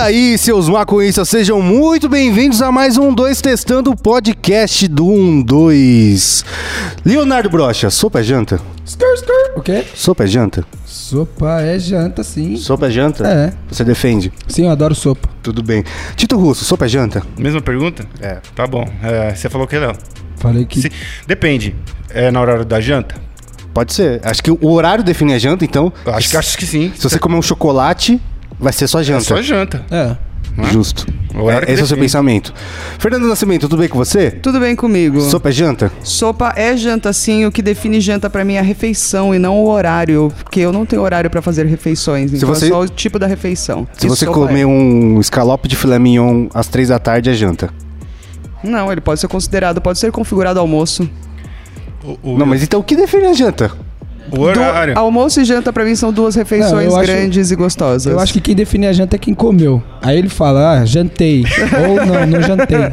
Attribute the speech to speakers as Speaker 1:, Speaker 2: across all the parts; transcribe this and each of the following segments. Speaker 1: aí, seus maconhistas, sejam muito bem-vindos a mais um 2 Testando o podcast do 1 2. Leonardo Brocha, sopa é janta?
Speaker 2: O quê?
Speaker 1: Sopa é janta?
Speaker 2: Sopa é janta, sim.
Speaker 1: Sopa é janta?
Speaker 2: É.
Speaker 1: Você defende?
Speaker 2: Sim, eu adoro sopa.
Speaker 1: Tudo bem. Tito Russo, sopa é janta?
Speaker 3: Mesma pergunta?
Speaker 1: É.
Speaker 3: Tá bom. É, você falou que não.
Speaker 2: Falei que.
Speaker 3: Se- Depende. É na hora da janta?
Speaker 1: Pode ser. Acho que o horário define a janta, então.
Speaker 3: Acho que, acho que sim.
Speaker 1: Se você comer um chocolate, vai ser só
Speaker 3: É
Speaker 1: janta.
Speaker 3: só janta.
Speaker 2: É.
Speaker 1: Justo.
Speaker 3: O horário
Speaker 1: É,
Speaker 3: que
Speaker 1: esse é o seu
Speaker 3: define.
Speaker 1: pensamento. Fernando Nascimento, tudo bem com você?
Speaker 4: Tudo bem comigo.
Speaker 1: Sopa é janta?
Speaker 4: Sopa é janta sim, o que define janta pra mim é a refeição e não o horário, porque eu não tenho horário pra fazer refeições, então
Speaker 1: você-
Speaker 4: é só o tipo da refeição.
Speaker 1: Se
Speaker 4: E
Speaker 1: você
Speaker 4: sopa
Speaker 1: comer
Speaker 4: é.
Speaker 1: um escalope de filé mignon às três da tarde, é janta.
Speaker 4: Não, ele pode ser considerado, pode ser configurado almoço.
Speaker 3: O, o-
Speaker 1: Não, mas então o que define a janta?
Speaker 3: o horário.
Speaker 4: Du- almoço e janta pra mim são duas refeições
Speaker 2: Não, eu acho-
Speaker 4: grandes e gostosas.
Speaker 2: Eu acho que quem define a janta é quem comeu. Aí ele fala, ah, jantei. Ou não, não jantei.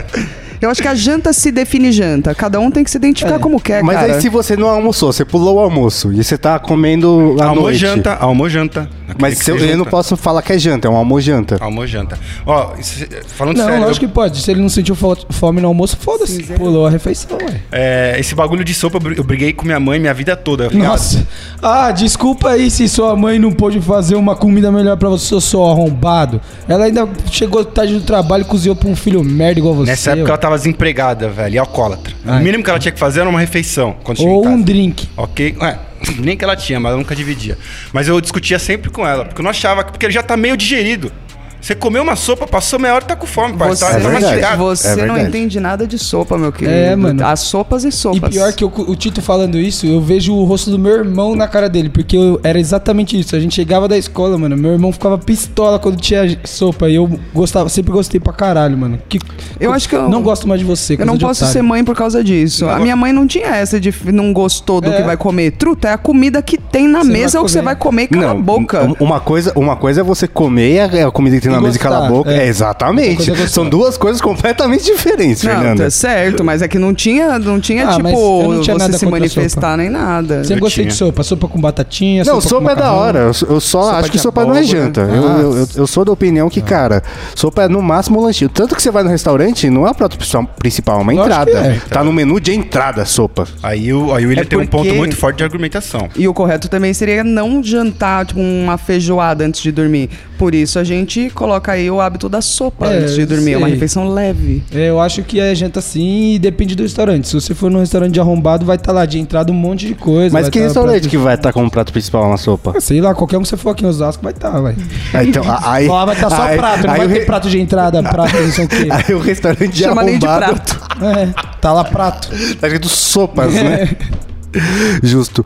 Speaker 4: Eu acho que a janta se define janta. Cada um tem que se identificar
Speaker 2: É.
Speaker 4: como quer,
Speaker 1: mas
Speaker 4: cara.
Speaker 1: aí se você não almoçou, você pulou o almoço e você tá comendo à
Speaker 3: Almoço,
Speaker 1: noite.
Speaker 3: janta. Almoço, janta.
Speaker 1: Mas se eu, eu não posso falar que é janta, é um almojanta.
Speaker 3: Almoço, janta. Ó, isso- falando
Speaker 2: Não,
Speaker 3: sério.
Speaker 2: lógico que pode. Se ele não sentiu fo- fome no almoço, foda-se. Pulou a refeição, ué.
Speaker 3: é, esse bagulho de sopa, eu br- eu briguei com minha mãe minha vida toda. Eu falei, ah,
Speaker 2: Nossa. Ah, desculpa aí se sua mãe não pôde fazer uma comida melhor pra você, seu só arrombado. Ela ainda chegou tarde do trabalho e cozinhou pra um filho merda igual você.
Speaker 3: "Ah, Nessa época
Speaker 2: ué.
Speaker 3: ela tava desempregada, velho, e alcoólatra.
Speaker 2: Ai.
Speaker 3: O mínimo que ela tinha que fazer era uma refeição quando chegou em
Speaker 2: Ou
Speaker 3: casa.
Speaker 2: um drink.
Speaker 3: Ok? Ué, nem que ela tinha, mas ela nunca dividia. Mas eu discutia sempre com ela, porque eu não achava, porque ele já tá meio digerido. Você comeu uma sopa, passou meia hora, tá com fome,
Speaker 4: Você,
Speaker 3: parça. Tá, tá
Speaker 1: verdade.
Speaker 3: mastigado.
Speaker 4: você
Speaker 1: É
Speaker 4: não
Speaker 1: verdade.
Speaker 4: entende nada de sopa, meu querido.
Speaker 2: É, mano.
Speaker 4: As sopas e
Speaker 2: E
Speaker 4: sopas.
Speaker 2: pior que eu- o Tito falando isso, eu vejo o rosto do meu irmão na cara dele, porque eu- era exatamente isso. A gente chegava da escola, mano. Meu irmão ficava pistola quando tinha sopa. E eu gostava, sempre gostei pra caralho, mano. Que,
Speaker 4: Eu acho que eu-
Speaker 2: não gosto mais de você.
Speaker 4: Eu
Speaker 2: coisa
Speaker 4: não
Speaker 2: de
Speaker 4: posso
Speaker 2: otário.
Speaker 4: ser mãe por causa disso. A minha mãe não tinha essa de f- não gostou do
Speaker 2: É.
Speaker 4: que vai comer. Truta, é a comida que tem na
Speaker 2: Você
Speaker 4: mesa
Speaker 2: vai
Speaker 4: é o que você
Speaker 2: comer.
Speaker 4: vai comer e cala a boca. tá
Speaker 1: um- Uma coisa, uma coisa é você comer a, a comida que tem
Speaker 2: E
Speaker 1: na mesa e calar a
Speaker 2: gostar,
Speaker 1: boca.
Speaker 2: é.
Speaker 1: É, exatamente.
Speaker 2: Outra coisa é
Speaker 1: São
Speaker 2: gostar.
Speaker 1: duas coisas completamente diferentes,
Speaker 4: não,
Speaker 1: Fernanda.
Speaker 4: tá certo, mas é que não tinha, não
Speaker 2: Ah,
Speaker 4: tinha
Speaker 2: mas eu
Speaker 4: tipo,
Speaker 2: não tinha
Speaker 4: você
Speaker 2: nada
Speaker 4: se
Speaker 2: contra a
Speaker 4: manifestar nem nada.
Speaker 2: Sempre
Speaker 3: Eu
Speaker 2: gostei
Speaker 3: tinha.
Speaker 2: de sopa. Sopa com batatinha,
Speaker 1: Não,
Speaker 2: com
Speaker 1: sopa é da
Speaker 2: um macarrão.
Speaker 1: hora. Eu, eu só
Speaker 2: Sopa
Speaker 1: acho que
Speaker 2: de
Speaker 1: sopa não é
Speaker 2: abóbora. né? Ah.
Speaker 1: janta. Eu, eu- eu- eu sou da opinião que, cara, sopa é no máximo um lanchinho. Tanto que você vai no restaurante, não é o prato principal- principal, é uma
Speaker 2: Lógico
Speaker 1: entrada.
Speaker 2: que é.
Speaker 1: Tá no menu de entrada, sopa.
Speaker 3: Aí o, aí o William
Speaker 4: É
Speaker 3: tem um ponto
Speaker 4: porque-
Speaker 3: muito forte de argumentação.
Speaker 4: E o correto também seria não jantar tipo, uma feijoada antes de dormir. Por isso a gente coloca aí o hábito da sopa
Speaker 2: É,
Speaker 4: antes de dormir, é uma
Speaker 2: sei.
Speaker 4: refeição leve.
Speaker 2: É, Eu acho que é janta assim e depende do restaurante. Se você for num restaurante de arrombado, vai estar lá de entrada um monte de coisa.
Speaker 1: Mas
Speaker 2: vai
Speaker 1: que
Speaker 2: tá
Speaker 1: restaurante
Speaker 2: prato-
Speaker 1: que vai estar como prato principal uma sopa?
Speaker 2: Sei lá, qualquer um que você for aqui em Osasco vai estar, vai.
Speaker 1: Ah, Então, a- aí,
Speaker 2: Lá vai estar só
Speaker 1: aí-
Speaker 2: prato, não
Speaker 1: aí
Speaker 2: vai
Speaker 1: o
Speaker 2: ter
Speaker 1: re-
Speaker 2: prato de entrada, prato, não sei o quê.
Speaker 1: Aí o restaurante de
Speaker 4: Chama nem de
Speaker 1: arrombado
Speaker 4: prato.
Speaker 2: É, tá lá prato.
Speaker 1: tá escrito sopas,
Speaker 2: É,
Speaker 1: né? Justo.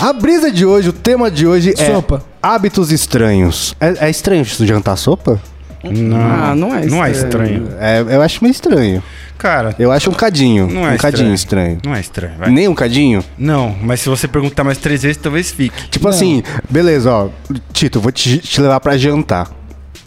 Speaker 1: A brisa de hoje, o tema de hoje é
Speaker 2: Sopa.
Speaker 1: hábitos estranhos. É, é estranho jantar sopa?
Speaker 3: Não,
Speaker 4: Ah, não é
Speaker 3: Não é
Speaker 4: estranho.
Speaker 3: estranho.
Speaker 1: É, eu acho meio estranho.
Speaker 3: Cara,
Speaker 1: Eu acho um cadinho.
Speaker 3: não
Speaker 1: um
Speaker 3: é
Speaker 1: cadinho estranho.
Speaker 3: Não é estranho, vai.
Speaker 1: Nem um cadinho?
Speaker 3: Não, mas se você perguntar mais três vezes, talvez fique.
Speaker 1: Tipo assim, beleza, ó. Tito, vou te, te levar pra jantar.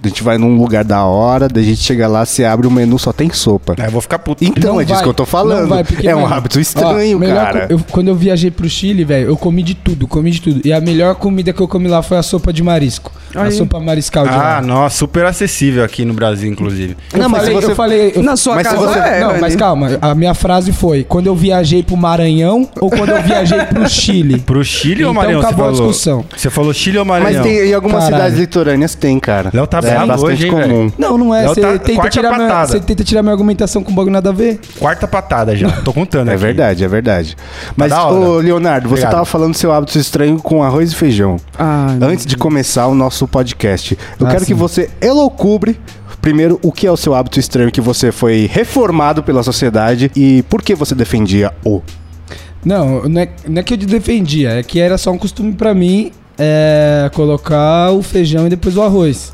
Speaker 1: A gente vai num lugar da hora, daí a gente chega lá, você abre o menu, só tem sopa.
Speaker 3: Aí eu vou ficar puto.
Speaker 1: Então,
Speaker 2: Não
Speaker 1: é disso
Speaker 2: vai,
Speaker 1: que eu tô
Speaker 2: não
Speaker 1: falando.
Speaker 2: vai, porque,
Speaker 1: é um
Speaker 2: mano,
Speaker 1: hábito
Speaker 2: ó,
Speaker 1: estranho,
Speaker 2: melhor
Speaker 1: cara.
Speaker 2: co- eu- quando eu viajei pro Chile, velho, eu comi de tudo, comi de tudo. E a melhor comida que eu comi lá foi a sopa de marisco. A
Speaker 4: Aí.
Speaker 2: sopa mariscal de
Speaker 3: Ah,
Speaker 2: lá.
Speaker 3: nossa, super acessível aqui no Brasil, inclusive.
Speaker 2: Eu
Speaker 1: Não, mas
Speaker 2: falei,
Speaker 1: se você-
Speaker 2: eu falei. eu-
Speaker 4: Na sua
Speaker 1: Mas se
Speaker 4: casa
Speaker 1: você-
Speaker 4: é.
Speaker 2: não, mas
Speaker 4: Rani.
Speaker 2: calma, a minha frase foi: quando eu viajei pro Maranhão ou quando eu viajei pro Chile?
Speaker 3: Pro Chile ou
Speaker 2: Então
Speaker 3: Maranhão?
Speaker 2: acabou a
Speaker 3: você falou,
Speaker 2: discussão.
Speaker 3: Você falou Chile ou
Speaker 1: Mas
Speaker 3: Maranhão?
Speaker 1: tem, em algumas
Speaker 2: Caralho.
Speaker 1: cidades litorâneas tem, cara.
Speaker 3: Léo tá
Speaker 1: é
Speaker 3: bravo
Speaker 1: bastante
Speaker 3: hoje, hein,
Speaker 1: comum.
Speaker 2: Não, não é.
Speaker 3: Léo
Speaker 2: Você
Speaker 3: tá-
Speaker 2: tenta,
Speaker 3: quarta
Speaker 2: tirar minha-
Speaker 3: patada.
Speaker 2: você tenta tirar minha argumentação com o bagulho nada a ver.
Speaker 3: Quarta patada já, tô contando
Speaker 1: É
Speaker 3: aqui. Tá
Speaker 1: verdade, é verdade. Mas,
Speaker 3: da hora.
Speaker 1: ô, Leonardo, você
Speaker 3: Obrigado. Ah,
Speaker 1: tava falando seu hábito estranho com arroz e feijão.
Speaker 4: Ai, meu
Speaker 1: Antes de começar o nosso podcast, eu
Speaker 2: Ah,
Speaker 1: quero
Speaker 2: sim.
Speaker 1: que você elocubre primeiro o que é o seu hábito estranho que você foi reformado pela sociedade e por que você defendia o.
Speaker 2: Não, não é, não é que eu defendia, é que era só um costume pra mim é, colocar o feijão e depois o arroz.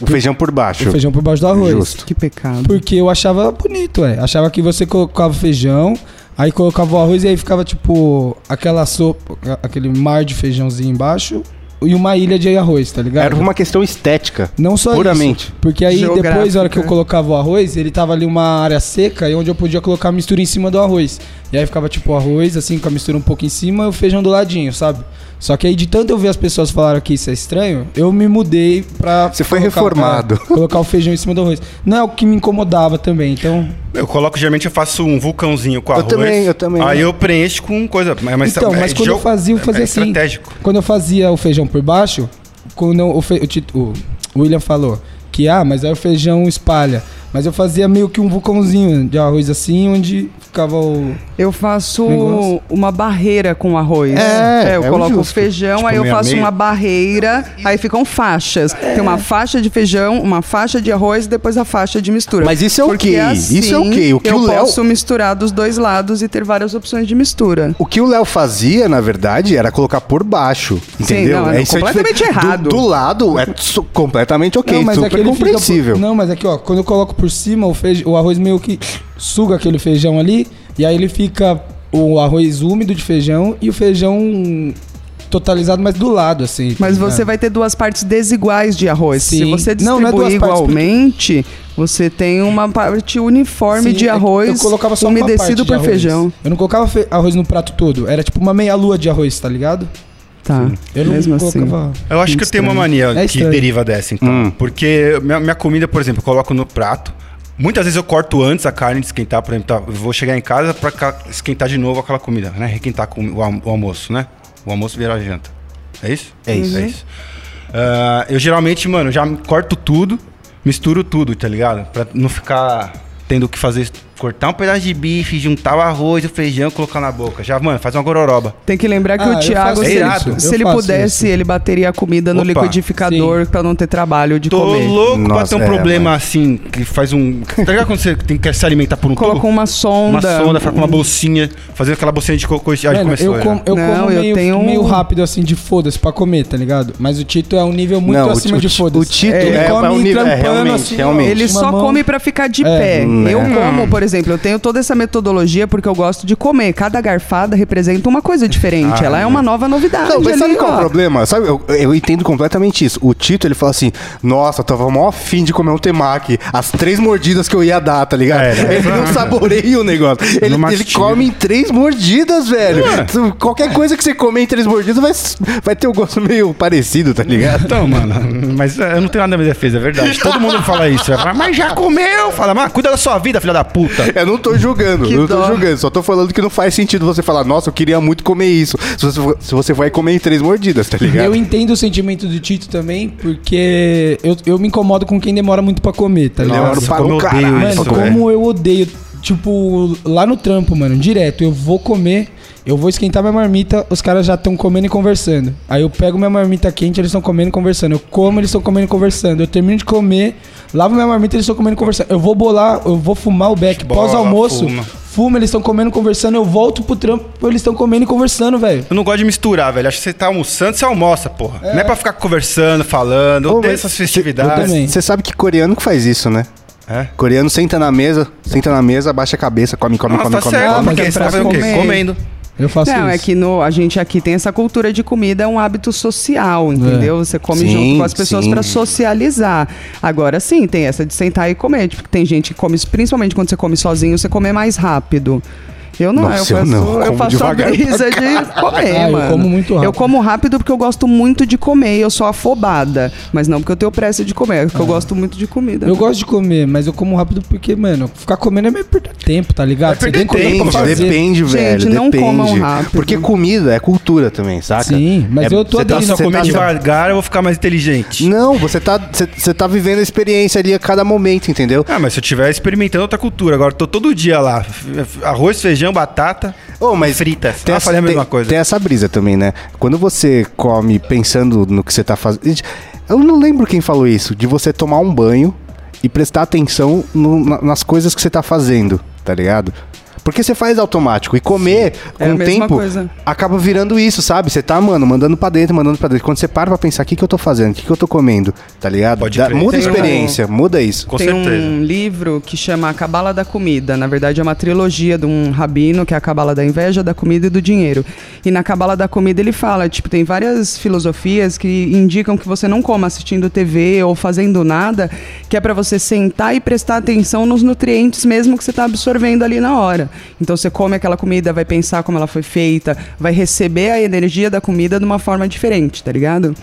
Speaker 1: O feijão por baixo.
Speaker 2: O feijão por baixo do arroz.
Speaker 1: Justo.
Speaker 4: Que pecado.
Speaker 2: Porque eu achava bonito, é. Achava que você colocava o feijão, aí colocava o arroz e aí ficava tipo aquela sopa, aquele mar de feijãozinho embaixo e uma ilha de arroz, tá ligado?
Speaker 1: Era uma questão estética.
Speaker 2: Não só
Speaker 1: Puramente.
Speaker 2: isso. Porque aí
Speaker 4: Geográfica.
Speaker 2: depois, na hora que eu colocava o arroz, ele tava ali uma área seca e onde eu podia colocar a mistura em cima do arroz. E aí ficava tipo arroz, assim, com a mistura um pouco em cima e o feijão do ladinho, sabe? Só que aí de tanto eu ver as pessoas falaram que isso é estranho, eu me mudei pra.
Speaker 1: Você foi
Speaker 2: colocar-
Speaker 1: reformado.
Speaker 2: é, colocar o feijão em cima do arroz. Não é o que me incomodava também, então.
Speaker 3: Eu coloco, geralmente eu faço um vulcãozinho com
Speaker 1: Eu
Speaker 3: arroz.
Speaker 1: também, eu também.
Speaker 3: Aí eu preencho com coisa. Mas,
Speaker 2: né? então, mas
Speaker 3: é
Speaker 2: quando eu
Speaker 3: jogo-
Speaker 2: fazia, eu fazia
Speaker 3: é
Speaker 2: assim.
Speaker 3: estratégico.
Speaker 2: Quando eu fazia o feijão por baixo, quando eu- o, fe, o, Tito- o William falou que, ah, mas aí o feijão espalha. Mas eu fazia meio que um vulcãozinho de arroz assim, onde ficava o.
Speaker 4: Eu faço
Speaker 2: Negócio.
Speaker 4: uma barreira com arroz.
Speaker 1: É,
Speaker 4: eu
Speaker 1: é o
Speaker 4: coloco o
Speaker 1: justo.
Speaker 4: feijão,
Speaker 3: Tipo,
Speaker 4: aí eu
Speaker 3: meio a
Speaker 4: faço
Speaker 3: meio.
Speaker 4: uma barreira, aí ficam faixas. Tem uma faixa de feijão, uma faixa de arroz e depois a faixa de mistura.
Speaker 1: Mas isso é ok,
Speaker 4: Porque assim
Speaker 1: isso é ok. O que
Speaker 4: eu
Speaker 1: o Léo-
Speaker 4: posso misturar dos dois lados e ter várias opções de mistura.
Speaker 1: O que o Léo fazia, na verdade, era colocar por baixo, entendeu?
Speaker 4: não, é
Speaker 1: isso
Speaker 4: completamente
Speaker 1: diferente.
Speaker 4: errado.
Speaker 1: Do, do lado é su- completamente ok,
Speaker 2: aquele
Speaker 1: super
Speaker 2: é fica por-
Speaker 1: compreensível.
Speaker 2: não, mas aqui, ó, quando eu coloco por cima, o, feij... o arroz meio que suga aquele feijão ali, e aí ele fica o arroz úmido de feijão e o feijão totalizado, mas do lado, assim.
Speaker 4: Mas
Speaker 2: tá
Speaker 4: você
Speaker 2: ligado?
Speaker 4: vai ter duas partes desiguais de arroz. Se
Speaker 2: Sim.
Speaker 4: você
Speaker 2: Não,
Speaker 4: distribuir
Speaker 2: não é duas partes, porque-
Speaker 4: igualmente, você tem uma parte uniforme
Speaker 2: Sim,
Speaker 4: de
Speaker 2: é que
Speaker 4: arroz
Speaker 2: eu colocava só uma parte
Speaker 4: umedecido
Speaker 2: de
Speaker 4: por
Speaker 2: arroz.
Speaker 4: feijão.
Speaker 2: Eu não colocava fe- arroz no prato todo, era tipo uma meia lua de arroz, tá ligado?
Speaker 4: Tá.
Speaker 2: Eu não
Speaker 4: Mesmo assim.
Speaker 2: colocava.
Speaker 3: Eu acho que eu tenho uma mania
Speaker 2: É
Speaker 3: que
Speaker 2: estranho.
Speaker 3: deriva dessa, então. Porque minha, minha comida, por exemplo, eu coloco no prato. Muitas vezes eu corto antes a carne de esquentar, por exemplo, tá, eu vou chegar em casa pra ca- esquentar de novo aquela comida, né? Requentar com o, alm- o almoço, né? O almoço virar janta. É isso? É isso. É isso. Ah, eu geralmente, mano, já corto tudo, misturo tudo, tá ligado? Pra não ficar tendo que fazer cortar um pedaço de bife, juntar o arroz, o feijão, colocar na boca. Já, mano, faz uma gororoba.
Speaker 4: Tem que lembrar que
Speaker 2: Ah,
Speaker 4: o
Speaker 2: eu
Speaker 4: Thiago,
Speaker 2: faço
Speaker 4: se,
Speaker 3: isso,
Speaker 4: ele, se
Speaker 2: eu
Speaker 4: ele
Speaker 2: faço
Speaker 4: pudesse,
Speaker 2: isso.
Speaker 4: ele bateria a comida no
Speaker 3: Opa,
Speaker 4: liquidificador pra não ter trabalho de
Speaker 3: Tô
Speaker 4: comer.
Speaker 3: louco pra
Speaker 1: Nossa,
Speaker 3: ter um
Speaker 1: é,
Speaker 3: problema assim, que faz um. Tá ligado quando você tem, quer se alimentar por um tubo?
Speaker 4: Colocou uma
Speaker 3: Uma
Speaker 4: sonda.
Speaker 3: sonda, ficar com uma bolsinha, fazer aquela bolsinha de cocô. Ah, já
Speaker 2: Mano,
Speaker 3: começou.
Speaker 2: eu,
Speaker 3: já.
Speaker 2: com, eu
Speaker 4: Não,
Speaker 2: como
Speaker 4: eu
Speaker 2: meio,
Speaker 4: tenho- um
Speaker 2: meio rápido, assim, de foda-se pra comer, tá ligado? Mas o Tito é um nível muito
Speaker 1: Não, o
Speaker 2: acima
Speaker 1: Ti-
Speaker 2: de
Speaker 1: o Ti-
Speaker 2: foda-se.
Speaker 1: o Tito
Speaker 2: ele
Speaker 1: é-
Speaker 2: come
Speaker 1: é um nível- é,
Speaker 2: trampando,
Speaker 1: realmente,
Speaker 2: assim, ó,
Speaker 1: realmente.
Speaker 4: Ele
Speaker 2: uma
Speaker 4: só
Speaker 2: mão.
Speaker 4: come pra ficar de
Speaker 2: É,
Speaker 4: pé.
Speaker 1: né?
Speaker 4: Eu como, por exemplo, eu tenho toda essa metodologia porque eu gosto de comer. Cada garfada representa uma coisa
Speaker 3: Ah,
Speaker 4: diferente. Ela é uma nova novidade.
Speaker 1: Não, mas sabe
Speaker 4: ali,
Speaker 1: qual é
Speaker 4: ó.
Speaker 1: o problema? Sabe, eu, eu entendo completamente isso. O Tito, ele fala assim, nossa, eu tava mó afim de comer um temaki. As três mordidas que eu ia dar, tá ligado?
Speaker 3: É.
Speaker 1: ele não saboreia o negócio. Ele,
Speaker 3: Não
Speaker 1: ele
Speaker 3: mastiga. É.
Speaker 1: come em três mordidas, velho. Tu- Qualquer coisa que você comer em três mordidas vai, s- vai ter um gosto meio parecido, tá ligado?
Speaker 3: Então, mano, mas é, eu não tenho nada a minha defesa, é verdade. Todo mundo fala isso. Vai falar, mas já comeu? Fala, mano, cuida da sua vida, filha da puta.
Speaker 1: Eu É, não tô julgando,
Speaker 4: Que
Speaker 1: eu não tô
Speaker 4: dó.
Speaker 1: julgando. Só tô falando que não faz sentido você falar, nossa, eu queria muito comer isso. Se você, for- se você vai comer em três mordidas, tá ligado?
Speaker 2: Eu entendo o sentimento do Tito também, porque eu, eu me incomodo com quem demora muito pra comer, tá ligado?
Speaker 1: Demora para
Speaker 3: como
Speaker 1: um
Speaker 3: eu odeio
Speaker 1: caralho,
Speaker 2: Mano,
Speaker 3: isso,
Speaker 1: velho.
Speaker 2: como eu odeio. Tipo, lá no trampo, mano, direto, eu vou comer, eu vou esquentar minha marmita, os caras já estão comendo e conversando. Aí eu pego minha marmita quente, eles estão comendo e conversando. Eu como, eles estão comendo e conversando. Eu termino de comer, lavo minha marmita, eles estão comendo e conversando. Eu vou bolar, eu vou fumar o beck,
Speaker 3: Bola,
Speaker 2: pós-almoço,
Speaker 3: fuma.
Speaker 2: fuma. eles estão comendo e conversando. Eu volto pro trampo, eles estão comendo e conversando, velho.
Speaker 3: Eu não gosto de misturar, velho. Acho que você tá almoçando, você almoça, porra. Não é pra ficar conversando, falando. Eu
Speaker 1: Ô,
Speaker 3: odeio
Speaker 1: mas
Speaker 3: essas
Speaker 1: cê-
Speaker 3: festividades.
Speaker 2: eu também.
Speaker 1: Você sabe que coreano que faz isso, né?
Speaker 3: É?
Speaker 1: Coreano senta na mesa, senta na mesa, abaixa a cabeça, come, come,
Speaker 3: Nossa,
Speaker 1: come,
Speaker 3: tá
Speaker 1: come.
Speaker 3: certo.
Speaker 2: come.
Speaker 3: porque
Speaker 2: Ah, mas é
Speaker 3: você tá
Speaker 2: pra
Speaker 3: fazendo o quê?
Speaker 4: comer.
Speaker 3: Comendo.
Speaker 2: Eu faço
Speaker 4: Não,
Speaker 2: isso.
Speaker 4: é que no, a gente aqui tem essa cultura de comida, é um hábito
Speaker 2: É.
Speaker 4: social, entendeu? Você come
Speaker 1: Sim,
Speaker 4: junto com as pessoas
Speaker 1: sim.
Speaker 4: pra socializar. Agora sim, tem essa de sentar e comer. Tipo, tem gente que come, principalmente quando você come sozinho, você come mais rápido. Eu não,
Speaker 1: Nossa,
Speaker 4: eu
Speaker 1: eu
Speaker 4: faço,
Speaker 1: não,
Speaker 4: eu
Speaker 1: como
Speaker 4: faço a
Speaker 1: devagar pra
Speaker 4: brisa de comer,
Speaker 2: Ah, eu
Speaker 4: mano.
Speaker 2: como muito rápido.
Speaker 4: Eu como rápido porque eu gosto muito de comer, eu sou afobada. Mas não porque eu tenho pressa de comer, é porque eu gosto muito de comida.
Speaker 2: Ah. Eu gosto de comer, mas eu como rápido porque, mano, ficar comendo é meio perder tempo, tá ligado?
Speaker 3: É perder
Speaker 2: tem coisa
Speaker 3: tempo,
Speaker 2: pra fazer.
Speaker 1: depende, velho.
Speaker 4: Gente, não
Speaker 1: depende.
Speaker 4: comam rápido.
Speaker 1: Porque comida é cultura também, saca?
Speaker 2: Sim, mas
Speaker 1: É,
Speaker 2: eu tô
Speaker 1: cê
Speaker 2: aderindo
Speaker 3: Se eu
Speaker 1: cê
Speaker 3: comer
Speaker 1: tá-
Speaker 3: devagar, eu vou ficar mais inteligente.
Speaker 1: Não, você tá, cê, cê tá vivendo a experiência ali a cada momento, entendeu?
Speaker 3: Ah, mas se eu estiver experimentando outra cultura, agora eu tô todo dia lá. f- f- Arroz, feijão, batata,
Speaker 1: Ô, mas
Speaker 3: fritas.
Speaker 1: Tem
Speaker 3: Ah,
Speaker 1: essa,
Speaker 3: falei a mesma
Speaker 1: tem-
Speaker 3: coisa.
Speaker 1: tem essa brisa também, né? Quando você come pensando no que você tá fazendo. Eu não lembro quem falou isso, de você tomar um banho e prestar atenção no- na- nas coisas que você tá fazendo, tá ligado? Porque você faz automático e comer com
Speaker 4: É a
Speaker 1: o
Speaker 4: mesma
Speaker 1: tempo
Speaker 4: coisa.
Speaker 1: acaba virando isso, sabe? Você tá, mano, mandando pra dentro, mandando pra dentro. Quando você para pra pensar, o que, que eu tô fazendo? O que, que eu tô comendo? Tá ligado?
Speaker 3: Pode
Speaker 1: Dá-
Speaker 3: crer.
Speaker 1: muda a
Speaker 4: Tem um-
Speaker 1: experiência, muda isso.
Speaker 3: Com
Speaker 4: tem
Speaker 3: certeza.
Speaker 4: um livro que chama A Cabala da Comida. Na verdade, é uma trilogia de um rabino, que é a Cabala da Inveja, da Comida e do Dinheiro. E na Cabala da Comida ele fala, tipo, tem várias filosofias que indicam que você não coma assistindo TV ou fazendo nada, que é pra você sentar e prestar atenção nos nutrientes mesmo que você tá absorvendo ali na hora. Então você come aquela comida, vai pensar como ela foi feita, vai receber a energia da comida de uma forma diferente, tá ligado?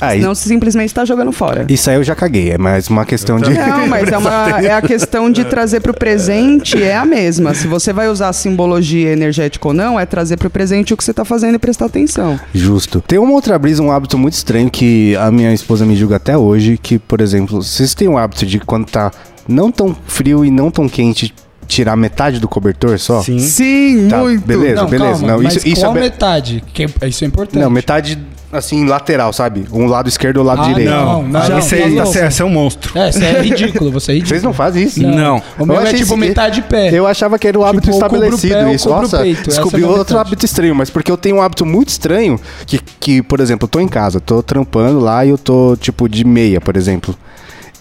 Speaker 1: Ah,
Speaker 4: Não
Speaker 1: isso,
Speaker 4: você simplesmente tá jogando fora.
Speaker 1: isso aí eu já caguei, é mais uma questão de.
Speaker 4: Não, mas é, uma, é a questão de trazer para o presente é a mesma. Se você vai usar a simbologia energética ou não, é trazer para o presente o que você está fazendo e prestar atenção.
Speaker 1: Justo. Tem uma outra brisa, um hábito muito estranho que a minha esposa me julga até hoje, que, por exemplo, vocês têm o hábito de quando tá não tão frio e não tão quente, tirar metade do cobertor só?
Speaker 3: Sim.
Speaker 4: Sim,
Speaker 1: Tá,
Speaker 4: muito.
Speaker 1: beleza, beleza.
Speaker 2: calma,
Speaker 1: não,
Speaker 2: mas
Speaker 1: isso, isso
Speaker 2: qual
Speaker 1: é be-
Speaker 2: metade? Que é- isso é importante.
Speaker 1: Não, metade assim, lateral, sabe? Um lado esquerdo ou lado
Speaker 2: Ah,
Speaker 1: direito.
Speaker 2: Não,
Speaker 3: Não,
Speaker 2: não,
Speaker 3: já
Speaker 2: não,
Speaker 3: você,
Speaker 2: não,
Speaker 3: tá
Speaker 2: não.
Speaker 3: certo, você é um monstro.
Speaker 2: É, você é ridículo, você é ridículo.
Speaker 1: Vocês não fazem isso?
Speaker 3: Não.
Speaker 2: O
Speaker 1: Eu
Speaker 2: meu é
Speaker 1: achei
Speaker 2: tipo
Speaker 1: isso-
Speaker 2: metade de pé.
Speaker 1: Eu achava que era o hábito
Speaker 2: Tipo, eu cubro o
Speaker 1: estabelecido
Speaker 2: pé, eu
Speaker 1: isso.
Speaker 2: cubro o
Speaker 1: Nossa,
Speaker 2: peito. Essa
Speaker 1: descobri
Speaker 2: é a
Speaker 1: outro
Speaker 2: metade.
Speaker 1: hábito estranho, mas porque eu tenho um hábito muito estranho que, que, por exemplo, eu tô em casa, tô trampando lá e eu tô, tipo, de meia, por exemplo.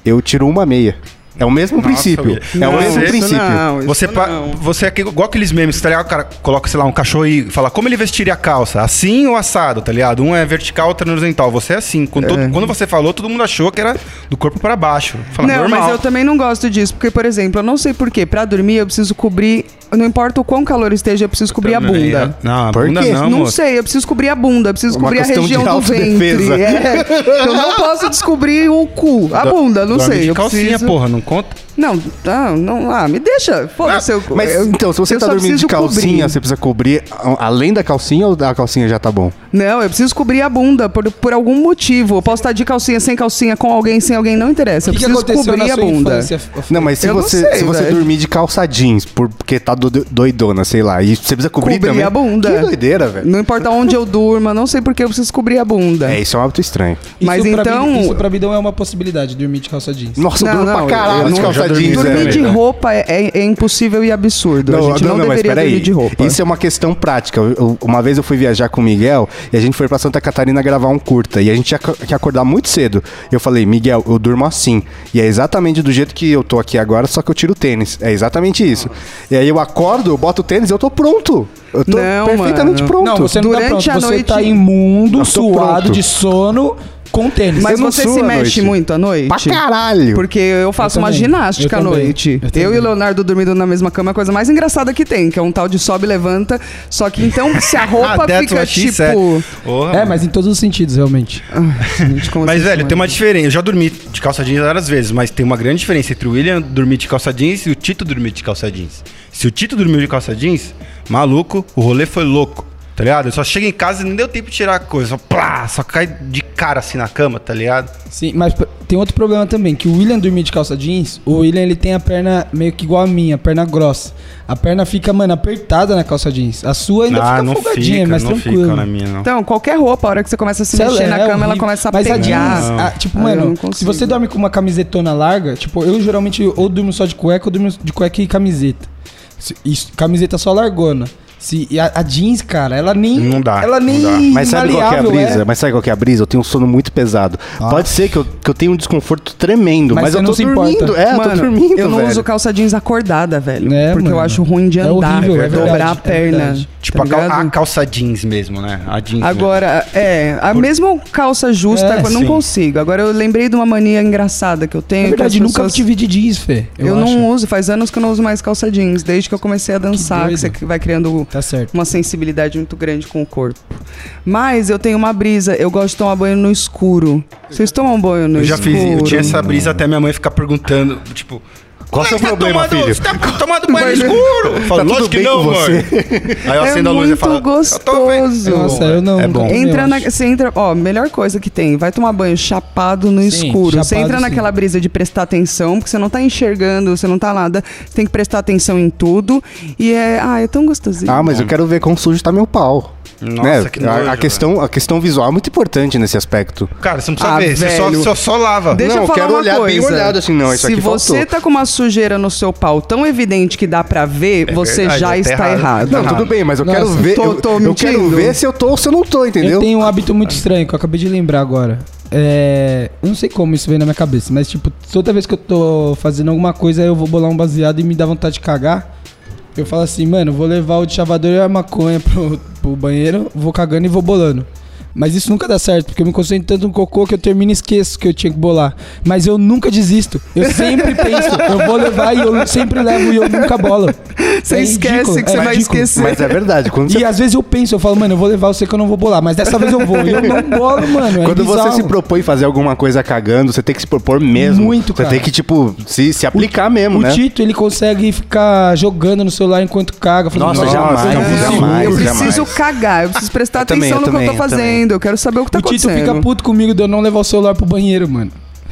Speaker 1: Eu tiro uma meia. É o mesmo
Speaker 3: Nossa,
Speaker 1: princípio.
Speaker 3: William.
Speaker 1: é o
Speaker 3: Não,
Speaker 1: mesmo
Speaker 3: isso
Speaker 1: princípio.
Speaker 4: não, isso
Speaker 3: Você, pa-
Speaker 4: não.
Speaker 3: você é que- igual aqueles memes, tá ligado? O cara coloca, sei lá, um cachorro e fala como ele vestiria a calça, assim ou assado, tá ligado? Um é vertical, outro é horizontal. Você é assim. Quando, todo- quando você falou, todo mundo achou que era do corpo para baixo. Fala,
Speaker 4: não,
Speaker 3: normal.
Speaker 4: mas eu também não gosto disso, porque, por exemplo, eu não sei porquê, pra dormir eu preciso cobrir, não importa o quão calor esteja, eu preciso cobrir a bunda.
Speaker 3: Não, a
Speaker 1: Por
Speaker 3: bunda
Speaker 1: quê?
Speaker 3: é. não,
Speaker 4: Não
Speaker 3: moço.
Speaker 4: sei, eu preciso cobrir a bunda, eu preciso
Speaker 1: Uma
Speaker 4: cobrir a
Speaker 1: questão de
Speaker 4: região do
Speaker 1: autodefesa.
Speaker 4: ventre. É. Eu não posso descobrir o cu, a bunda, não
Speaker 3: Dorme
Speaker 4: sei.
Speaker 3: de
Speaker 4: eu
Speaker 3: calcinha,
Speaker 4: preciso...
Speaker 3: porra, não conta?
Speaker 4: Não, tá, não, ah, me deixa. Foda-se, eu-
Speaker 1: Mas
Speaker 4: eu-
Speaker 1: então, se você
Speaker 4: eu
Speaker 1: tá
Speaker 4: só
Speaker 1: dormindo de
Speaker 4: preciso
Speaker 1: calcinha,
Speaker 4: cobrir.
Speaker 1: você precisa cobrir a- além da calcinha ou da calcinha já tá bom?
Speaker 4: Não, eu preciso cobrir a bunda por, por algum motivo. Eu posso estar de calcinha, sem calcinha, com alguém, sem alguém, não interessa.
Speaker 2: O
Speaker 4: Eu
Speaker 2: que, que
Speaker 4: preciso
Speaker 2: aconteceu
Speaker 4: cobrir
Speaker 2: na
Speaker 4: a
Speaker 2: sua
Speaker 4: bunda.
Speaker 2: infância? F-
Speaker 1: Não, mas se
Speaker 4: Eu não
Speaker 1: você,
Speaker 4: sei,
Speaker 1: se você
Speaker 4: velho.
Speaker 1: dormir de calça jeans por- porque tá do- doidona, sei lá, e você precisa cobrir,
Speaker 4: Cobrir
Speaker 1: também.
Speaker 4: a bunda.
Speaker 1: Que doideira, velho.
Speaker 4: Não importa onde eu durma, não sei porque eu preciso cobrir a bunda.
Speaker 1: É, isso é um hábito estranho.
Speaker 2: Isso
Speaker 4: Mas
Speaker 2: pra
Speaker 4: então-
Speaker 2: mim- isso pra mim não é uma possibilidade, dormir de calça jeans.
Speaker 1: Nossa, eu
Speaker 4: Não,
Speaker 1: durmo pra
Speaker 4: não,
Speaker 1: caralho
Speaker 4: eu
Speaker 1: de
Speaker 4: não-
Speaker 1: calça
Speaker 3: já dormi
Speaker 1: jeans,
Speaker 3: de
Speaker 1: velho.
Speaker 4: Dormir de
Speaker 3: verdade.
Speaker 4: roupa é, é- é impossível e absurdo. a gente não, deveria dormir de roupa.
Speaker 1: Isso é uma questão prática. Eu- eu- uma vez eu fui viajar com o Miguel e a gente foi pra Santa Catarina gravar um curta. E a gente tinha ca- que acordar muito cedo. Eu falei, Miguel, eu durmo assim. E é exatamente do jeito que eu tô aqui agora, só que eu tiro o tênis. É exatamente isso. E aí eu acordo, eu boto o tênis e eu tô pronto. Eu tô
Speaker 4: Não,
Speaker 1: perfeitamente
Speaker 4: mano.
Speaker 1: pronto.
Speaker 2: Não, você não
Speaker 4: Durante
Speaker 2: tá
Speaker 4: a
Speaker 2: pronto. Você
Speaker 4: noite-
Speaker 2: tá imundo,
Speaker 1: Eu tô
Speaker 2: suado,
Speaker 1: pronto.
Speaker 2: de sono, com tênis.
Speaker 1: Eu
Speaker 4: Mas
Speaker 1: não
Speaker 4: você
Speaker 1: suo
Speaker 4: se
Speaker 1: é à noite.
Speaker 4: mexe muito à noite?
Speaker 1: Pra caralho.
Speaker 4: Porque eu faço
Speaker 2: Eu
Speaker 4: uma
Speaker 2: também.
Speaker 4: ginástica
Speaker 2: Eu
Speaker 4: à
Speaker 2: também.
Speaker 4: noite.
Speaker 2: Eu
Speaker 4: Eu,
Speaker 2: também.
Speaker 4: e o Leonardo dormindo na mesma cama é a coisa mais engraçada que tem, que é um tal de sobe e levanta. Só que então, se a
Speaker 2: Ah,
Speaker 4: roupa
Speaker 3: that's
Speaker 4: fica
Speaker 3: what she
Speaker 4: tipo.
Speaker 3: said. Porra,
Speaker 2: É, mas em todos os sentidos, realmente. assim?
Speaker 3: Mas, é- velho,
Speaker 2: é.
Speaker 3: tem uma diferença. Eu já dormi de calça jeans várias vezes, mas tem uma grande diferença entre o William dormir de calça jeans e o Tito dormir de calça jeans. Se o Tito dormiu de calça jeans, maluco, o rolê foi louco, tá ligado? Eu só chego em casa e não deu tempo de tirar a coisa. Só, plá, só cai de cara assim na cama, tá ligado?
Speaker 2: Sim, mas p- tem outro problema também, que o William dormir de calça jeans, o William ele tem a perna meio que igual a minha, a perna grossa. A perna fica, mano, apertada na calça jeans. A sua ainda fica folgadinha, é mas
Speaker 3: Ah, não
Speaker 2: tranquilo. Tá
Speaker 3: fica né, na minha, não.
Speaker 4: Então, qualquer roupa, a hora que você começa a se
Speaker 2: Sei lá,
Speaker 4: mexer na
Speaker 2: é
Speaker 4: cama, ela
Speaker 2: horrível.
Speaker 4: começa a
Speaker 2: Mas
Speaker 4: pegar.
Speaker 2: jeans, a- tipo,
Speaker 4: Ah, eu não
Speaker 2: mano, se
Speaker 4: consigo.
Speaker 2: você dorme com uma camisetona larga, tipo, eu geralmente ou durmo só de cueca ou durmo de cueca e camiseta. Se- isso, camiseta só largona. Se, e a, a jeans, cara, ela nem.
Speaker 3: Não dá,
Speaker 2: Ela
Speaker 3: não
Speaker 2: nem.
Speaker 3: dá.
Speaker 1: Mas sabe qual que é a
Speaker 2: maleável
Speaker 1: brisa? Mas sabe qual que é a brisa? Eu tenho um sono muito pesado. Pode ser que eu, que eu tenha um desconforto tremendo, mas,
Speaker 2: Ah. Mas você
Speaker 1: eu
Speaker 2: não
Speaker 1: tô
Speaker 2: se
Speaker 1: dormindo.
Speaker 2: importa.
Speaker 1: É, eu tô
Speaker 4: Mano,
Speaker 1: dormindo,
Speaker 4: eu não
Speaker 1: velho.
Speaker 4: uso calça jeans acordada, velho.
Speaker 2: É,
Speaker 4: porque eu
Speaker 2: mano.
Speaker 4: acho ruim de
Speaker 2: É
Speaker 4: andar,
Speaker 2: horrível, é
Speaker 4: dobrar
Speaker 2: verdade,
Speaker 4: a
Speaker 2: é
Speaker 4: perna.
Speaker 2: verdade.
Speaker 3: Tipo,
Speaker 4: tá
Speaker 3: a, cal-
Speaker 4: ligado?
Speaker 3: a calça jeans mesmo, né? A jeans.
Speaker 4: Agora, é, a mesmo calça justa,
Speaker 2: É,
Speaker 4: eu não
Speaker 3: sim.
Speaker 4: consigo. Agora eu lembrei de uma mania engraçada que eu tenho.
Speaker 2: É verdade,
Speaker 4: que as
Speaker 2: nunca
Speaker 4: pessoas-
Speaker 2: tive de jeans, Fê.
Speaker 4: Eu,
Speaker 2: Eu,
Speaker 4: não
Speaker 2: acho.
Speaker 4: uso, faz anos que eu não uso mais calça jeans, desde que eu comecei a dançar, que,
Speaker 2: doido.
Speaker 4: você que vai criando
Speaker 2: Tá certo.
Speaker 4: uma sensibilidade muito grande com o corpo. Mas eu tenho uma brisa, eu gosto de tomar banho no escuro. Vocês tomam banho no
Speaker 3: Eu já
Speaker 4: escuro?
Speaker 3: fiz, eu tinha essa brisa até minha mãe ficar perguntando, tipo.
Speaker 1: Qual seu
Speaker 3: "Moleque, você
Speaker 1: problema,
Speaker 3: tá tomando,
Speaker 1: filho?"
Speaker 3: Você tá tomando banho no escuro? Eu falo,
Speaker 1: tudo
Speaker 3: lógico que
Speaker 1: bem
Speaker 3: não,
Speaker 1: com
Speaker 3: mãe.
Speaker 1: você?"
Speaker 3: Aí eu
Speaker 4: É
Speaker 3: acendo a luz e
Speaker 4: muito
Speaker 3: falo. "Eu tô bem."
Speaker 4: gostoso.
Speaker 3: É bom,
Speaker 2: Nossa, eu não- nunca
Speaker 3: É bom.
Speaker 2: também
Speaker 4: Entra na,
Speaker 2: acho.
Speaker 4: você entra, ó, melhor coisa que tem, vai tomar banho chapado no
Speaker 2: Sim,
Speaker 4: escuro. você
Speaker 2: chapado,
Speaker 4: entra
Speaker 2: sim.
Speaker 4: naquela brisa de prestar atenção, porque você não tá enxergando, você não tá nada, você tem que prestar atenção em tudo. E é, ah, é tão gostosinho.
Speaker 1: Ah, mas eu quero ver quão sujo tá meu pau.
Speaker 3: Nossa,
Speaker 1: Né?
Speaker 3: que
Speaker 1: A-
Speaker 3: nojo,
Speaker 1: a,
Speaker 3: velho.
Speaker 1: questão, a questão visual é muito importante nesse aspecto.
Speaker 3: Cara, você não precisa
Speaker 4: Ah,
Speaker 3: ver, você só,
Speaker 4: velho.
Speaker 3: só, só lava.
Speaker 4: Deixa
Speaker 1: Não,
Speaker 4: eu
Speaker 1: eu
Speaker 4: falar
Speaker 1: quero
Speaker 4: uma
Speaker 1: olhar bem
Speaker 4: coisa.
Speaker 1: olhado, assim, não, isso
Speaker 4: Se
Speaker 1: aqui
Speaker 4: você
Speaker 1: faltou.
Speaker 4: tá com uma sujeira no seu pau tão evidente que dá pra ver, você
Speaker 3: verdade,
Speaker 4: já
Speaker 3: tá
Speaker 4: está
Speaker 3: errado.
Speaker 4: errado.
Speaker 1: Não,
Speaker 3: Não,
Speaker 1: tudo bem, mas eu
Speaker 2: nossa,
Speaker 1: quero ver.
Speaker 4: tô-
Speaker 1: eu-
Speaker 4: tô
Speaker 1: eu, quero
Speaker 4: mentindo.
Speaker 1: ver se eu tô ou se eu não tô, entendeu?
Speaker 2: Eu tenho um hábito muito estranho que eu acabei de lembrar agora. É. eu Não sei como isso veio na minha cabeça, mas tipo, toda vez que eu tô fazendo alguma coisa, eu vou bolar um baseado e me dá vontade de cagar. Eu falo assim, mano, vou levar o chavador e a maconha pro, pro banheiro, vou cagando e vou bolando. Mas isso nunca dá certo, porque eu me concentro tanto no cocô que eu termino e esqueço que eu tinha que bolar. Mas eu nunca desisto. Eu sempre penso, eu vou levar e eu sempre levo e eu nunca bolo.
Speaker 4: Você
Speaker 2: É
Speaker 4: esquece
Speaker 2: ridículo,
Speaker 4: que você
Speaker 2: é
Speaker 4: vai
Speaker 2: ridículo.
Speaker 4: esquecer.
Speaker 1: Mas é verdade, quando
Speaker 2: E
Speaker 1: você,
Speaker 2: às vezes eu penso, eu falo, mano, eu vou levar, eu sei que eu não vou bolar, mas dessa vez eu vou. E eu não bolo, mano. é
Speaker 1: quando você
Speaker 2: bizarro.
Speaker 1: se propõe fazer alguma coisa cagando, você tem que se propor mesmo.
Speaker 2: Muito,
Speaker 1: Você
Speaker 2: cara.
Speaker 1: tem que, tipo, se, se aplicar mesmo,
Speaker 2: O
Speaker 1: né?
Speaker 2: Tito, ele consegue ficar jogando no celular enquanto caga. falando,
Speaker 1: Nossa, jamais,
Speaker 2: eu preciso-
Speaker 1: jamais.
Speaker 4: eu
Speaker 1: Mas
Speaker 4: preciso
Speaker 1: jamais.
Speaker 4: cagar, eu preciso prestar
Speaker 1: Eu também,
Speaker 4: atenção no
Speaker 1: eu
Speaker 4: que eu tô
Speaker 1: também, eu
Speaker 4: fazendo. Eu quero saber o que tá
Speaker 2: O Tito
Speaker 4: acontecendo.
Speaker 2: fica puto comigo de eu não levar o celular pro banheiro, mano.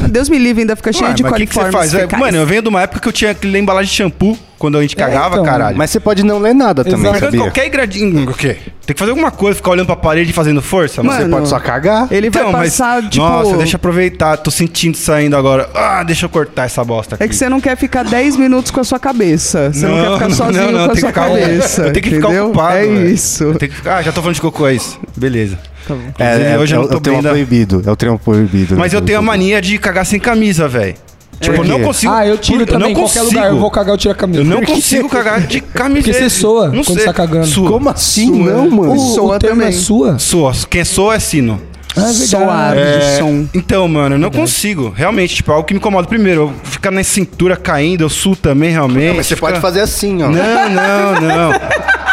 Speaker 4: Deus me livre, ainda fica cheio
Speaker 3: Ué,
Speaker 4: de
Speaker 3: mas o que, que você
Speaker 4: coliformes
Speaker 3: faz? É,
Speaker 4: fecais.
Speaker 3: mano, eu venho de uma época que eu tinha aquele embalagem de shampoo quando a gente cagava,
Speaker 2: então,
Speaker 3: caralho.
Speaker 1: Mas você pode não ler nada também,
Speaker 2: Exato.
Speaker 3: Pegando
Speaker 1: sabia?
Speaker 3: qualquer engradinho. O quê? Tem que fazer alguma coisa, ficar olhando pra parede e fazendo força, mano. Então,
Speaker 1: Você
Speaker 4: Mano,
Speaker 1: pode só cagar.
Speaker 4: Ele vai passar, tipo...
Speaker 3: Nossa, deixa eu aproveitar, tô sentindo saindo agora. Ah, deixa eu cortar essa bosta aqui.
Speaker 4: É que você não quer ficar 10 minutos com a sua cabeça. Você não, quer ficar sozinho
Speaker 3: não, não,
Speaker 4: com a
Speaker 3: tem que
Speaker 4: sua
Speaker 3: ficar-
Speaker 4: cabeça.
Speaker 3: Eu tenho que
Speaker 4: entendeu?
Speaker 3: ficar ocupado.
Speaker 4: É
Speaker 3: velho.
Speaker 4: isso.
Speaker 3: Eu tenho que ficar- ah, já tô falando de cocô, é isso. Beleza.
Speaker 1: É,
Speaker 3: Inclusive,
Speaker 1: é,
Speaker 3: hoje
Speaker 1: é,
Speaker 3: eu
Speaker 1: o-
Speaker 3: não
Speaker 1: é
Speaker 3: tô
Speaker 1: o tema
Speaker 3: bem né? da...
Speaker 1: proibido. É o tema proibido.
Speaker 3: Mas eu tenho a mania de cagar sem camisa, velho. Tipo, eu não
Speaker 1: quê?
Speaker 3: consigo.
Speaker 2: ah, eu tiro
Speaker 3: eu
Speaker 2: também, em
Speaker 3: não
Speaker 2: qualquer
Speaker 3: consigo.
Speaker 2: lugar. Eu vou cagar, eu tiro a camisa.
Speaker 3: Eu não consigo cagar de camiseta.
Speaker 2: Porque você soa
Speaker 3: Não
Speaker 2: quando
Speaker 3: sei.
Speaker 2: tá cagando.
Speaker 3: Sua.
Speaker 1: Como assim?
Speaker 3: Sua.
Speaker 1: Não, mano.
Speaker 2: O,
Speaker 4: Soa
Speaker 2: o termo é
Speaker 4: também.
Speaker 2: sua?
Speaker 3: Soa. Quem soa é sino.
Speaker 2: Ah, é
Speaker 4: Soar
Speaker 2: verdade.
Speaker 4: de som.
Speaker 3: Então, mano, eu não consigo. Realmente, tipo, é algo que me incomoda. Primeiro, eu ficar na cintura caindo, eu suo também, realmente.
Speaker 1: Mas você pode
Speaker 3: Fica-
Speaker 1: fazer assim, ó.
Speaker 3: Não, não, não.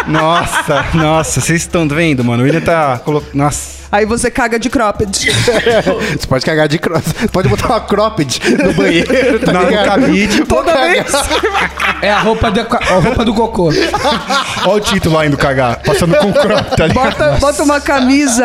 Speaker 3: Nossa, nossa, vocês estão vendo, mano. O William tá colocando. Nossa.
Speaker 4: Aí você caga de cropped.
Speaker 1: Você pode cagar de cross. Você pode botar uma cropped no banheiro, tá
Speaker 3: Na no
Speaker 1: ligado?
Speaker 3: cabide.
Speaker 1: Toda vez.
Speaker 2: É a roupa, de, a roupa do cocô.
Speaker 3: Olha o título lá indo cagar, passando com crop, tá ligado?
Speaker 4: Bota, bota uma camisa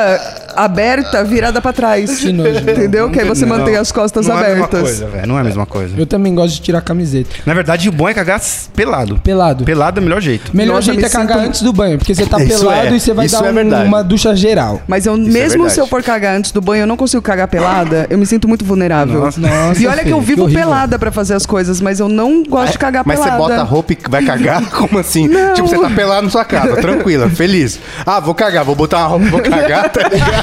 Speaker 4: aberta virada pra trás.
Speaker 2: Que nojo.
Speaker 4: Entendeu? Que aí você
Speaker 3: Não,
Speaker 4: mantém as costas
Speaker 3: não É a mesma
Speaker 4: abertas.
Speaker 3: coisa, velho. Não é a mesma coisa.
Speaker 2: Eu também gosto de tirar a camiseta.
Speaker 3: Na verdade, o bom é cagar s- pelado.
Speaker 2: Pelado.
Speaker 3: Pelado é o melhor jeito.
Speaker 2: Melhor
Speaker 4: Nossa,
Speaker 2: jeito
Speaker 4: me
Speaker 2: é cagar
Speaker 4: sinto-
Speaker 2: antes do banho, porque você tá
Speaker 1: Isso
Speaker 2: pelado
Speaker 1: é,
Speaker 2: e você vai
Speaker 1: isso
Speaker 2: dar
Speaker 1: é
Speaker 2: um-
Speaker 1: verdade.
Speaker 2: uma ducha geral.
Speaker 4: Mas eu,
Speaker 1: é
Speaker 4: mesmo
Speaker 1: verdade.
Speaker 4: se eu for cagar antes do banho, eu não consigo cagar pelada, eu me sinto muito vulnerável.
Speaker 3: Nossa.
Speaker 2: Nossa,
Speaker 4: e olha que eu
Speaker 2: filho,
Speaker 4: vivo
Speaker 2: horrível.
Speaker 4: pelada pra fazer as coisas, mas eu não gosto de cagar
Speaker 1: Mas
Speaker 4: pelada.
Speaker 1: você bota a roupa e vai cagar? Como assim? Tipo, você tá pelado na sua casa, tranquila, feliz. Ah, vou cagar, vou botar uma roupa, vou cagar. Tá ligado?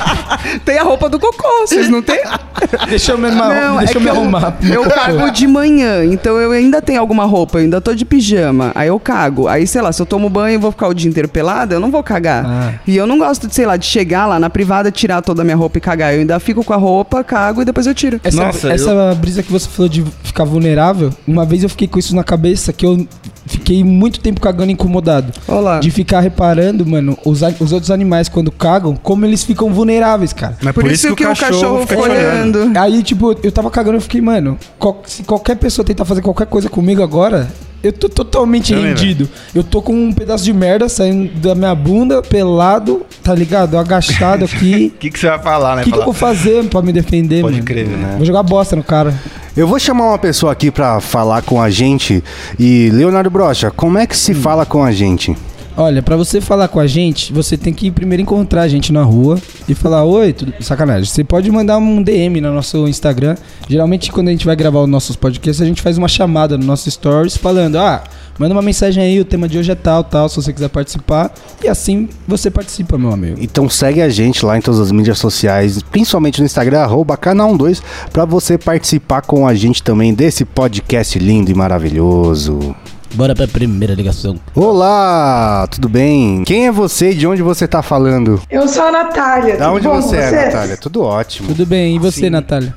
Speaker 4: Tem a roupa do cocô, vocês não têm?
Speaker 2: Deixa eu me, arrumar-
Speaker 4: Não,
Speaker 2: deixa
Speaker 4: é
Speaker 2: eu me
Speaker 4: que eu-
Speaker 2: arrumar.
Speaker 4: Eu, cago de manhã, então eu ainda tenho alguma roupa, eu ainda tô de pijama. Aí eu cago. Aí, sei lá, se eu tomo banho e vou ficar o dia inteiro pelada, eu não vou cagar.
Speaker 2: Ah.
Speaker 4: E eu não gosto de, sei lá, de chegar lá na privada, tirar toda a minha roupa e cagar. Eu ainda fico com a roupa, cago e depois eu tiro.
Speaker 2: Essa,
Speaker 3: Nossa,
Speaker 2: essa brisa que você falou de ficar vulnerável, uma vez eu fiquei com isso na cabeça que eu fiquei muito tempo cagando incomodado.
Speaker 4: Olha lá.
Speaker 2: De ficar reparando, mano, os, a- os outros animais quando cagam, como eles ficam vulneráveis, cara.
Speaker 3: Mas
Speaker 4: Por, isso, que, o cachorro,
Speaker 3: fica
Speaker 4: foi
Speaker 3: chorando.
Speaker 4: olhando.
Speaker 2: Aí, tipo, eu tava cagando e fiquei, mano, qual- se qualquer pessoa tentar fazer qualquer coisa comigo agora, eu tô totalmente
Speaker 3: Também,
Speaker 2: rendido. Eu tô com um pedaço de merda saindo da minha bunda, pelado, tá ligado? Agachado aqui.
Speaker 3: O que, que você vai falar, né?
Speaker 2: O que, que eu
Speaker 3: Falar,
Speaker 2: vou fazer pra me defender,
Speaker 3: Pode
Speaker 2: mano?
Speaker 3: crer, né?
Speaker 2: Vou jogar bosta no cara.
Speaker 1: Eu vou chamar uma pessoa aqui pra falar com a gente. E, Leonardo Brocha, como é que se fala com a gente?
Speaker 2: Olha, pra você falar com a gente, você tem que primeiro encontrar a gente na rua e falar, oi, tudo... sacanagem. Você pode mandar um DM no nosso Instagram. Geralmente, quando a gente vai gravar os nossos podcasts, a gente faz uma chamada no nosso Stories falando, ah, manda uma mensagem aí, o tema de hoje é tal, tal, se você quiser participar. E assim você participa, meu amigo.
Speaker 1: Então segue a gente lá em todas as mídias sociais, principalmente no Instagram, arroba canal 12, pra você participar com a gente também desse podcast lindo e maravilhoso.
Speaker 2: Bora pra primeira ligação.
Speaker 1: Olá, tudo bem? Quem é você e de onde você tá falando?
Speaker 5: Eu sou a Natália.
Speaker 1: Da
Speaker 5: tudo
Speaker 1: onde
Speaker 5: bom com
Speaker 1: você é,
Speaker 5: vocês?
Speaker 1: Natália? Tudo ótimo.
Speaker 2: Tudo bem, e você, Natália?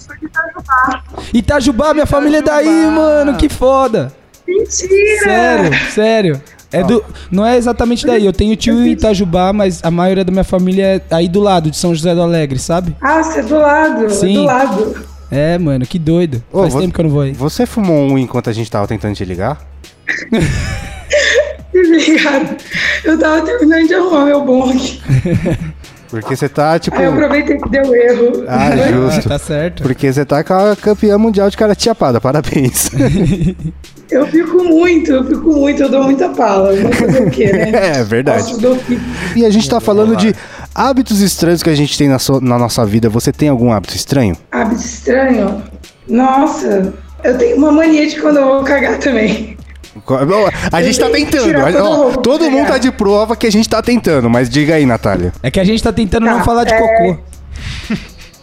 Speaker 2: Itajubá, minha família é daí,
Speaker 4: Itajubá.
Speaker 2: mano, que foda.
Speaker 5: Mentira!
Speaker 2: Sério, sério. É do, não é exatamente daí. Eu tenho tio em Itajubá, mas a maioria da minha família é aí do lado, de São José do Alegre, sabe?
Speaker 5: Ah, você é do lado. é
Speaker 2: Sim.
Speaker 5: Do lado.
Speaker 2: É, mano, que doido.
Speaker 1: Ô,
Speaker 2: Faz
Speaker 1: vo-
Speaker 2: tempo que eu não vou aí.
Speaker 1: Você fumou um enquanto a gente tava tentando te ligar?
Speaker 5: Obrigada. Eu tava terminando de arrumar meu bonde.
Speaker 1: Porque você tá, tipo.
Speaker 5: Aí eu aproveitei que deu erro. Né?
Speaker 1: Ah,
Speaker 2: Ah,
Speaker 1: justo.
Speaker 2: tá certo.
Speaker 1: Porque você tá com a campeã mundial de cara chapada, parabéns.
Speaker 5: Eu fico muito, eu fico muito, eu dou muita pala. Mas fazer o quê, né?
Speaker 1: É verdade.
Speaker 5: Posso, dou pique.
Speaker 1: E a gente tá falando de hábitos estranhos que a gente tem na, so- na nossa vida. Você tem algum hábito estranho?
Speaker 5: Hábito estranho. Nossa, eu tenho uma mania de quando eu vou cagar também.
Speaker 1: Co- Ó, A gente tá
Speaker 5: tenho que
Speaker 1: tentando.
Speaker 5: tirar
Speaker 1: ó,
Speaker 5: todo mundo.
Speaker 1: todo mundo tá de prova que a gente tá tentando, mas diga aí, Natália.
Speaker 2: É que a gente tá tentando
Speaker 5: Tá,
Speaker 2: não falar de
Speaker 5: é.
Speaker 2: cocô.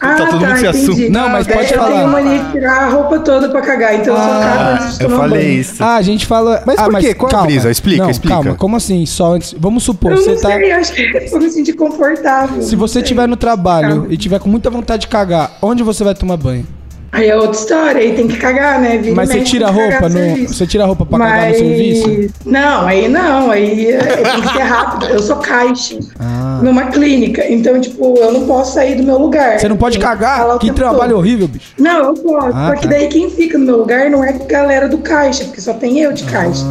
Speaker 5: Ah,
Speaker 3: Tá todo mundo se assusta.
Speaker 2: Não, mas pode
Speaker 5: eu
Speaker 2: falar.
Speaker 5: tenho mania de tirar a roupa toda pra cagar, então eu só cago antes de
Speaker 3: Eu
Speaker 5: tomar
Speaker 3: falei
Speaker 5: banho.
Speaker 3: isso.
Speaker 2: Ah, a gente fala.
Speaker 1: É Mas
Speaker 2: ah,
Speaker 1: por quê? Qual a brisa? Explica,
Speaker 2: não,
Speaker 1: explica.
Speaker 2: Calma, como assim? Só antes. Vamos supor,
Speaker 5: Eu
Speaker 2: você
Speaker 5: não
Speaker 2: tá.
Speaker 5: sei, acho que eu me senti confortável.
Speaker 2: Se
Speaker 5: não
Speaker 2: você
Speaker 5: sei.
Speaker 2: estiver no trabalho
Speaker 5: Não.
Speaker 2: e tiver com muita vontade de cagar, onde você vai tomar banho?
Speaker 5: Aí é outra história, aí tem que cagar, né? Vira e
Speaker 2: Mas você
Speaker 5: mexe,
Speaker 2: tira a
Speaker 5: tem que cagar
Speaker 2: roupa no.
Speaker 5: serviço.
Speaker 2: Você tira a roupa pra cagar no serviço?
Speaker 5: Não, aí não, aí é, tem que ser rápido. Eu sou caixa
Speaker 2: Ah.
Speaker 5: numa clínica, então, tipo, eu não posso sair do meu lugar.
Speaker 2: Você não pode
Speaker 5: Eu tenho falar
Speaker 2: cagar?
Speaker 5: o
Speaker 2: Que
Speaker 5: tempo
Speaker 2: trabalho
Speaker 5: todo.
Speaker 2: horrível, bicho.
Speaker 5: Não, eu posso,
Speaker 2: Ah,
Speaker 5: só que
Speaker 2: tá.
Speaker 5: daí quem fica no meu lugar não é a galera do caixa, porque só tem eu de
Speaker 2: Ah.
Speaker 5: caixa.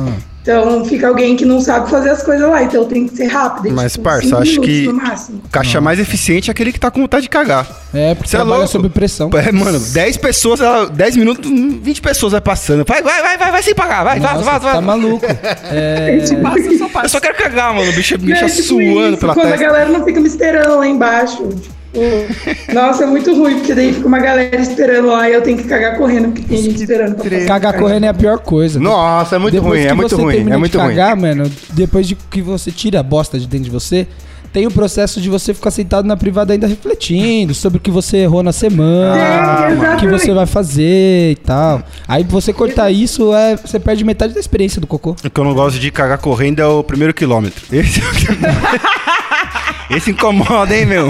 Speaker 5: Então fica alguém que não sabe fazer as coisas lá, então tem que ser rápido. é,
Speaker 3: Mas,
Speaker 5: tipo,
Speaker 3: parça,
Speaker 5: cinco
Speaker 3: acho
Speaker 5: minutos
Speaker 3: que-
Speaker 5: No máximo.
Speaker 3: O caixa mais eficiente é aquele que tá com vontade de cagar.
Speaker 2: É, porque
Speaker 3: Você é
Speaker 2: trabalha
Speaker 3: louco.
Speaker 2: sob pressão.
Speaker 3: É, mano, 10 pessoas, ela- 10 minutos, 20 pessoas vai passando. Vai, vai, vai, vai, vai sem pagar. Vai,
Speaker 2: Nossa,
Speaker 3: vaza, vaza,
Speaker 2: tá
Speaker 3: vaza.
Speaker 2: maluco. É,
Speaker 5: Tipo
Speaker 4: Passa, só passa.
Speaker 3: Eu só quero cagar, mano. O bicho, o bicho
Speaker 5: Não,
Speaker 3: tá
Speaker 5: é tipo
Speaker 3: suando
Speaker 5: isso,
Speaker 3: pela
Speaker 5: Quando
Speaker 3: testa.
Speaker 5: a galera não fica me esperando lá embaixo. tipo, nossa, é muito ruim, porque daí fica uma galera esperando lá e eu tenho que cagar correndo, porque tem gente esperando pra passar.
Speaker 2: cagar correndo é a pior coisa.
Speaker 1: Nossa, é muito
Speaker 2: Depois
Speaker 1: ruim,
Speaker 2: que
Speaker 1: é muito
Speaker 2: você
Speaker 1: ruim,
Speaker 2: termina
Speaker 1: é muito
Speaker 2: de
Speaker 1: ruim.
Speaker 2: cagar, mano, depois de que você tira a bosta de dentro de você, tem o processo de você ficar sentado na privada ainda refletindo sobre o que você errou na semana,
Speaker 1: Ah,
Speaker 5: Sim,
Speaker 2: o que
Speaker 5: exatamente.
Speaker 2: você vai fazer e tal. Aí você cortar isso, é, você perde metade da experiência do cocô.
Speaker 3: O que eu não gosto de cagar correndo é o primeiro quilômetro. Esse é o que- Esse incomoda, hein, meu?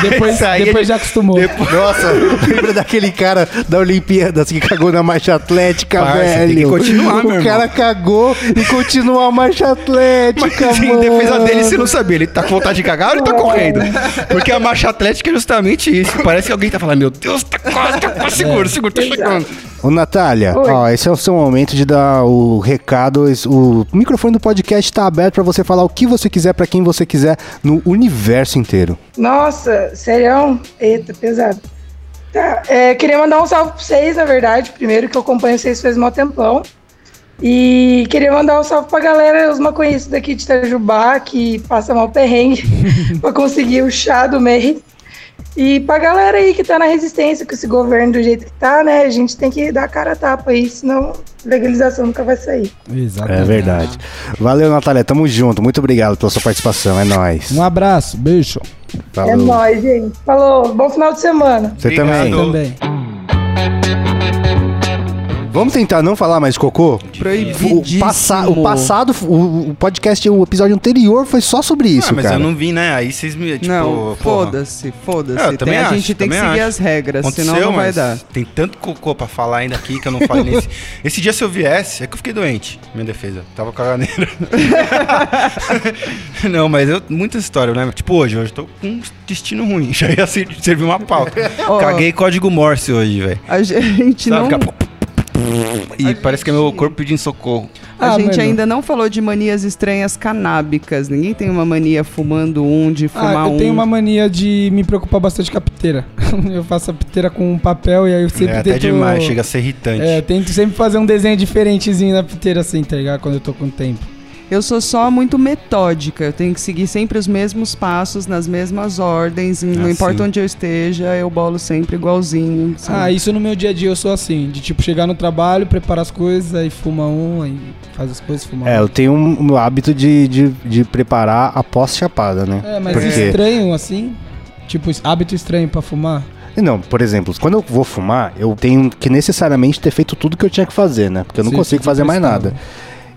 Speaker 2: Depois,
Speaker 3: Isso aí
Speaker 2: depois
Speaker 3: ele-
Speaker 2: já acostumou.
Speaker 1: Nossa, lembra daquele cara da Olimpíadas que cagou na marcha atlética,
Speaker 3: Parça,
Speaker 1: velho?
Speaker 3: tem que continuar,
Speaker 1: O
Speaker 3: meu irmão.
Speaker 1: cara cagou e continuou a marcha
Speaker 3: Mas
Speaker 1: atlética,
Speaker 3: em
Speaker 1: mano.
Speaker 3: defesa dele, você não sabia. Ele tá com vontade de cagar ou ele tá correndo? Porque a marcha atlética é justamente isso. Parece que alguém tá falando, meu Deus, tá quase, tá quase seguro, seguro, tá chegando.
Speaker 1: Ô, Natália,
Speaker 5: Oi.
Speaker 1: ó, esse é o seu momento de dar o recado. es- O microfone do podcast tá aberto pra você falar o que você quiser, pra quem você quiser, no universo inteiro.
Speaker 5: Nossa, serião? Eita, pesado. Tá, é, queria mandar um salve pra vocês, na verdade, primeiro, que eu acompanho vocês faz mó tempão. E queria mandar um salve pra galera, os maconhistas daqui de Itajubá, que passa mal perrengue pra conseguir o chá do mês. E pra galera aí que tá na resistência com esse governo do jeito que tá, né? A gente tem que dar a cara a tapa aí, senão legalização nunca vai sair.
Speaker 2: Exatamente.
Speaker 1: É Valeu, Natália. Tamo junto. Muito obrigado pela sua participação. É nóis.
Speaker 2: Um abraço, beijo.
Speaker 5: É
Speaker 1: Falou.
Speaker 5: nóis, gente. Falou, bom final de semana.
Speaker 1: Você
Speaker 3: Obrigado.
Speaker 1: também.
Speaker 2: Também.
Speaker 1: Vamos tentar não falar mais de cocô? O, passa, o passado, o, o podcast, o episódio anterior foi só sobre isso,
Speaker 3: Ah, mas
Speaker 1: cara.
Speaker 3: eu não vi, né? Aí vocês me, tipo...
Speaker 4: não,
Speaker 3: porra.
Speaker 4: foda-se,
Speaker 3: É, eu
Speaker 4: foda-se. Tem-
Speaker 3: também
Speaker 4: a
Speaker 3: acho,
Speaker 4: gente tem que
Speaker 3: também
Speaker 4: seguir
Speaker 3: acho.
Speaker 4: as regras, senão
Speaker 3: Aconteceu,
Speaker 4: não vai
Speaker 3: mas
Speaker 4: dar.
Speaker 3: Tem tanto cocô pra falar ainda aqui que eu não falei nesse. Esse dia se eu viesse, é que eu fiquei doente, minha defesa. Tava caganeiro. não, mas eu, muita história, né? Tipo hoje, hoje eu tô com um destino ruim. Já ia ser- servir uma pauta.
Speaker 4: Ó.
Speaker 3: Caguei código Morse hoje, velho.
Speaker 4: A gente
Speaker 3: Sabe?
Speaker 4: não.
Speaker 3: Fica- E parece que é meu corpo pedindo socorro.
Speaker 4: A
Speaker 2: Ah,
Speaker 4: gente
Speaker 2: mano.
Speaker 4: ainda não falou de manias estranhas canábicas. Ninguém tem uma mania fumando um, de fumar
Speaker 2: Ah, eu
Speaker 4: um.
Speaker 2: tenho uma mania de me preocupar bastante com a piteira. Eu faço a piteira com um papel e aí eu sempre
Speaker 3: É até
Speaker 2: tento...
Speaker 3: demais, chega a ser irritante.
Speaker 2: É, eu tento sempre fazer um desenho diferentezinho na piteira assim, tá ligado? Quando eu tô com tempo.
Speaker 4: Eu sou só muito metódica. Eu tenho que seguir sempre os mesmos passos, nas mesmas ordens. não
Speaker 3: Ah,
Speaker 4: importa
Speaker 3: sim.
Speaker 4: onde eu esteja, eu bolo sempre igualzinho. sabe?
Speaker 2: Ah, isso no meu dia a dia eu sou assim, de tipo chegar no trabalho, preparar as coisas, aí fuma um, aí faz as coisas, fuma
Speaker 1: É,
Speaker 2: um.
Speaker 1: eu tenho um, um hábito de, de, de preparar a pós-chapada, né?
Speaker 2: É, mas
Speaker 1: Por
Speaker 2: é
Speaker 1: quê?
Speaker 2: estranho assim. Tipo, hábito estranho pra fumar.
Speaker 1: Não, por exemplo, quando eu vou fumar, eu tenho que necessariamente ter feito tudo que eu tinha que fazer, né? Porque eu não
Speaker 2: Sim,
Speaker 1: consigo
Speaker 2: tudo
Speaker 1: fazer mais
Speaker 2: prestado.
Speaker 1: nada.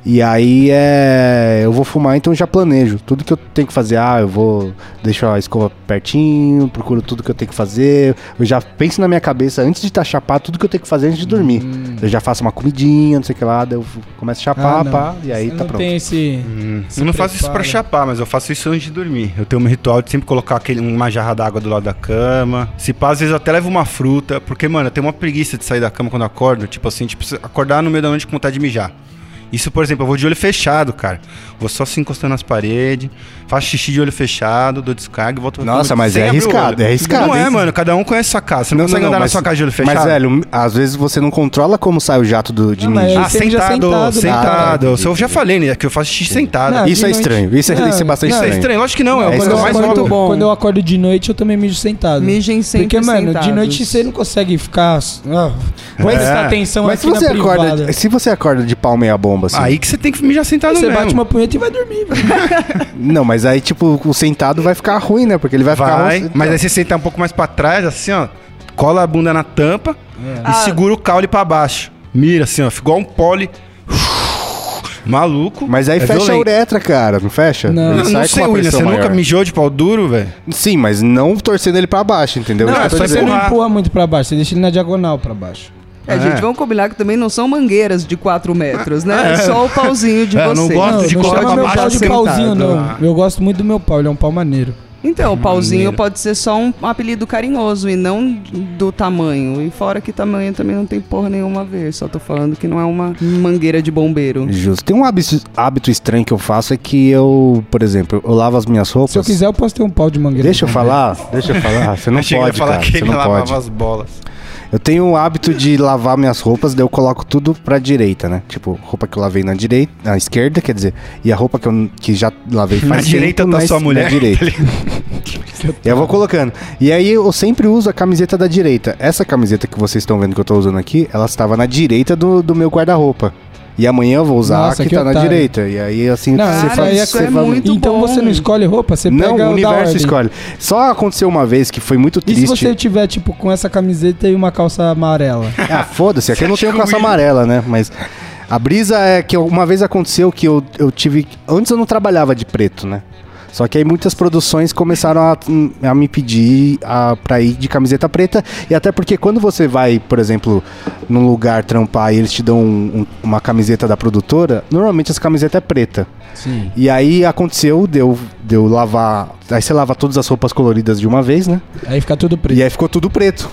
Speaker 1: E aí é. Eu vou fumar, então eu já planejo. Tudo que eu tenho que fazer, ah, eu vou deixar a escova pertinho, procuro tudo que eu tenho que fazer. Eu já penso na minha cabeça antes de estar chapado, tudo que eu tenho que fazer antes de dormir.
Speaker 2: Hum.
Speaker 1: Eu já faço uma comidinha, não sei o que lá, daí eu começo a
Speaker 2: Ah,
Speaker 1: chapar,
Speaker 2: não.
Speaker 1: pá, e aí
Speaker 2: eu
Speaker 1: tá
Speaker 2: não
Speaker 1: pronto.
Speaker 2: tenho esse...
Speaker 3: Hum,
Speaker 2: Se
Speaker 3: eu não faço isso pra
Speaker 2: prepara.
Speaker 3: chapar, mas eu faço isso antes de dormir. Eu tenho um ritual de sempre colocar aquele, uma jarra d'água do lado da cama. Se pá, às vezes eu até levo uma fruta, porque, mano, eu tenho uma preguiça de sair da cama quando eu acordo. Tipo assim, tipo, se- acordar no meio da noite com vontade de mijar. Isso, por exemplo, eu vou de olho fechado, cara. Vou só se encostando nas paredes, faço xixi de olho fechado, dou descarga e volto pra
Speaker 1: Nossa,
Speaker 3: cama
Speaker 1: mas
Speaker 3: sem
Speaker 1: é
Speaker 3: abrir o
Speaker 1: arriscado,
Speaker 3: olho.
Speaker 1: é arriscado,
Speaker 3: Não é,
Speaker 1: hein?
Speaker 3: mano, cada um conhece sua casa. Você não, consegue andar na
Speaker 1: mas-
Speaker 3: sua casa de olho fechado.
Speaker 1: Mas, é, velho, às vezes você não controla como sai o jato do, de
Speaker 2: Não, mas
Speaker 1: ninja.
Speaker 3: ah,
Speaker 2: sempre já
Speaker 3: sentado,
Speaker 2: sentado, né?
Speaker 3: sentado.
Speaker 1: Ah,
Speaker 3: Eu só- eu já falei, né, que eu faço xixi sentado.
Speaker 2: Não,
Speaker 1: isso é
Speaker 2: de noite-
Speaker 1: estranho, isso é,
Speaker 2: Não,
Speaker 1: isso é bastante
Speaker 2: não,
Speaker 3: Isso é
Speaker 1: estranho.
Speaker 3: estranho, lógico que não. É,
Speaker 1: É
Speaker 3: o
Speaker 1: isso
Speaker 3: que
Speaker 1: que
Speaker 3: é
Speaker 1: eu
Speaker 3: mais
Speaker 2: acordo,
Speaker 3: óbvio.
Speaker 4: muito bom.
Speaker 2: Quando eu acordo de noite, eu também mijo sentado.
Speaker 4: Mijem sempre
Speaker 2: Porque, mano, de
Speaker 4: sentados.
Speaker 2: noite você não consegue ficar. Ah, vou prestar atenção
Speaker 1: É. Mas se
Speaker 2: aqui
Speaker 1: você,
Speaker 2: na privada.
Speaker 1: acorda, se você acorda de pau meia bomba, assim.
Speaker 3: Aí que você tem que mijar sentado
Speaker 2: Você
Speaker 3: mesmo.
Speaker 2: bate uma punheta e vai dormir, velho.
Speaker 1: Não, mas aí, tipo, o sentado vai ficar ruim, né? Porque ele vai,
Speaker 3: Vai,
Speaker 1: ficar.
Speaker 3: mas aí você senta um pouco mais pra trás, assim, ó. Cola a bunda na tampa e segura o caule pra baixo. Mira, assim, ó. fica Igual um pole. Maluco.
Speaker 1: Mas aí
Speaker 3: É
Speaker 1: fecha a
Speaker 3: violento.
Speaker 1: uretra, cara, não fecha?
Speaker 2: Não.
Speaker 1: Ele
Speaker 3: Não, não
Speaker 1: sai
Speaker 3: sei,
Speaker 1: com uma
Speaker 3: William.
Speaker 1: pressão
Speaker 3: Você nunca
Speaker 1: maior.
Speaker 3: mijou de pau duro, velho?
Speaker 1: Sim, mas não torcendo ele pra baixo, entendeu?
Speaker 3: Não,
Speaker 1: Isso que eu tô
Speaker 3: é só
Speaker 2: Você
Speaker 1: dizendo.
Speaker 2: não
Speaker 3: empurrar.
Speaker 2: empurra muito pra baixo, você deixa ele na diagonal pra baixo.
Speaker 4: É,
Speaker 3: É.
Speaker 4: gente, vamos combinar que também não são mangueiras de 4 metros, né? É só o pauzinho de
Speaker 3: É, eu não
Speaker 4: vocês.
Speaker 3: gosto
Speaker 2: Não,
Speaker 3: de
Speaker 2: não
Speaker 3: colocar
Speaker 2: chama
Speaker 3: pra
Speaker 2: meu
Speaker 3: baixo
Speaker 2: pau de
Speaker 3: sentado.
Speaker 2: pauzinho, não.
Speaker 1: né?
Speaker 2: Eu gosto muito do meu pau, ele é um pau maneiro.
Speaker 4: Então, o pauzinho pode ser só um apelido carinhoso e não do tamanho. E fora que tamanho também não tem porra nenhuma a ver. Só tô falando que não é uma mangueira de bombeiro.
Speaker 1: Justo. Tem um hábito, hábito estranho que eu faço é que eu, por exemplo, eu lavo as minhas roupas.
Speaker 2: Se eu quiser, eu posso ter um pau de mangueira.
Speaker 1: Deixa eu falar, deixa eu falar. Você não
Speaker 3: Achei que ia
Speaker 1: pode,
Speaker 3: falar
Speaker 1: cara.
Speaker 3: que
Speaker 1: Você
Speaker 3: ele
Speaker 1: não
Speaker 3: lavava
Speaker 1: pode.
Speaker 3: as bolas.
Speaker 1: Eu tenho o hábito de lavar minhas roupas, daí eu coloco tudo pra direita, né? Tipo, roupa que eu lavei na direita, na esquerda, quer dizer, e a roupa que eu que já lavei faz
Speaker 3: Na
Speaker 1: tempo,
Speaker 3: direita
Speaker 1: na
Speaker 3: tá
Speaker 1: es-
Speaker 3: sua mulher.
Speaker 1: Na direita. E eu vou colocando. E aí eu sempre uso a camiseta da direita. Essa camiseta que vocês estão vendo que eu tô usando aqui, ela estava na direita do, do meu guarda-roupa. E amanhã eu vou usar
Speaker 2: Nossa,
Speaker 1: a que,
Speaker 2: que
Speaker 1: tá na
Speaker 2: otário.
Speaker 1: direita. E aí assim,
Speaker 2: Não,
Speaker 1: você
Speaker 4: Cara,
Speaker 1: faz-
Speaker 4: isso
Speaker 1: você
Speaker 4: é
Speaker 1: faz-
Speaker 4: muito
Speaker 2: então
Speaker 4: bom.
Speaker 2: você não escolhe roupa, você
Speaker 1: Não,
Speaker 2: pega
Speaker 1: o
Speaker 2: o da
Speaker 1: universo
Speaker 2: ordem.
Speaker 1: escolhe. Só aconteceu uma vez que foi muito
Speaker 2: E
Speaker 1: triste.
Speaker 2: se você tiver, tipo, com essa camiseta e uma calça amarela?
Speaker 1: Ah, foda-se, aqui eu não
Speaker 3: acha
Speaker 1: tenho calça
Speaker 3: ruim?
Speaker 1: amarela, né? Mas a brisa é que eu- uma vez aconteceu que eu, eu tive. Antes eu não trabalhava de preto, né? Só que aí muitas produções começaram a, a me pedir a, pra ir de camiseta preta. E até porque quando você vai, por exemplo, num lugar trampar e eles te dão um- um- uma camiseta da produtora, normalmente essa camiseta é preta.
Speaker 2: Sim.
Speaker 1: E aí aconteceu, deu, deu lavar. Aí você lava todas as roupas coloridas de uma vez, né?
Speaker 2: Aí fica tudo preto.
Speaker 1: E aí ficou tudo preto.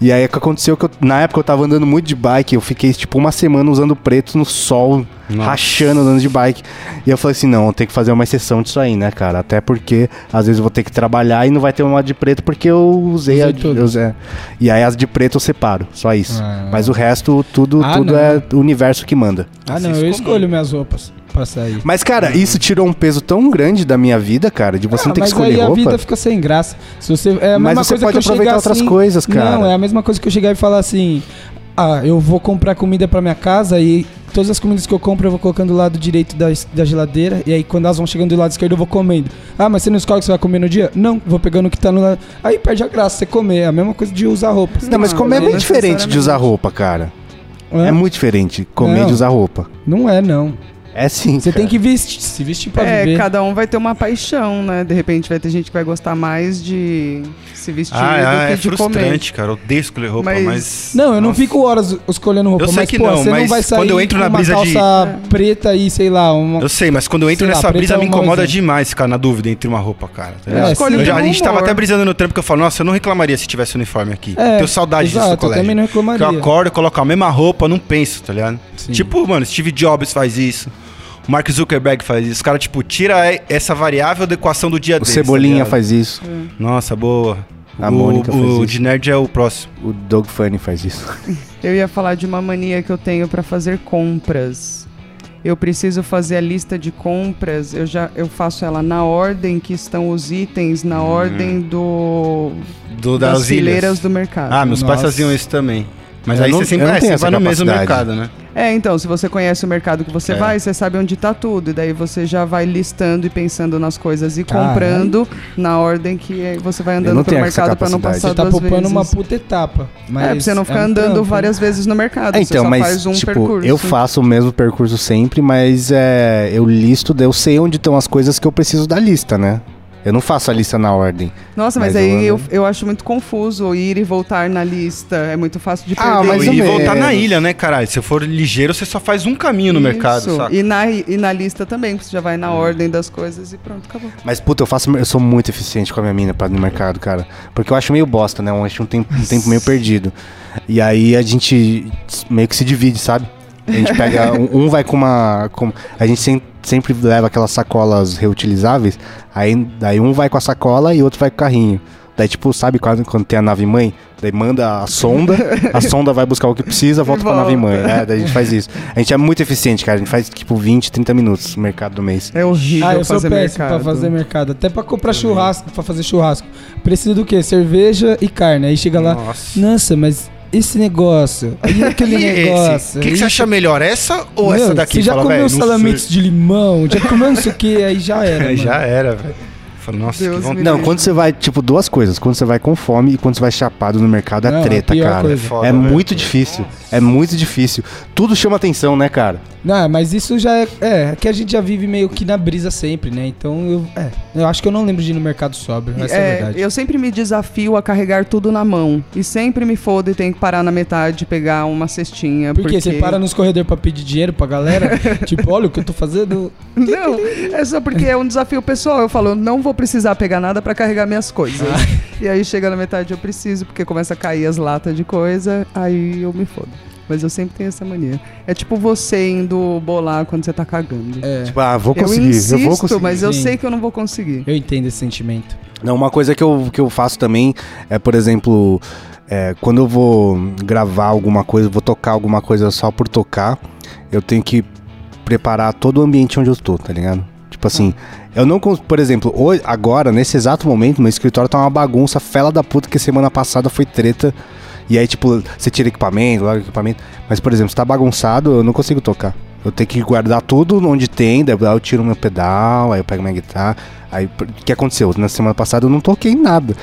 Speaker 1: E aí o que aconteceu que eu- na época eu tava andando muito de bike, eu fiquei tipo uma semana usando preto no sol, rachando andando de bike. E eu falei assim, não, eu tenho que fazer uma exceção disso aí, né, cara? Até porque às vezes eu vou ter que trabalhar e não vai ter uma de preto porque eu usei,
Speaker 2: Usei
Speaker 1: a de,
Speaker 2: tudo.
Speaker 1: eu usei- E aí as de preto eu separo, só isso.
Speaker 2: Ah.
Speaker 1: Mas o resto, tudo,
Speaker 2: Ah,
Speaker 1: tudo
Speaker 2: não.
Speaker 1: é o universo que manda.
Speaker 2: Ah, não, eu escolho minhas roupas pra sair.
Speaker 1: Mas, cara, isso tirou um peso tão grande da minha vida, cara, de você
Speaker 2: Uhum. Ah,
Speaker 1: não ter que
Speaker 2: mas
Speaker 1: escolher
Speaker 2: aí
Speaker 1: roupa.
Speaker 2: a vida fica sem graça. Se você, é a
Speaker 1: Mas
Speaker 2: mesma
Speaker 1: você
Speaker 2: coisa
Speaker 1: pode
Speaker 2: que eu
Speaker 1: aproveitar
Speaker 2: chegar
Speaker 1: outras
Speaker 2: assim-
Speaker 1: coisas, cara.
Speaker 2: Não, é a mesma coisa que eu chegar e falar assim: ah, eu vou comprar comida pra minha casa e todas as comidas que eu compro eu vou colocando do lado direito da, da geladeira e aí quando elas vão chegando do lado esquerdo eu vou comendo. Ah, mas você não escolhe o que você vai comer no dia? Não, vou pegando o que tá no lado. Aí perde a graça você comer. É a mesma coisa de usar roupa.
Speaker 1: Não, mas
Speaker 4: Não,
Speaker 1: comer é
Speaker 2: né?
Speaker 4: não
Speaker 1: bem diferente de usar roupa, cara. É muito diferente comer
Speaker 2: Não.
Speaker 1: de usar roupa.
Speaker 2: Não é, não.
Speaker 1: É sim.
Speaker 2: Você tem
Speaker 1: cara.
Speaker 2: que vestir, se vestir pra
Speaker 4: É,
Speaker 2: viver.
Speaker 4: cada um vai ter uma paixão, né? De repente vai ter gente que vai gostar mais de se vestir
Speaker 3: Ah,
Speaker 4: do
Speaker 3: é,
Speaker 4: que
Speaker 3: é
Speaker 4: de comer.
Speaker 3: frustrante, cara. Eu odeio escolher roupa,
Speaker 4: Mas-
Speaker 3: mas...
Speaker 2: Não, eu não
Speaker 3: Nossa.
Speaker 2: fico horas escolhendo roupa,
Speaker 3: Eu sei
Speaker 2: mas
Speaker 3: que
Speaker 2: pô,
Speaker 3: não,
Speaker 2: você não
Speaker 3: mas
Speaker 2: vai sair
Speaker 3: quando eu entro
Speaker 2: com
Speaker 3: na
Speaker 2: uma
Speaker 3: brisa de-
Speaker 2: calça preta e sei lá, uma
Speaker 3: Eu sei, mas quando eu entro
Speaker 2: Sei lá,
Speaker 3: nessa
Speaker 2: preto
Speaker 3: brisa,
Speaker 2: é
Speaker 3: me
Speaker 2: um
Speaker 3: incomoda
Speaker 2: mauzinho.
Speaker 3: demais ficar na dúvida entre uma roupa, cara. tá ligado?
Speaker 2: É,
Speaker 4: Escolhe
Speaker 2: sim.
Speaker 4: o
Speaker 3: Eu já-
Speaker 4: teu
Speaker 3: a gente tava
Speaker 4: humor.
Speaker 3: até brisando no trampo que eu falo, nossa, eu não reclamaria se tivesse uniforme aqui.
Speaker 2: É,
Speaker 3: Tenho saudade disso
Speaker 2: exato,
Speaker 3: do colégio.
Speaker 2: eu também não
Speaker 3: que
Speaker 2: reclamaria.
Speaker 3: eu acordo, eu coloco a mesma roupa, não penso, tá ligado?
Speaker 2: Sim.
Speaker 3: Tipo, mano, Steve Jobs faz isso. o Mark Zuckerberg faz isso. Os caras, tipo, tira e- essa variável da equação do dia
Speaker 1: O
Speaker 3: deles,
Speaker 1: Cebolinha
Speaker 3: tá ligado?
Speaker 1: faz isso.
Speaker 3: Nossa, boa.
Speaker 1: A
Speaker 3: o,
Speaker 1: Mônica faz
Speaker 3: o
Speaker 1: isso.
Speaker 3: de nerd é o próximo.
Speaker 1: O Doug Funny faz isso.
Speaker 4: Eu ia falar de uma mania que eu tenho pra fazer compras. Eu preciso fazer a lista de compras, eu já eu faço ela na ordem que estão os itens, na
Speaker 3: Hum.
Speaker 4: ordem do
Speaker 3: Do,
Speaker 4: das,
Speaker 3: das,
Speaker 4: fileiras
Speaker 3: ilhas.
Speaker 4: do mercado.
Speaker 3: Ah, meus pais
Speaker 2: Nossa.
Speaker 3: faziam isso também. Mas
Speaker 1: Eu
Speaker 3: aí
Speaker 1: não-
Speaker 3: você
Speaker 1: eu
Speaker 3: sempre,
Speaker 1: não
Speaker 3: é,
Speaker 1: tenho
Speaker 3: você
Speaker 1: essa
Speaker 3: vai no mesmo
Speaker 1: capacidade.
Speaker 3: mercado, né?
Speaker 4: É, então, se você conhece o mercado que
Speaker 1: É.
Speaker 4: você vai, você sabe onde tá tudo. E daí você já vai listando e pensando nas coisas e
Speaker 2: Caralho.
Speaker 4: comprando na ordem que você vai
Speaker 1: Eu não
Speaker 4: andando pelo
Speaker 1: tenho essa
Speaker 4: mercado pra não
Speaker 1: capacidade.
Speaker 4: passar
Speaker 2: você tá
Speaker 4: duas
Speaker 2: poupando
Speaker 4: vezes.
Speaker 2: uma puta etapa. Mas
Speaker 4: é, pra você não ficar
Speaker 2: um
Speaker 4: andando
Speaker 2: trampo.
Speaker 4: várias vezes no mercado.
Speaker 1: É,
Speaker 4: você
Speaker 1: então,
Speaker 4: só
Speaker 1: mas
Speaker 4: faz um
Speaker 1: tipo,
Speaker 4: percurso.
Speaker 1: eu faço o mesmo percurso sempre, mas é, eu listo, daí eu sei onde estão as coisas que eu preciso da lista, né? Eu não faço a lista na ordem.
Speaker 4: Nossa, mas,
Speaker 1: mas eu
Speaker 4: aí eu,
Speaker 1: ando-
Speaker 4: eu acho muito confuso ir e voltar na lista. É muito fácil de perder.
Speaker 1: Ah, mais
Speaker 3: e
Speaker 1: ou
Speaker 3: voltar
Speaker 1: menos.
Speaker 3: na ilha, né, caralho? Se for ligeiro, você só faz um caminho no mercado,
Speaker 4: Isso.
Speaker 3: saca?
Speaker 4: E na, e na lista também, porque você já
Speaker 1: É.
Speaker 4: vai na ordem das coisas e pronto, acabou.
Speaker 1: Mas, puta, eu faço. Eu sou muito eficiente com a minha mina pra ir no mercado, cara. Porque eu acho meio bosta, né? Eu acho um tempo, um tempo meio perdido. E aí a gente meio que se divide, sabe? A gente pega. um, um vai com uma. com- a gente sem- sempre leva aquelas sacolas reutilizáveis. Aí daí um vai com a sacola e outro vai com o carrinho. Daí, tipo, sabe quando, quando tem a nave mãe? Daí manda a sonda, a sonda vai buscar o que precisa, volta pra nave mãe. É, daí a gente faz isso. A gente é muito eficiente, cara. A gente faz, tipo, 20, 30 minutos no mercado do mês.
Speaker 4: É horrível
Speaker 2: Ah, eu sou
Speaker 4: fazer
Speaker 2: péssimo
Speaker 4: mercado.
Speaker 2: pra fazer mercado. Até pra comprar churrasco, pra fazer churrasco. Precisa do quê? Cerveja e carne. Aí chega lá.
Speaker 3: Nossa.
Speaker 2: Nossa, mas esse negócio, e aquele
Speaker 6: E esse?
Speaker 2: negócio.
Speaker 6: O que, que você
Speaker 2: e-
Speaker 6: acha melhor, essa ou essa
Speaker 2: Meu,
Speaker 6: daqui?
Speaker 2: Você já
Speaker 6: Fala,
Speaker 2: comeu
Speaker 6: "Véi, não
Speaker 2: salamitos
Speaker 6: sei."
Speaker 2: de limão, já comeu não sei o que, aí já era. mano.
Speaker 3: Aí já era, velho. Eu Falei, nossa,
Speaker 4: Deus
Speaker 3: que
Speaker 4: me
Speaker 3: vontade.
Speaker 1: Não, quando você vai, tipo, duas coisas. Quando você vai com fome e quando você vai chapado no mercado, é
Speaker 2: Não, é a
Speaker 1: treta,
Speaker 2: pior
Speaker 1: cara.
Speaker 2: coisa. né?
Speaker 1: É,
Speaker 3: Foda, velho.
Speaker 1: muito difícil. É muito difícil. Tudo chama atenção, né, cara?
Speaker 2: Não, mas isso já é, é. que a gente já vive meio que na brisa sempre, né? Então eu. É, eu acho que eu não lembro de ir no mercado sóbrio, essa é, a
Speaker 4: É,
Speaker 2: verdade.
Speaker 4: eu sempre me desafio a carregar tudo na mão. E sempre me fodo e tenho que parar na metade e pegar uma cestinha.
Speaker 2: Por
Speaker 4: porque
Speaker 2: quê? Você para nos corredores pra pedir dinheiro pra galera? tipo, olha o que eu tô fazendo.
Speaker 4: Não, é só porque é um desafio pessoal. Eu falo, não vou precisar pegar nada pra carregar minhas coisas. E aí chega na metade, eu preciso, porque começa a cair as latas de coisa, aí eu me fodo. Mas eu sempre tenho essa mania. É tipo você indo bolar quando você tá cagando.
Speaker 2: É,
Speaker 1: Tipo, ah, vou
Speaker 4: eu
Speaker 1: conseguir,
Speaker 4: insisto,
Speaker 1: eu vou conseguir.
Speaker 4: mas eu
Speaker 2: Sim.
Speaker 4: sei que eu não vou conseguir.
Speaker 2: eu entendo esse sentimento.
Speaker 1: Não, uma coisa que eu, que eu faço também é, por exemplo, é, quando eu vou gravar alguma coisa, vou tocar alguma coisa só por tocar, eu tenho que preparar todo o ambiente onde eu estou, tá ligado? Tipo assim, eu não. cons- Por exemplo, hoje, agora, nesse exato momento, meu escritório tá uma bagunça fela da puta, que semana passada foi treta. E aí, tipo, você tira equipamento, larga equipamento. Mas, por exemplo, se tá bagunçado, eu não consigo tocar. Eu tenho que guardar tudo onde tem, daí eu tiro meu pedal, aí eu pego minha guitarra. Aí, por- o que aconteceu? Na semana passada eu não toquei nada.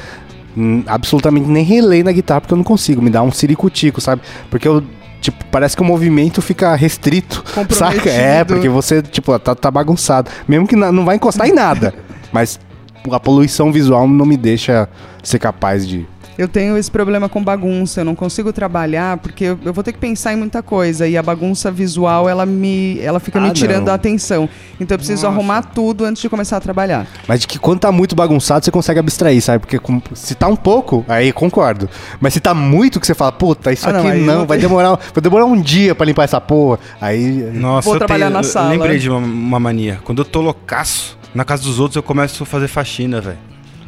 Speaker 1: Hum, Absolutamente nem relei na guitarra, porque eu não consigo. Me dá um ciricutico, sabe? Porque eu. Tipo, parece que o movimento fica restrito. Saca? É,
Speaker 4: Comprometido.
Speaker 1: porque você, tipo, tá, tá bagunçado. Mesmo que na- não vai encostar em nada. mas a poluição visual não me deixa ser capaz de.
Speaker 4: Eu tenho esse problema com bagunça, eu não consigo trabalhar porque eu, eu vou ter que pensar em muita coisa e a bagunça visual ela me, ela fica
Speaker 1: Ah,
Speaker 4: me tirando
Speaker 1: não.
Speaker 4: a atenção. Então eu preciso arrumar tudo antes de começar a trabalhar.
Speaker 1: Mas de que quando tá muito bagunçado, você consegue abstrair, sabe? Porque com- se tá um pouco, aí concordo. Mas se tá muito que você fala, puta, isso
Speaker 4: Ah, não,
Speaker 1: aqui
Speaker 4: aí
Speaker 1: não,
Speaker 4: não
Speaker 1: vai demorar. Vai demorar um dia pra limpar essa porra. Aí.
Speaker 3: Nossa,
Speaker 4: Vou
Speaker 3: eu
Speaker 4: trabalhar
Speaker 3: tenho-
Speaker 4: na
Speaker 3: eu
Speaker 4: sala.
Speaker 3: lembrei de uma, uma mania. Quando eu tô loucaço, na casa dos outros, eu começo a fazer faxina, velho.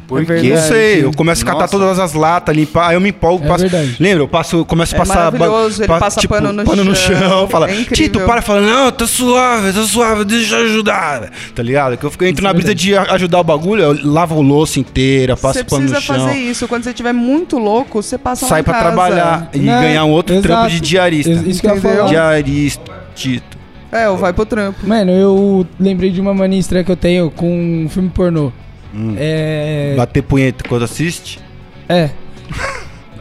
Speaker 1: Por
Speaker 4: É
Speaker 1: quê?
Speaker 4: verdade.
Speaker 3: Não sei, eu começo a catar
Speaker 1: Nossa.
Speaker 3: todas as latas, limpar, aí eu me empolgo,
Speaker 2: É
Speaker 3: passo.
Speaker 2: verdade.
Speaker 3: Lembra? Eu passo, eu começo a
Speaker 4: É
Speaker 3: passar. ba- tipo,
Speaker 4: maravilhoso, ele
Speaker 3: pa-
Speaker 4: passa pano no chão,
Speaker 3: fala,
Speaker 4: é incrível.
Speaker 3: Tito, para e fala, não, tô suave, tô suave, deixa eu ajudar. Tá ligado? Que eu fico, entro
Speaker 2: é
Speaker 3: na brisa de a- ajudar o bagulho, eu lavo o louça inteira, passo
Speaker 4: você
Speaker 3: pano
Speaker 4: precisa
Speaker 3: no chão.
Speaker 4: fazer isso. Quando você estiver muito louco, você passa lá
Speaker 3: Sai
Speaker 4: em
Speaker 3: pra
Speaker 4: casa.
Speaker 3: trabalhar e
Speaker 2: Né?
Speaker 3: ganhar um outro
Speaker 2: Exato.
Speaker 3: trampo de diarista.
Speaker 2: Ex- Isso que eu ia
Speaker 4: Entendeu?
Speaker 2: falar.
Speaker 3: Diarista, Tito.
Speaker 4: É, ou vai pro trampo.
Speaker 2: Mano, eu lembrei de uma mania estranha que eu tenho com um filme pornô.
Speaker 4: Hum.
Speaker 2: É.
Speaker 3: Bater punheta quando assiste.
Speaker 2: É.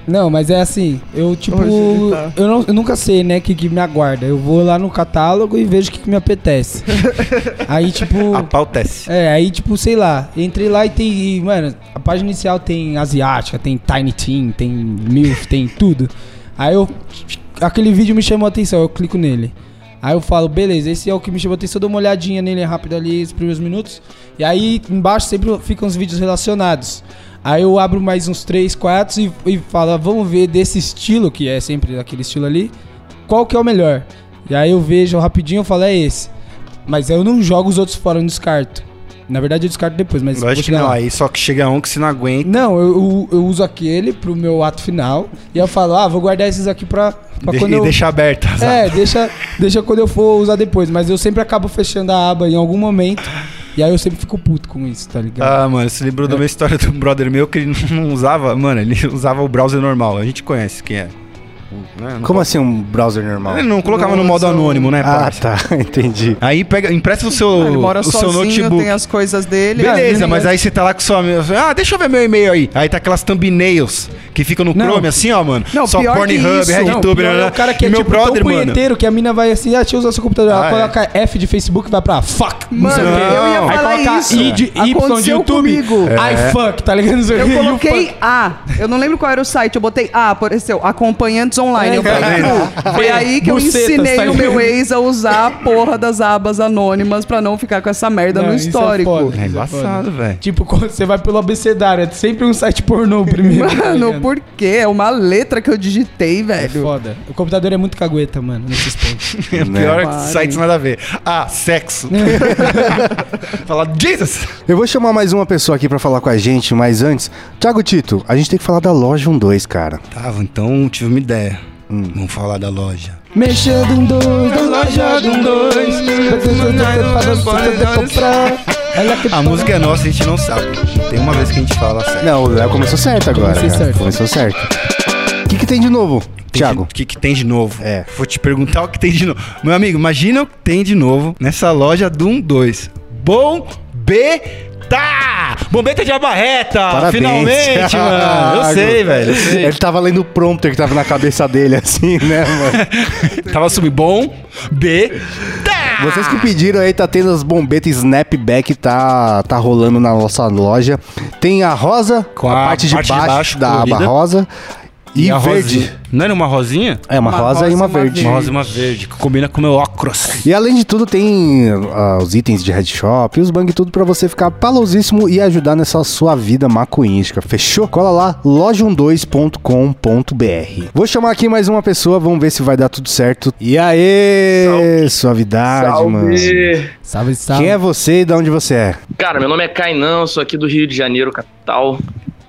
Speaker 2: Não, mas é assim, eu tipo.
Speaker 4: Hoje ele tá.
Speaker 2: Eu, não- eu nunca sei, né, o que, que me aguarda. Eu vou lá no catálogo e vejo o que, que me apetece. aí, tipo.
Speaker 3: A pau tece.
Speaker 2: É, aí, tipo, sei lá, entrei lá e tem. e, mano, a página inicial tem asiática, tem Tiny Teen, tem MILF, tem tudo. Aí eu. Aquele vídeo me chamou a atenção, eu clico nele. Aí eu falo, beleza, esse é o que me chamou a atenção, eu dou uma olhadinha nele rápido ali, os primeiros minutos. E aí embaixo sempre ficam os vídeos relacionados. Aí eu abro mais uns 3, 4 e, e falo, ah, vamos ver desse estilo, que é sempre aquele estilo ali, qual que é o melhor. E aí eu vejo rapidinho e falo, é esse. Mas eu não jogo os outros fora, eu não descarto. Na verdade eu descarto depois, mas
Speaker 3: Eu
Speaker 2: vou
Speaker 3: acho que
Speaker 2: chegar
Speaker 3: não,
Speaker 2: lá.
Speaker 3: aí só que chega um que se não aguenta.
Speaker 2: Não, eu, eu- eu uso aquele pro meu ato final. E eu falo, ah, vou guardar esses aqui pra, pra
Speaker 3: de-
Speaker 2: quando
Speaker 3: e
Speaker 2: eu.
Speaker 3: deixa aberta. sabe?
Speaker 2: É, deixa, deixa quando eu for usar depois. Mas eu sempre acabo fechando a aba em algum momento. E aí eu sempre fico puto com isso, tá ligado?
Speaker 3: Ah, mano, você lembrou da minha história do brother meu que ele não usava, mano, ele usava o browser normal. A gente conhece quem é. Né?
Speaker 1: Como assim um browser normal?
Speaker 3: Ele não colocava no modo anônimo, né,
Speaker 1: Ah,
Speaker 3: parça?
Speaker 1: tá, entendi.
Speaker 3: Aí pega, empresta o
Speaker 4: Ah,
Speaker 3: seu,
Speaker 4: Ele mora
Speaker 3: o seu
Speaker 4: sozinho,
Speaker 3: notebook.
Speaker 4: tem né? as coisas dele.
Speaker 3: Beleza, mas aí você tá lá com sua amiga, Ah, deixa eu ver meu e-mail aí. Aí tá aquelas thumbnails que ficam no
Speaker 2: Não.
Speaker 3: Chrome, assim, ó, mano.
Speaker 4: Não,
Speaker 3: Só
Speaker 4: pior que
Speaker 3: Pornhub,
Speaker 4: isso.
Speaker 2: Não,
Speaker 3: RedTube,
Speaker 2: pior
Speaker 3: blá, blá.
Speaker 2: o cara que é
Speaker 3: né? Meu
Speaker 2: tipo
Speaker 3: brother,
Speaker 2: tão
Speaker 3: mano.
Speaker 2: punheteiro que a mina vai assim, ah, deixa eu usar seu computador. Ela
Speaker 3: Ah, é.
Speaker 2: coloca F de Facebook e vai pra fuck. não sei
Speaker 4: Mano,
Speaker 2: o quê.
Speaker 4: eu ia
Speaker 3: Não.
Speaker 2: Aí
Speaker 4: falar
Speaker 2: coloca
Speaker 4: isso.
Speaker 2: I de Y de
Speaker 4: Aconteceu
Speaker 2: YouTube.
Speaker 4: comigo.
Speaker 3: É.
Speaker 2: I fuck, tá ligado? Não sei o
Speaker 4: Eu
Speaker 2: quê, e o fuck.
Speaker 4: coloquei A. Eu não lembro qual era o site. Eu botei A, apareceu. Acompanhantes online. Eu
Speaker 2: É,
Speaker 4: falei,
Speaker 2: cara.
Speaker 4: "Cru". Foi aí que eu
Speaker 2: Bucetas,
Speaker 4: ensinei
Speaker 2: tá
Speaker 4: o meu
Speaker 2: ligado?
Speaker 4: ex a usar a porra das abas anônimas pra não ficar com essa merda
Speaker 2: Não,
Speaker 4: no
Speaker 2: isso é
Speaker 4: histórico.
Speaker 2: foda.
Speaker 3: É embaçado, velho.
Speaker 2: Tipo, quando você vai pelo abecedário, é sempre um site pornô primeiro. tá
Speaker 4: Mano,
Speaker 2: ligado?
Speaker 4: por quê? É uma letra que eu digitei,
Speaker 2: É
Speaker 4: velho.
Speaker 2: foda. O computador é muito cagueta, mano, nesses pontos.
Speaker 1: Né?
Speaker 3: Pior é
Speaker 4: Parem.
Speaker 3: sites nada a ver. Ah, sexo. Falar, Jesus!
Speaker 1: Eu vou chamar mais uma pessoa aqui pra falar com a gente, mas antes, Thiago Tito, a gente tem que falar da loja 12, cara.
Speaker 3: Tava, então tive uma ideia. Vamos falar da loja.
Speaker 2: Mexendo um dois, da loja de um dois.
Speaker 3: A música é nossa, a gente não sabe. Tem uma vez que a gente fala certo.
Speaker 1: Não, o Léo é, começou certo agora.
Speaker 2: Comecei
Speaker 1: cara.
Speaker 2: certo.
Speaker 1: Começou certo. O que, que tem de novo?
Speaker 3: tem
Speaker 1: Thiago.
Speaker 3: de- que, que tem de novo.
Speaker 1: É.
Speaker 3: Vou te perguntar o que tem de novo. Meu amigo, imagina o que tem de novo nessa loja do 12. Bombeta! Bombeta de abarreta!
Speaker 1: Parabéns.
Speaker 3: Ah, Finalmente, mano! Eu sei, velho. eu sei.
Speaker 1: Ele tava lendo o prompter que tava na cabeça dele, assim, né, mano?
Speaker 3: Tava subindo bom, B,
Speaker 1: Vocês que pediram aí, tá tendo as bombetas snapback, tá, tá rolando na nossa loja. Tem a rosa,
Speaker 3: Com
Speaker 1: a,
Speaker 3: a
Speaker 1: parte de
Speaker 3: parte de
Speaker 1: baixo,
Speaker 3: baixo
Speaker 1: da
Speaker 3: colorida.
Speaker 1: aba rosa. E,
Speaker 3: a
Speaker 1: verde.
Speaker 3: rosinha. Não era uma rosinha?
Speaker 1: É, uma,
Speaker 4: Uma
Speaker 1: rosa, e uma
Speaker 4: rosa e uma
Speaker 1: verde.
Speaker 3: Uma rosa e uma verde, que combina com o meu óculos.
Speaker 1: E além de tudo, tem ah, os itens de headshop e os bang tudo pra você ficar palosíssimo e ajudar nessa sua vida macuística. Fechou? Cola lá, loja12.com.br. Vou chamar aqui mais uma pessoa, vamos ver se vai dar tudo certo. E aê, suavidade, mano.
Speaker 2: Salve, salve.
Speaker 1: Quem é você e de onde você é?
Speaker 6: Cara, meu nome é Kainan, sou aqui do Rio de Janeiro, capital.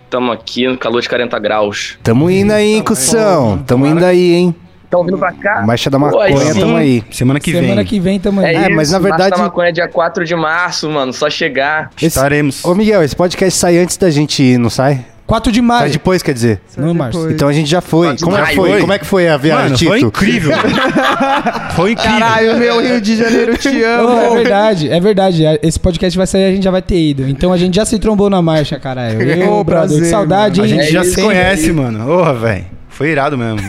Speaker 6: Tamo aqui no calor de 40 graus.
Speaker 1: Tamo indo aí, hein, cução. Tamo indo aí, hein?
Speaker 6: Tão vindo Tá pra cá?
Speaker 1: Baixa da maconha,
Speaker 6: sim.
Speaker 1: tamo aí.
Speaker 3: Semana que
Speaker 2: Semana
Speaker 3: vem.
Speaker 2: que vem também.
Speaker 6: É,
Speaker 1: É,
Speaker 6: isso,
Speaker 1: mas na verdade-
Speaker 6: Marcha da maconha é dia 4 de março, mano, só chegar.
Speaker 3: Estaremos.
Speaker 1: Ô, Miguel, esse podcast sai antes da gente ir, não sai?
Speaker 2: 4 de
Speaker 1: Sai
Speaker 2: maio.
Speaker 1: depois, quer dizer.
Speaker 2: Não, Márcio.
Speaker 4: Depois.
Speaker 1: Então a gente já foi. Como é que
Speaker 6: Ai,
Speaker 1: foi?
Speaker 6: foi.
Speaker 1: Como é que foi a viagem,
Speaker 3: Mano,
Speaker 1: Tito?
Speaker 3: foi incrível. foi incrível.
Speaker 4: Caralho, meu Rio de Janeiro, te
Speaker 2: Ô, é
Speaker 4: amo.
Speaker 2: verdade, é verdade. A- Esse podcast vai sair, a gente já vai ter ido. Então a gente já se trombou na marcha, caralho. Eu, brother,
Speaker 4: Ô, prazer,
Speaker 2: que saudade,
Speaker 3: A
Speaker 2: hein?
Speaker 3: gente
Speaker 6: É
Speaker 3: já
Speaker 6: isso,
Speaker 3: se conhece, mano. Porra, velho. Foi irado mesmo.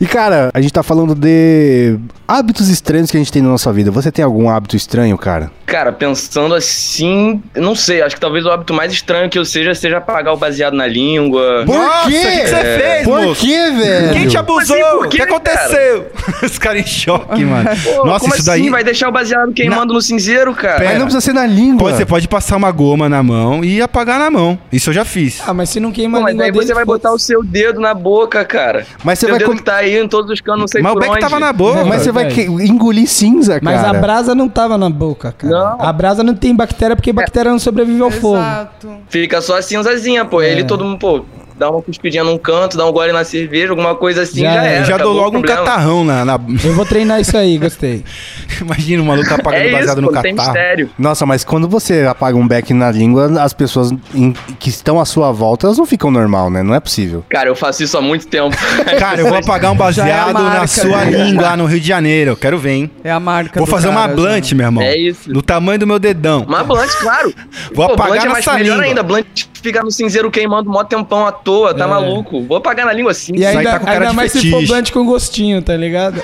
Speaker 1: E cara, a gente tá falando de hábitos estranhos que a gente tem na nossa vida. Você tem algum hábito estranho, cara?
Speaker 6: Cara, pensando assim, não sei, acho que talvez o hábito mais estranho que eu seja seja apagar o baseado na língua.
Speaker 1: Por
Speaker 3: Nossa,
Speaker 1: quê?
Speaker 3: O que, que você fez, moço?
Speaker 1: que, velho?
Speaker 3: Quem te abusou?
Speaker 6: Mas, assim, por
Speaker 3: o que
Speaker 6: quê,
Speaker 3: aconteceu? Os caras em choque, mano.
Speaker 6: Pô,
Speaker 3: Nossa,
Speaker 6: como
Speaker 3: isso
Speaker 6: assim?
Speaker 3: daí.
Speaker 6: Vai deixar o baseado queimando no cinzeiro, cara?
Speaker 1: Mas
Speaker 3: Pera.
Speaker 1: não precisa ser na língua.
Speaker 3: Pô, você pode passar uma goma na mão e apagar na mão. Isso eu já fiz.
Speaker 2: Ah, mas se não queima
Speaker 6: Pô,
Speaker 2: a
Speaker 6: mas
Speaker 2: língua
Speaker 6: aí
Speaker 2: dele...
Speaker 6: você vai botar o
Speaker 2: foda-se.
Speaker 6: seu dedo na boca, cara.
Speaker 1: Mas você
Speaker 6: seu
Speaker 1: vai
Speaker 6: dedo
Speaker 1: com-
Speaker 6: que tá aí em todos os canos, não sei
Speaker 3: Mas o
Speaker 6: por
Speaker 3: Beck
Speaker 6: onde.
Speaker 3: tava na boca.
Speaker 1: Mas você vai
Speaker 2: Verdade.
Speaker 1: que- engolir cinza,
Speaker 2: Mas
Speaker 1: cara.
Speaker 2: a brasa não tava na boca, cara.
Speaker 6: Não.
Speaker 2: A brasa não tem bactéria porque bactéria não sobrevive ao fogo.
Speaker 4: Exato.
Speaker 6: Fica só a cinzazinha, pô.
Speaker 2: É.
Speaker 6: Ele todo mundo, pô, dá uma cuspidinha num canto, dá um gole na cerveja, alguma coisa assim,
Speaker 2: Já
Speaker 6: já,
Speaker 2: é.
Speaker 6: era.
Speaker 3: eu já dou
Speaker 6: acabou o
Speaker 3: logo um
Speaker 6: problema.
Speaker 3: catarrão na. na-
Speaker 2: Eu vou treinar isso aí, gostei.
Speaker 3: Imagina o maluco apagando
Speaker 6: É isso,
Speaker 3: baseado no
Speaker 6: pô, tem
Speaker 3: catarro.
Speaker 6: mistério.
Speaker 1: Nossa, mas quando você apaga um beck na língua, as pessoas em- que estão à sua volta, elas não ficam normal, né? Não é possível.
Speaker 6: Cara, eu faço isso há muito tempo.
Speaker 3: Cara, eu vou apagar um
Speaker 6: é
Speaker 3: baseado na
Speaker 4: marca,
Speaker 3: sua
Speaker 4: né?
Speaker 3: língua lá no Rio de Janeiro. Eu Quero ver, hein?
Speaker 4: É a marca
Speaker 3: Vou
Speaker 4: do
Speaker 3: fazer uma
Speaker 4: cara,
Speaker 3: blunt, meu irmão.
Speaker 6: É isso.
Speaker 3: Do tamanho do meu dedão.
Speaker 6: Mas blunt, claro.
Speaker 3: Vou apagar
Speaker 6: blunt é mais
Speaker 3: nessa
Speaker 6: melhor
Speaker 3: língua.
Speaker 6: ainda. Blunt fica no cinzeiro queimando mó tempão à toa, tá maluco. Vou apagar na língua assim.
Speaker 2: É. E
Speaker 3: aí
Speaker 2: ainda,
Speaker 3: tá com cara
Speaker 2: ainda
Speaker 3: de
Speaker 2: mais se
Speaker 3: fetiche.
Speaker 2: for blunt com gostinho, tá ligado?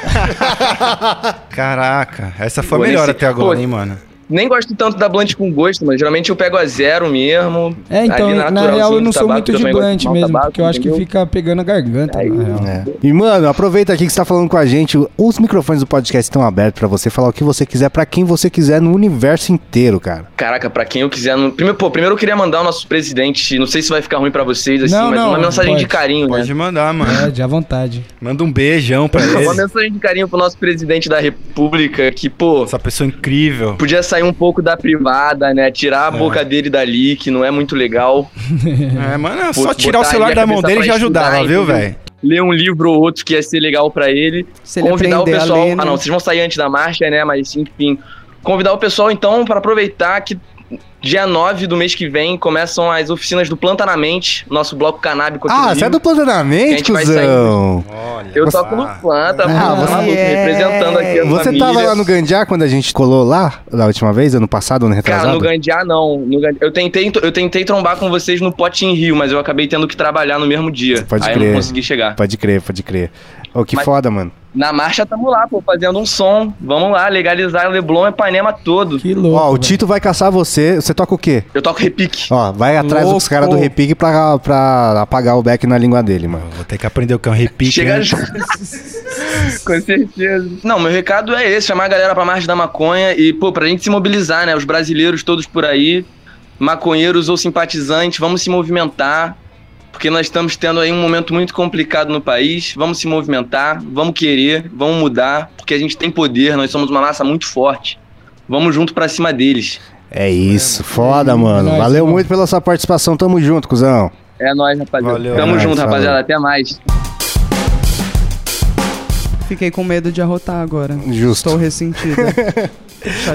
Speaker 3: Caraca, essa foi a
Speaker 6: Pô,
Speaker 3: melhor
Speaker 6: esse-
Speaker 3: até agora,
Speaker 6: pô,
Speaker 3: hein, mano?
Speaker 6: Nem gosto tanto da blunt com gosto, mano. Geralmente eu pego a zero mesmo.
Speaker 2: É, então,
Speaker 6: Ali
Speaker 2: na real eu
Speaker 6: naturalzinho
Speaker 2: não
Speaker 6: assim, do
Speaker 2: sou
Speaker 6: tabaco
Speaker 2: muito de
Speaker 6: também, gosto
Speaker 2: blunt
Speaker 6: fumar um
Speaker 2: mesmo,
Speaker 6: tabaco,
Speaker 2: porque eu acho que
Speaker 6: entendeu?
Speaker 2: fica pegando a garganta, na real.
Speaker 1: É. E, mano, aproveita aqui que você tá falando com a gente. Os microfones do podcast estão abertos pra você falar o que você quiser, pra quem você quiser, no universo inteiro, cara.
Speaker 6: Caraca, pra quem eu quiser. no- Primeiro, pô, primeiro eu queria mandar o nosso presidente. Não sei se vai ficar ruim pra vocês, assim,
Speaker 2: Não,
Speaker 6: mas
Speaker 2: não,
Speaker 6: uma mensagem
Speaker 2: pode,
Speaker 6: de carinho, né?
Speaker 3: Pode mandar, mano.
Speaker 2: Pode, à vontade.
Speaker 3: Manda um beijão pra
Speaker 6: Uma
Speaker 3: ele.
Speaker 6: mensagem de carinho pro nosso presidente da República, que, pô,
Speaker 3: Essa pessoa incrível.
Speaker 6: podia sair um pouco da privada, né? Tirar a boca dele dali, que não é muito legal.
Speaker 3: É, mano, é só
Speaker 6: Botar
Speaker 3: tirar o
Speaker 6: ali
Speaker 3: celular
Speaker 6: a
Speaker 3: da mão
Speaker 6: cabeça
Speaker 3: dele
Speaker 6: pra
Speaker 3: já ajudava,
Speaker 6: estudar,
Speaker 3: viu,
Speaker 6: entendeu?
Speaker 3: velho?
Speaker 6: Ler um livro ou outro que ia ser legal pra ele.
Speaker 4: Se ele
Speaker 6: convidar o
Speaker 4: aprender a
Speaker 6: pessoal.
Speaker 4: ler, né?
Speaker 6: Ah, não, vocês vão sair antes da marcha, né? Mas, enfim. Convidar o pessoal, então, pra aproveitar que. Dia 9 do mês que vem começam as oficinas do Planta na Mente, nosso bloco canábico aqui
Speaker 1: Ah,
Speaker 6: no
Speaker 1: você é
Speaker 6: Rio.
Speaker 1: do Planejamento,
Speaker 6: Que a gente vai
Speaker 1: cuzão.
Speaker 3: Olha.
Speaker 6: Eu
Speaker 3: lá.
Speaker 6: toco no planta,
Speaker 1: Ah,
Speaker 6: pô,
Speaker 1: você-
Speaker 6: tá maluco, representando aqui a
Speaker 1: Você
Speaker 6: família.
Speaker 1: tava lá no Gandiá quando a gente colou lá, da última vez, ano passado, ano retrasado?
Speaker 6: Cara, no Gandiá não. No Gandiá- Eu, tentei, eu tentei trombar com vocês no Pote em Rio, mas eu acabei tendo que trabalhar no mesmo dia.
Speaker 1: Pode
Speaker 6: aí eu
Speaker 1: crer.
Speaker 6: não consegui chegar.
Speaker 1: Pode crer, pode crer. Ô, que
Speaker 6: Mas-
Speaker 1: foda, mano.
Speaker 6: Na marcha tamo lá, pô, fazendo um som. Vamos lá, legalizar Leblon e Panema todo.
Speaker 2: Que louco.
Speaker 1: Ó, o
Speaker 2: velho.
Speaker 1: Tito vai caçar você. Você toca o quê?
Speaker 6: Eu toco repique.
Speaker 1: Ó, vai atrás dos
Speaker 2: Louco.
Speaker 1: caras do repique pra, pra apagar o beck na língua dele, mano.
Speaker 3: Vou ter que aprender o que é um repique.
Speaker 6: Chegar
Speaker 3: né?
Speaker 6: junto. Com certeza. Não, meu recado é esse: chamar a galera pra marcha da maconha e, pô, pra gente se mobilizar, né? Os brasileiros todos por aí, maconheiros ou simpatizantes, vamos se movimentar. Porque nós estamos tendo aí um momento muito complicado no país. Vamos se movimentar, vamos querer, vamos mudar, porque a gente tem poder, nós somos uma massa muito forte. Vamos junto pra cima deles.
Speaker 1: É isso, foda, mano.
Speaker 2: nóis,
Speaker 1: Valeu
Speaker 2: mano.
Speaker 1: muito pela sua participação. Tamo junto, cuzão.
Speaker 6: É nóis, rapaziada.
Speaker 3: Valeu,
Speaker 6: Tamo
Speaker 1: é nóis,
Speaker 6: junto,
Speaker 1: valeu.
Speaker 6: rapaziada. Até mais.
Speaker 4: Fiquei com medo de arrotar agora.
Speaker 1: Justo.
Speaker 4: Estou ressentida.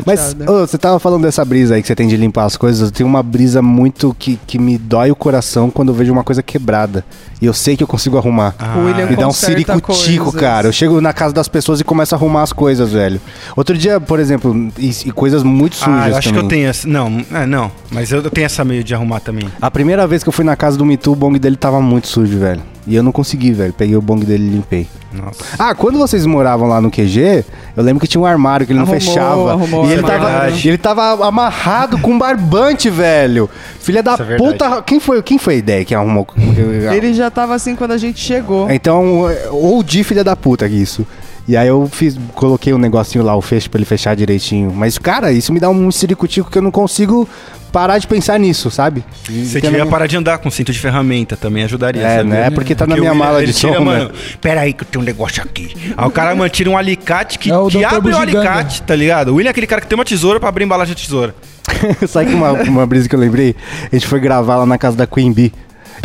Speaker 1: Mas ô, você tava falando dessa brisa aí que você tem de limpar as coisas. Eu tenho uma brisa muito que, que me dói o coração quando eu vejo uma coisa quebrada. E eu sei que eu consigo arrumar.
Speaker 3: Ah.
Speaker 4: O William
Speaker 1: me dá um
Speaker 4: conserta
Speaker 1: ciricutico,
Speaker 4: coisas.
Speaker 1: cara. Eu chego na casa das pessoas e começo a arrumar as coisas, velho. Outro dia, por exemplo, e, e coisas muito sujas
Speaker 3: Ah, eu acho que
Speaker 1: também.
Speaker 3: eu tenho essa. Não, é, não. Mas eu tenho essa meio de arrumar também.
Speaker 1: A primeira vez que eu fui na casa do Mitu, o bong dele tava muito sujo, velho. E eu não consegui, velho. Peguei o bong dele e limpei.
Speaker 3: Nossa.
Speaker 1: Ah, quando vocês moravam lá no QG, eu lembro que tinha um armário que ele não
Speaker 4: Arrumou,
Speaker 1: fechava.
Speaker 4: arrumou
Speaker 1: e
Speaker 4: o
Speaker 3: é
Speaker 1: ele tava,
Speaker 4: armário.
Speaker 1: e ele tava amarrado com um barbante, velho. Filha da
Speaker 3: Isso é verdade.
Speaker 1: puta. Quem foi, quem foi a ideia que arrumou?
Speaker 4: Ele já tava assim quando a gente chegou.
Speaker 1: Então, ou de filha da puta que isso. E aí eu fiz, coloquei um negocinho lá, o fecho pra ele fechar direitinho. Mas, cara, isso me dá um ciricutico que eu não consigo parar de pensar nisso, sabe?
Speaker 3: Se
Speaker 1: Tem
Speaker 3: tiver
Speaker 1: um-
Speaker 3: parar de andar com cinto de ferramenta, também ajudaria.
Speaker 1: É,
Speaker 3: sabe?
Speaker 1: né? Porque tá na
Speaker 3: o
Speaker 1: minha
Speaker 3: William,
Speaker 1: mala
Speaker 3: ele
Speaker 1: de
Speaker 3: tira,
Speaker 1: som,
Speaker 3: mano.
Speaker 1: né?
Speaker 3: Pera aí que eu tenho um negócio aqui. Aí o cara, mano, tira um alicate que,
Speaker 2: É o
Speaker 3: que
Speaker 2: Dr.
Speaker 3: abre o
Speaker 2: Bugiganga.
Speaker 3: alicate, tá ligado? O William é aquele cara que tem uma tesoura pra abrir a embalagem de tesoura.
Speaker 1: Sabe que uma, uma brisa que eu lembrei? A gente foi gravar lá na casa da Queen Bee.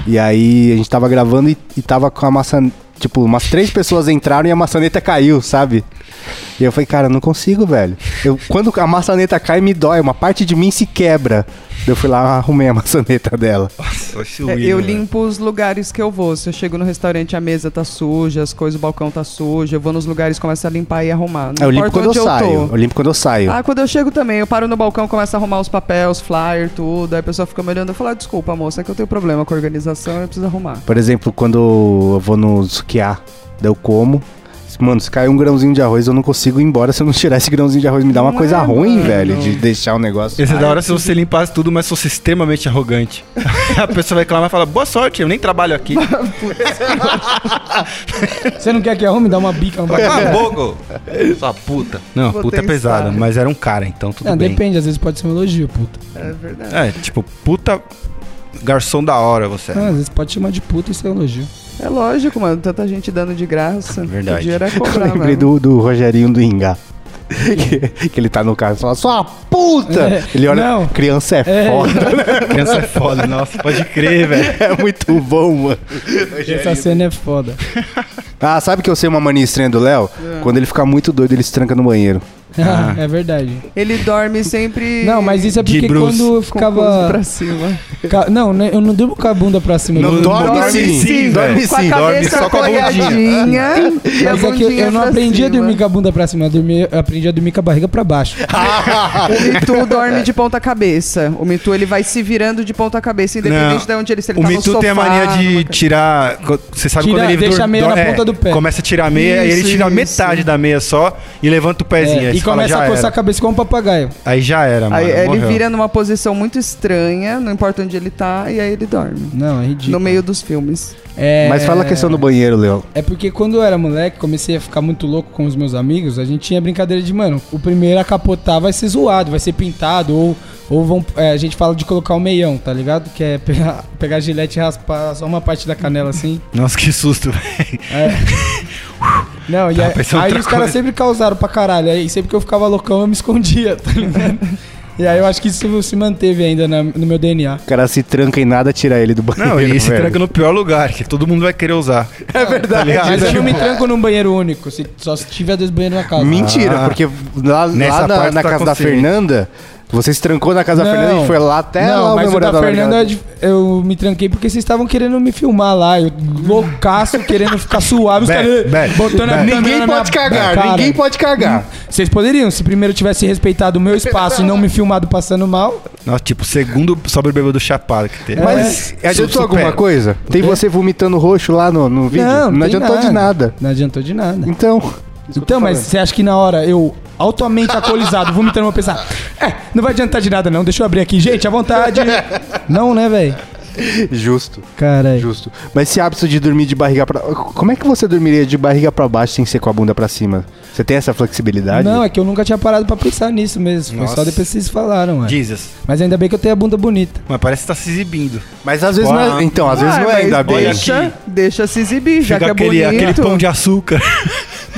Speaker 1: E aí a gente tava gravando e, e tava com a maçaneta. Tipo, umas três pessoas entraram e a maçaneta caiu, sabe? E eu falei, cara, eu não consigo, velho. Eu, quando a maçaneta cai, me dói. Uma parte de mim se quebra. Daí Eu fui lá, arrumei a maçaneta dela.
Speaker 3: Nossa, esse
Speaker 4: É,
Speaker 3: William,
Speaker 4: eu
Speaker 3: velho.
Speaker 4: limpo os lugares que eu vou. Se eu chego no restaurante, a mesa tá suja, as coisas, o balcão tá sujo. Eu vou nos lugares, começo a limpar e arrumar.
Speaker 1: É,
Speaker 4: Não
Speaker 1: Eu limpo
Speaker 4: importa
Speaker 1: quando eu
Speaker 4: onde
Speaker 1: saio.
Speaker 4: tô.
Speaker 1: Eu, limpo quando eu saio.
Speaker 4: Ah, quando eu chego também, eu paro no balcão, começo a arrumar os papéis, flyer, tudo. Aí a pessoa fica me olhando, eu falo, ah, desculpa, moça, é que eu tenho problema com a organização, eu preciso arrumar.
Speaker 1: Por exemplo, quando eu vou no sukiá, daí eu como. Mano, se cair um grãozinho de arroz, eu não consigo ir embora se eu não tirar esse grãozinho de arroz. Me dá uma
Speaker 4: Não
Speaker 1: coisa
Speaker 4: é,
Speaker 1: ruim,
Speaker 4: mano.
Speaker 1: velho, de deixar o negócio.
Speaker 3: Ia ser é da hora se você limpasse tudo, mas fosse extremamente arrogante. a pessoa vai reclamar e fala, boa sorte, eu nem trabalho aqui.
Speaker 2: Você não quer que arrume? Dá uma bica no
Speaker 3: Vai
Speaker 2: bagulho.
Speaker 3: pra boca, sua puta. Não,
Speaker 4: Vou
Speaker 3: puta é
Speaker 4: testar.
Speaker 3: pesada, mas era um cara, então tudo
Speaker 2: Não,
Speaker 3: bem.
Speaker 2: depende, às vezes pode ser um elogio, puta.
Speaker 4: É verdade.
Speaker 3: É, tipo, puta garçom da hora você. é.
Speaker 2: Ah, às vezes pode chamar de puta e ser um elogio.
Speaker 4: É lógico, mano, tanta gente dando de graça.
Speaker 3: Verdade.
Speaker 4: O dinheiro é
Speaker 1: Eu
Speaker 4: cobrar,
Speaker 1: lembrei
Speaker 4: mano.
Speaker 1: do, do Rogerinho do Ingá. Que, que ele tá no carro e fala, sua puta!
Speaker 2: É,
Speaker 1: ele olha,
Speaker 2: não.
Speaker 1: criança é,
Speaker 2: É.
Speaker 1: foda.
Speaker 3: Criança é foda, nossa, pode crer, velho.
Speaker 1: É muito bom, mano.
Speaker 2: Essa cena é foda.
Speaker 1: Ah, sabe que eu sei uma mania estranha do Léo? Quando ele fica muito doido, ele se tranca no banheiro.
Speaker 3: Ah.
Speaker 2: é verdade.
Speaker 4: Ele dorme sempre.
Speaker 2: Não, mas isso é
Speaker 3: De
Speaker 2: porque
Speaker 3: bruços.
Speaker 2: quando eu
Speaker 4: com o pulso
Speaker 2: ficava.
Speaker 4: pra cima.
Speaker 2: ca- Não, né, eu não durmo com a bunda pra cima. eu
Speaker 1: Não
Speaker 2: durmo-
Speaker 1: dorme,
Speaker 4: dorme
Speaker 1: sim,
Speaker 3: sim,
Speaker 1: dorme
Speaker 3: velho.
Speaker 1: sim.
Speaker 4: Com a
Speaker 3: dorme
Speaker 4: cabeça
Speaker 3: só com a bundinha.
Speaker 4: apoiadinha e a
Speaker 2: Mas é que eu-
Speaker 4: bundinha
Speaker 2: eu não
Speaker 4: pra
Speaker 2: aprendi a
Speaker 4: cima.
Speaker 2: dormir com a bunda pra cima, eu, dormi, eu aprendi a dormir com a barriga pra baixo.
Speaker 4: O Mitu dorme de ponta cabeça. O Mitu, ele vai se virando de ponta cabeça, independente
Speaker 3: Não.
Speaker 4: de onde ele se ele
Speaker 3: O
Speaker 4: tá no
Speaker 3: Mitu tem a
Speaker 4: sofá,
Speaker 3: mania de
Speaker 4: numa ca-
Speaker 3: tirar. co- Você sabe
Speaker 2: Tira-
Speaker 3: quando ele
Speaker 2: deixa
Speaker 3: dor-
Speaker 2: a meia
Speaker 3: dor-
Speaker 2: na ponta do pé.
Speaker 3: Começa a tirar a meia e ele
Speaker 4: Isso,
Speaker 3: tira
Speaker 4: isso.
Speaker 3: metade da meia só e levanta o pezinho.
Speaker 2: É,
Speaker 3: aí
Speaker 2: e
Speaker 3: você fala,
Speaker 2: começa
Speaker 3: "Já
Speaker 2: a
Speaker 3: era."
Speaker 2: coçar a cabeça como um papagaio.
Speaker 3: Aí já era, mano.
Speaker 4: Aí ele
Speaker 3: Ah, morreu.
Speaker 4: vira numa posição muito estranha, não importa onde ele tá, e aí ele dorme.
Speaker 2: Não, é ridículo.
Speaker 4: No meio dos filmes.
Speaker 2: É-
Speaker 1: Mas fala a questão do banheiro, Léo.
Speaker 2: É porque quando eu era moleque, comecei a ficar muito louco com os meus amigos, a gente tinha brincadeira de, mano, o primeiro a capotar vai ser zoado, vai ser pintado, ou, ou vão, é, a gente fala de colocar o meião, tá ligado? Que é pegar, pegar a gilete e raspar só uma parte da canela assim.
Speaker 3: Nossa, que susto, velho.
Speaker 2: É. Não, e
Speaker 3: Tava
Speaker 2: aí,
Speaker 3: pensando
Speaker 2: aí
Speaker 3: outra
Speaker 2: os caras
Speaker 3: coisa.
Speaker 2: sempre causaram pra caralho. Aí sempre que eu ficava loucão, eu me escondia, tá ligado? E aí eu acho que isso se manteve ainda na- no meu DNA.
Speaker 1: O cara se tranca em nada, tira ele do banheiro.
Speaker 3: Não, e esse
Speaker 1: velho.
Speaker 3: tranca no pior lugar, que todo mundo vai querer usar. Tá
Speaker 1: É verdade.
Speaker 2: Mas eu não me tranco num banheiro único, se- só se tiver dois banheiros na casa.
Speaker 1: Mentira,
Speaker 3: Ah.
Speaker 1: porque lá, lá
Speaker 3: Nessa
Speaker 1: na,
Speaker 3: parte
Speaker 1: na
Speaker 3: tá
Speaker 1: casa da
Speaker 3: consciente.
Speaker 1: Fernanda, você se trancou na casa da
Speaker 2: Não.
Speaker 1: Fernanda e foi lá até
Speaker 2: não,
Speaker 1: lá tá
Speaker 2: mas o da
Speaker 1: Memorial
Speaker 2: Fernanda é
Speaker 1: Largada.
Speaker 2: eu de- eu me tranquei porque vocês estavam querendo me filmar lá. Eu loucaço, querendo ficar suave. Os
Speaker 3: Be-
Speaker 2: caras
Speaker 3: be-
Speaker 2: botando a câmera
Speaker 1: Ninguém
Speaker 2: é na
Speaker 1: pode
Speaker 2: minha-
Speaker 1: cagar,
Speaker 2: Cara,
Speaker 1: ninguém pode cagar.
Speaker 2: Vocês poderiam, se primeiro tivesse respeitado o meu espaço e não me filmado passando mal.
Speaker 3: Nossa, tipo, segundo sobre o bêbado chapado que teve.
Speaker 1: Mas
Speaker 3: É.
Speaker 1: adiantou
Speaker 3: Supera.
Speaker 1: alguma coisa? Tem você vomitando roxo lá no, no vídeo? Não,
Speaker 2: tem
Speaker 1: adiantou de nada.
Speaker 2: Não adiantou de nada.
Speaker 1: Então.
Speaker 2: Então, mas você acha que na hora eu, altamente alcoolizado, vomitando, vou pensar: é, não vai adiantar de nada não, deixa eu abrir aqui, gente, à vontade. não, né, é. velho?
Speaker 1: Justo,
Speaker 2: Caralho.
Speaker 1: justo. Mas esse hábito de dormir de barriga pra. Como é que você dormiria de barriga pra baixo sem ser com a bunda pra cima? Você tem essa flexibilidade?
Speaker 2: Não, é que eu nunca tinha parado pra pensar nisso mesmo. Foi só
Speaker 3: Nossa.
Speaker 2: depois que vocês falaram, mano.
Speaker 3: Jesus.
Speaker 2: Mas ainda bem que eu tenho a bunda bonita.
Speaker 3: Mas parece que tá se exibindo.
Speaker 1: Mas às vezes não é. Então, às vezes
Speaker 4: Ah,
Speaker 1: não é
Speaker 4: mas
Speaker 1: ainda bem.
Speaker 4: Deixa, deixa se exibir, já que
Speaker 3: Fica
Speaker 4: é
Speaker 3: aquele,
Speaker 4: bonito.
Speaker 3: aquele pão de açúcar.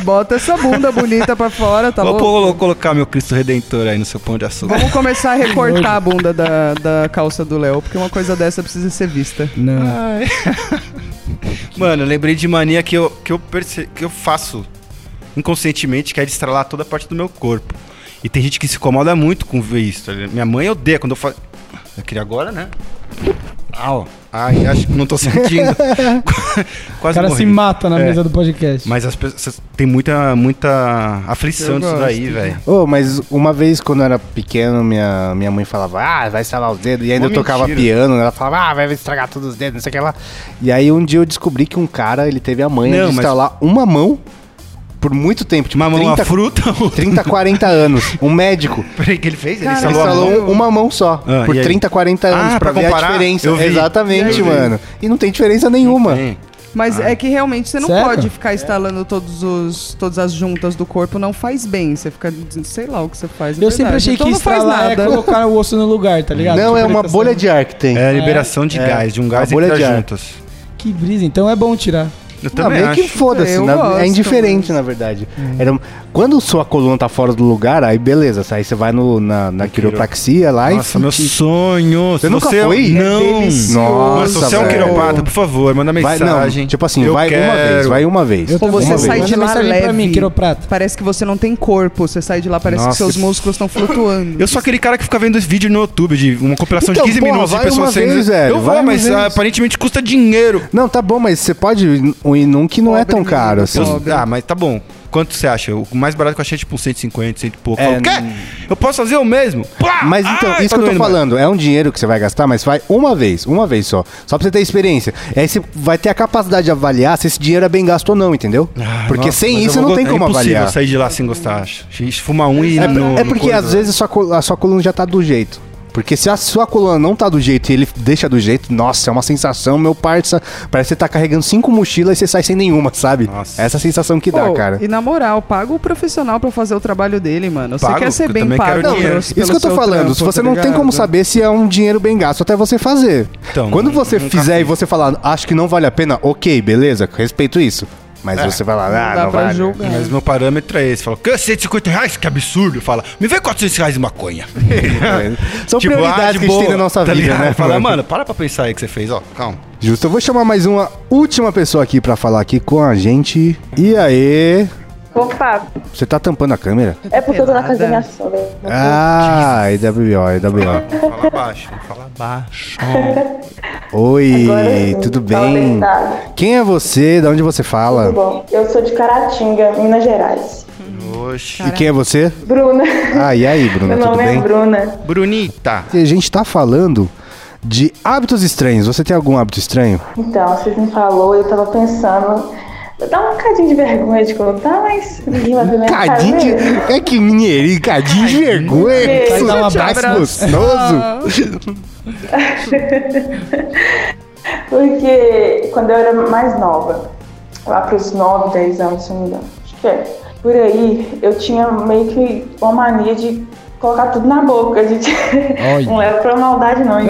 Speaker 4: Bota essa bunda bonita pra fora, tá
Speaker 3: vou,
Speaker 4: bom?
Speaker 3: pô- vou colocar meu Cristo Redentor aí no seu pão de açúcar.
Speaker 4: Vamos começar a recortar a bunda da, da calça do Léo, porque uma coisa dessa precisa ser vista.
Speaker 2: Não.
Speaker 3: Mano, eu lembrei de mania que eu, que, eu perce- que eu faço inconscientemente, que é de estralar toda a parte do meu corpo. E tem gente que se incomoda muito com ver isso. tá ligado? Minha mãe odeia quando eu falo. Eu queria agora, né? Au. Ai, acho que não tô sentindo.
Speaker 2: O
Speaker 3: Quase
Speaker 2: cara se
Speaker 3: morri.
Speaker 2: mata na
Speaker 3: É.
Speaker 2: mesa do podcast.
Speaker 3: Mas as pessoas tem muita, muita aflição
Speaker 2: Eu
Speaker 3: disso
Speaker 2: gosto.
Speaker 3: daí, velho.
Speaker 1: Ô, mas uma vez quando eu era pequeno, minha, minha mãe falava, ah, vai estragar os dedos. E ainda
Speaker 3: Uma
Speaker 1: eu tocava
Speaker 3: mentira.
Speaker 1: piano, ela falava, ah, vai estragar todos os dedos, não sei o que lá. E aí um dia eu descobri que um cara, ele teve a manha
Speaker 3: Não,
Speaker 1: de
Speaker 3: mas-
Speaker 1: instalar uma mão por muito tempo. Tipo,
Speaker 3: Uma mão, uma
Speaker 1: 30,
Speaker 3: fruta.
Speaker 1: 30, 40 anos. Um médico.
Speaker 3: Peraí, que ele fez? Ele
Speaker 1: Ele
Speaker 3: instalou a mão.
Speaker 1: instalou uma mão só,
Speaker 3: Ah,
Speaker 1: por
Speaker 3: e aí?
Speaker 1: 30, 40 anos,
Speaker 3: Ah,
Speaker 1: pra,
Speaker 3: pra
Speaker 1: ver
Speaker 3: comparar?
Speaker 1: a diferença.
Speaker 3: Eu vi. Eu
Speaker 1: Exatamente,
Speaker 3: vi.
Speaker 1: mano. E não tem diferença nenhuma.
Speaker 3: Sim.
Speaker 4: Mas é que realmente você não
Speaker 2: Sério?
Speaker 4: pode
Speaker 7: É.
Speaker 4: ficar instalando todos os, todas as juntas do corpo, não faz bem. Você fica, dizendo, sei lá o que você faz. é
Speaker 2: Eu sempre
Speaker 4: verdade.
Speaker 2: achei
Speaker 4: Então
Speaker 2: que
Speaker 4: não faz
Speaker 2: estralar é
Speaker 4: nada.
Speaker 2: colocar o osso no lugar, tá ligado?
Speaker 1: Não,
Speaker 2: Tipo,
Speaker 1: é uma
Speaker 2: ele tá
Speaker 1: bolha
Speaker 2: saindo-
Speaker 1: de ar que tem.
Speaker 3: É a liberação de
Speaker 1: É.
Speaker 3: gás, de um
Speaker 1: A
Speaker 3: gás
Speaker 1: bolha
Speaker 3: entre as
Speaker 1: de ar.
Speaker 3: juntas.
Speaker 2: Que brisa, então é bom tirar.
Speaker 3: Eu
Speaker 1: Não,
Speaker 3: também
Speaker 1: meio
Speaker 3: acho.
Speaker 1: que foda-se,
Speaker 4: Eu
Speaker 1: na-
Speaker 4: gosto,
Speaker 1: é indiferente, na verdade. Era, um, quando sua coluna tá fora do lugar, aí beleza, aí você vai no, na, na quiropraxia lá
Speaker 3: Nossa,
Speaker 1: e...
Speaker 3: meu sonho. um
Speaker 1: Você nunca foi?
Speaker 3: Não.
Speaker 1: É
Speaker 3: Nossa,
Speaker 1: Nossa,
Speaker 3: você é um
Speaker 1: velho.
Speaker 3: quiropata, por favor, manda
Speaker 1: Vai,
Speaker 3: mensagem.
Speaker 1: não, tipo assim,
Speaker 3: Eu
Speaker 1: vai uma
Speaker 3: quero.
Speaker 1: vez, vai uma vez.
Speaker 2: Eu
Speaker 4: Ou
Speaker 2: também.
Speaker 4: você
Speaker 1: uma
Speaker 4: sai
Speaker 1: vez.
Speaker 4: de
Speaker 2: Manda
Speaker 4: lá
Speaker 2: mensagem pra
Speaker 4: leve.
Speaker 2: mim, quiroprata.
Speaker 4: Parece que você não tem corpo. Você sai de lá, parece
Speaker 3: Nossa.
Speaker 4: que seus músculos estão flutuando.
Speaker 3: Eu sou aquele cara que fica vendo vídeo no YouTube de uma compilação
Speaker 1: Então,
Speaker 3: de 15
Speaker 1: porra,
Speaker 3: minutos de
Speaker 1: vai
Speaker 3: pessoas
Speaker 1: uma
Speaker 3: sendo.
Speaker 1: vez, velho,
Speaker 3: eu
Speaker 1: vai
Speaker 3: vou,
Speaker 1: uma
Speaker 3: mas
Speaker 1: vez.
Speaker 3: ah, aparentemente custa dinheiro.
Speaker 1: Não, tá bom, mas você pode ir em num que não é
Speaker 4: Pobre
Speaker 1: tão
Speaker 4: menino,
Speaker 1: caro,
Speaker 3: Eu-
Speaker 1: assim.
Speaker 4: Pobre.
Speaker 3: ah, mas tá bom. Quanto você acha? O mais barato que eu achei é tipo uns 150, 100 e pouco.
Speaker 1: É,
Speaker 3: Eu
Speaker 1: não-
Speaker 3: falo, Quê? Eu posso fazer o mesmo? Pá!
Speaker 1: Mas então,
Speaker 3: Ai,
Speaker 1: isso
Speaker 3: tá
Speaker 1: que eu tô
Speaker 3: doendo,
Speaker 1: falando, é um dinheiro que você vai gastar, mas vai uma vez, uma vez só. Só pra você ter experiência. E aí você vai ter a capacidade de avaliar se esse dinheiro é bem gasto ou não, entendeu?
Speaker 3: Ah,
Speaker 1: Porque
Speaker 3: nossa,
Speaker 1: sem
Speaker 3: mas eu
Speaker 1: isso
Speaker 3: vou-
Speaker 1: não tem como
Speaker 3: É impossível
Speaker 1: avaliar.
Speaker 3: sair de lá sem gostar. acho. A gente fuma um e
Speaker 1: É,
Speaker 3: não.
Speaker 1: é porque às vezes sua col- a sua coluna já tá do jeito. Porque se a sua coluna não tá do jeito e ele deixa do jeito, nossa, é uma sensação, meu parça. Parece que você tá carregando cinco mochilas e você sai sem nenhuma, sabe?
Speaker 3: Nossa.
Speaker 1: Essa é a sensação que
Speaker 4: Pô,
Speaker 1: dá, cara.
Speaker 4: E na moral, paga o profissional pra fazer o trabalho dele, mano. Você
Speaker 3: Pago,
Speaker 4: quer ser
Speaker 3: eu
Speaker 4: bem
Speaker 3: também
Speaker 4: pago.
Speaker 3: quero dinheiro.
Speaker 4: pelo-
Speaker 3: Isso
Speaker 1: Isso
Speaker 4: pelo
Speaker 1: que eu tô
Speaker 4: seu
Speaker 1: falando,
Speaker 4: trampo,
Speaker 1: se você
Speaker 4: tá
Speaker 1: não tem como
Speaker 4: ligado?
Speaker 1: saber se é um dinheiro bem gasto até você fazer.
Speaker 3: Então,
Speaker 1: Quando você
Speaker 3: nunca
Speaker 1: fizer e
Speaker 3: fiz.
Speaker 1: você falar, acho que não vale a pena, ok, beleza, respeito isso. Mas
Speaker 3: É.
Speaker 1: você vai lá, ah,
Speaker 4: dá
Speaker 1: não
Speaker 4: pra
Speaker 1: vale.
Speaker 4: julgar.
Speaker 3: Mas meu parâmetro é esse. Fala, que 150 reais? Que absurdo. Fala, me vê 400 reais de maconha.
Speaker 1: São
Speaker 3: Tipo, ah,
Speaker 1: prioridades
Speaker 3: de
Speaker 1: que a gente tem
Speaker 3: boa,
Speaker 1: na nossa
Speaker 3: tá
Speaker 1: vida,
Speaker 3: ligado?
Speaker 1: né?
Speaker 3: Fala, mano, para pra pensar aí que você fez, ó. Calma.
Speaker 1: Justo, eu vou chamar mais uma última pessoa aqui pra falar aqui com a gente. E aí?
Speaker 7: Opa,
Speaker 1: Você tá tampando a câmera?
Speaker 7: é porque eu tô na né? casa da minha
Speaker 4: Pelada.
Speaker 7: sogra.
Speaker 1: Ah, EWO, EWO.
Speaker 3: Fala baixo. Fala baixo.
Speaker 1: Oi,
Speaker 7: Agora sim,
Speaker 1: tudo
Speaker 7: tava
Speaker 1: bem?
Speaker 7: deitada.
Speaker 1: Quem é você? De onde você fala?
Speaker 7: Tudo bom? Eu sou de Caratinga, Minas Gerais.
Speaker 3: Oxi.
Speaker 1: E quem é você?
Speaker 7: Bruna.
Speaker 1: Ah, e aí, Bruna,
Speaker 7: Meu
Speaker 1: tudo
Speaker 7: nome
Speaker 1: bem?
Speaker 7: é Bruna.
Speaker 3: Brunita.
Speaker 1: E a gente tá falando de hábitos estranhos. Você tem algum hábito estranho?
Speaker 7: Então, vocês me falou, eu tava pensando. Dá um cadinho de vergonha de contar, mas ninguém vai ver minha cara
Speaker 1: Cadinho Um de...
Speaker 7: mesmo.
Speaker 1: É que mineirinho, cadinho de vergonha.
Speaker 7: Vai
Speaker 2: dar uma
Speaker 1: sotaque
Speaker 4: abraço. Ah.
Speaker 1: gostoso.
Speaker 7: Porque quando eu era mais nova, lá pros 9, 10 anos, se não me engano, acho que é, por aí, eu tinha meio que uma mania de colocar tudo na boca. gente
Speaker 2: Olha.
Speaker 7: não leva pra maldade, não. hein?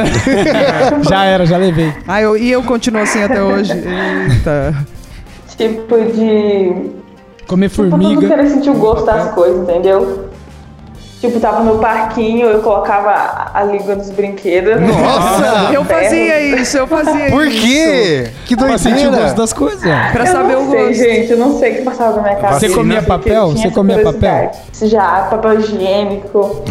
Speaker 2: Já era, já levei.
Speaker 4: Ah, eu, e eu continuo assim até hoje. Eita.
Speaker 7: tipo de.
Speaker 2: Comer
Speaker 7: Tipo, todo mundo
Speaker 2: formiga.
Speaker 7: querendo sentir o gosto das coisas, entendeu? Tipo, tava no parquinho, eu colocava a- a língua dos brinquedos.
Speaker 1: Nossa!
Speaker 4: Eu fazia isso, eu fazia
Speaker 1: Por
Speaker 4: isso.
Speaker 1: quê? Que
Speaker 2: Pra sentir o gosto
Speaker 1: doideira.
Speaker 2: das coisas. ó.
Speaker 4: Pra
Speaker 7: Eu
Speaker 4: saber
Speaker 7: não
Speaker 4: o
Speaker 7: sei,
Speaker 4: gosto.
Speaker 7: gente, eu não sei o que passava na minha cabeça.
Speaker 2: Você comia
Speaker 7: Eu sei que
Speaker 2: papel?
Speaker 7: eu tinha
Speaker 2: Você
Speaker 7: essa
Speaker 2: comia
Speaker 7: curiosidade. Já, papel higiênico.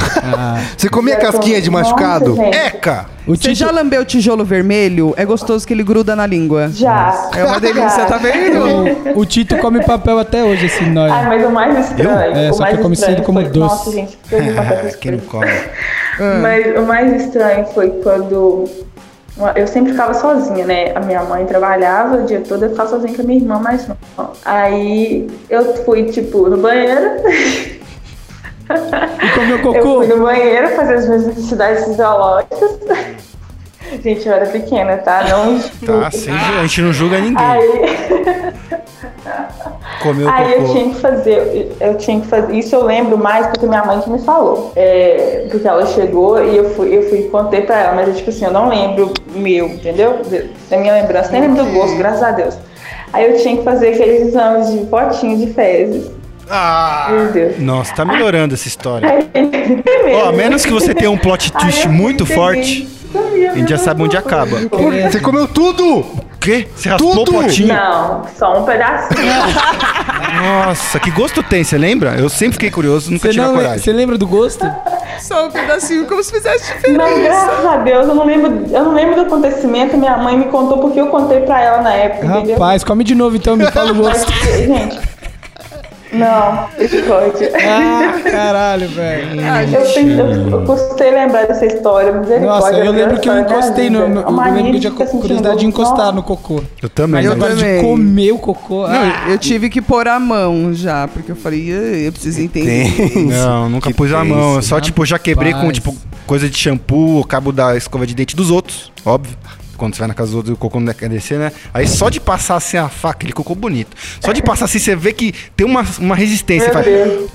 Speaker 1: Você comia
Speaker 7: Já
Speaker 1: casquinha
Speaker 7: comi.
Speaker 1: de machucado?
Speaker 7: Nossa, gente,
Speaker 3: Eca.
Speaker 2: O
Speaker 4: Você
Speaker 2: Tito,
Speaker 4: já lambeu o tijolo vermelho? É gostoso que ele gruda na língua.
Speaker 7: Já.
Speaker 4: É uma delícia,
Speaker 7: já.
Speaker 4: tá vendo?
Speaker 2: o, o Tito come papel até hoje, esse
Speaker 7: Ai,
Speaker 2: nóia.
Speaker 7: mas o mais estranho.
Speaker 2: Eu? É,
Speaker 7: o
Speaker 2: só que
Speaker 7: mais
Speaker 2: eu comi
Speaker 7: estranho
Speaker 2: cedo como
Speaker 7: foi-
Speaker 2: doce.
Speaker 7: Nossa, gente, que eu vi papel com
Speaker 3: Quem não
Speaker 7: isso.
Speaker 3: come?
Speaker 7: Mas o mais estranho foi quando. uma- Eu sempre ficava sozinha, né? A minha mãe trabalhava o dia todo, eu ficava sozinha com a minha irmã mais nova. Aí eu fui, tipo, no banheiro.
Speaker 2: E comeu
Speaker 7: Eu
Speaker 2: cocô.
Speaker 7: fui no banheiro fazer as minhas necessidades fisiológicas. Gente, eu era pequena, tá? Não.
Speaker 3: Tá, sem ju- a gente não julga ninguém.
Speaker 7: Aí,
Speaker 3: Comeu
Speaker 7: aí eu
Speaker 3: cocô.
Speaker 7: tinha que fazer, eu tinha que fazer. Isso eu lembro mais porque minha mãe que me falou. É, porque ela chegou e eu fui, eu fui e contei pra ela, mas eu, tipo assim, eu não lembro meu, entendeu? De- Da minha lembrança, nem lembro do gosto, graças a Deus. Aí eu tinha que fazer aqueles exames de potinho de fezes.
Speaker 3: Ah!
Speaker 7: Meu Deus.
Speaker 3: Nossa, tá melhorando essa história. Ó,
Speaker 7: Ó,
Speaker 3: a menos que você tenha um plot twist muito forte, a gente já sabe onde acaba.
Speaker 1: Por- Você comeu tudo!
Speaker 3: quê? Você raspou
Speaker 1: Tudo?
Speaker 3: o potinho?
Speaker 7: Não, só um pedacinho.
Speaker 3: Nossa, que gosto tem, você lembra? Eu sempre fiquei curioso, nunca
Speaker 2: Você
Speaker 3: tive a
Speaker 2: não le-
Speaker 3: coragem.
Speaker 2: você lembra do gosto?
Speaker 4: Só um pedacinho, como se fizesse
Speaker 7: Mas
Speaker 4: diferença.
Speaker 7: graças a Deus, eu não lembro, eu não lembro do acontecimento. Minha mãe me contou porque eu contei pra ela na época, entendeu?
Speaker 2: Rapaz, come de novo então, me fala o
Speaker 7: Mas,
Speaker 2: gosto.
Speaker 7: gente. Não, misericórdia.
Speaker 2: Ah, caralho, velho.
Speaker 7: Eu, tenho- eu, eu custei lembrar dessa história, misericórdia.
Speaker 2: Nossa, eu
Speaker 7: a melhor
Speaker 2: lembro que eu
Speaker 7: história da minha
Speaker 2: encostei no.
Speaker 7: vida.
Speaker 2: Eu
Speaker 7: né?
Speaker 2: lembro
Speaker 7: Uma
Speaker 2: que eu
Speaker 7: menina
Speaker 2: tinha
Speaker 7: fica sentindo
Speaker 2: curiosidade de
Speaker 7: gosto.
Speaker 2: encostar no cocô.
Speaker 3: Eu também.
Speaker 2: Mas
Speaker 4: eu
Speaker 2: eu gosto de
Speaker 4: também.
Speaker 2: comer o cocô. Ah,
Speaker 4: Eu tive que pôr a mão já, porque eu falei, "Ih, eu preciso entender.
Speaker 1: Tem.
Speaker 3: Não, nunca
Speaker 1: Que
Speaker 3: pus a
Speaker 1: tenso.
Speaker 3: mão. Eu só, tipo, já quebrei com,
Speaker 2: Rapaz.
Speaker 3: tipo, coisa de shampoo, o cabo da escova de dente dos outros, óbvio. Quando você vai na casa dos outros, o cocô não quer descer, né? Aí só de passar assim a faca, ele cocô bonito. Só de passar assim, você vê que tem uma, uma resistência.
Speaker 7: Meu
Speaker 3: Fala-
Speaker 7: Deus.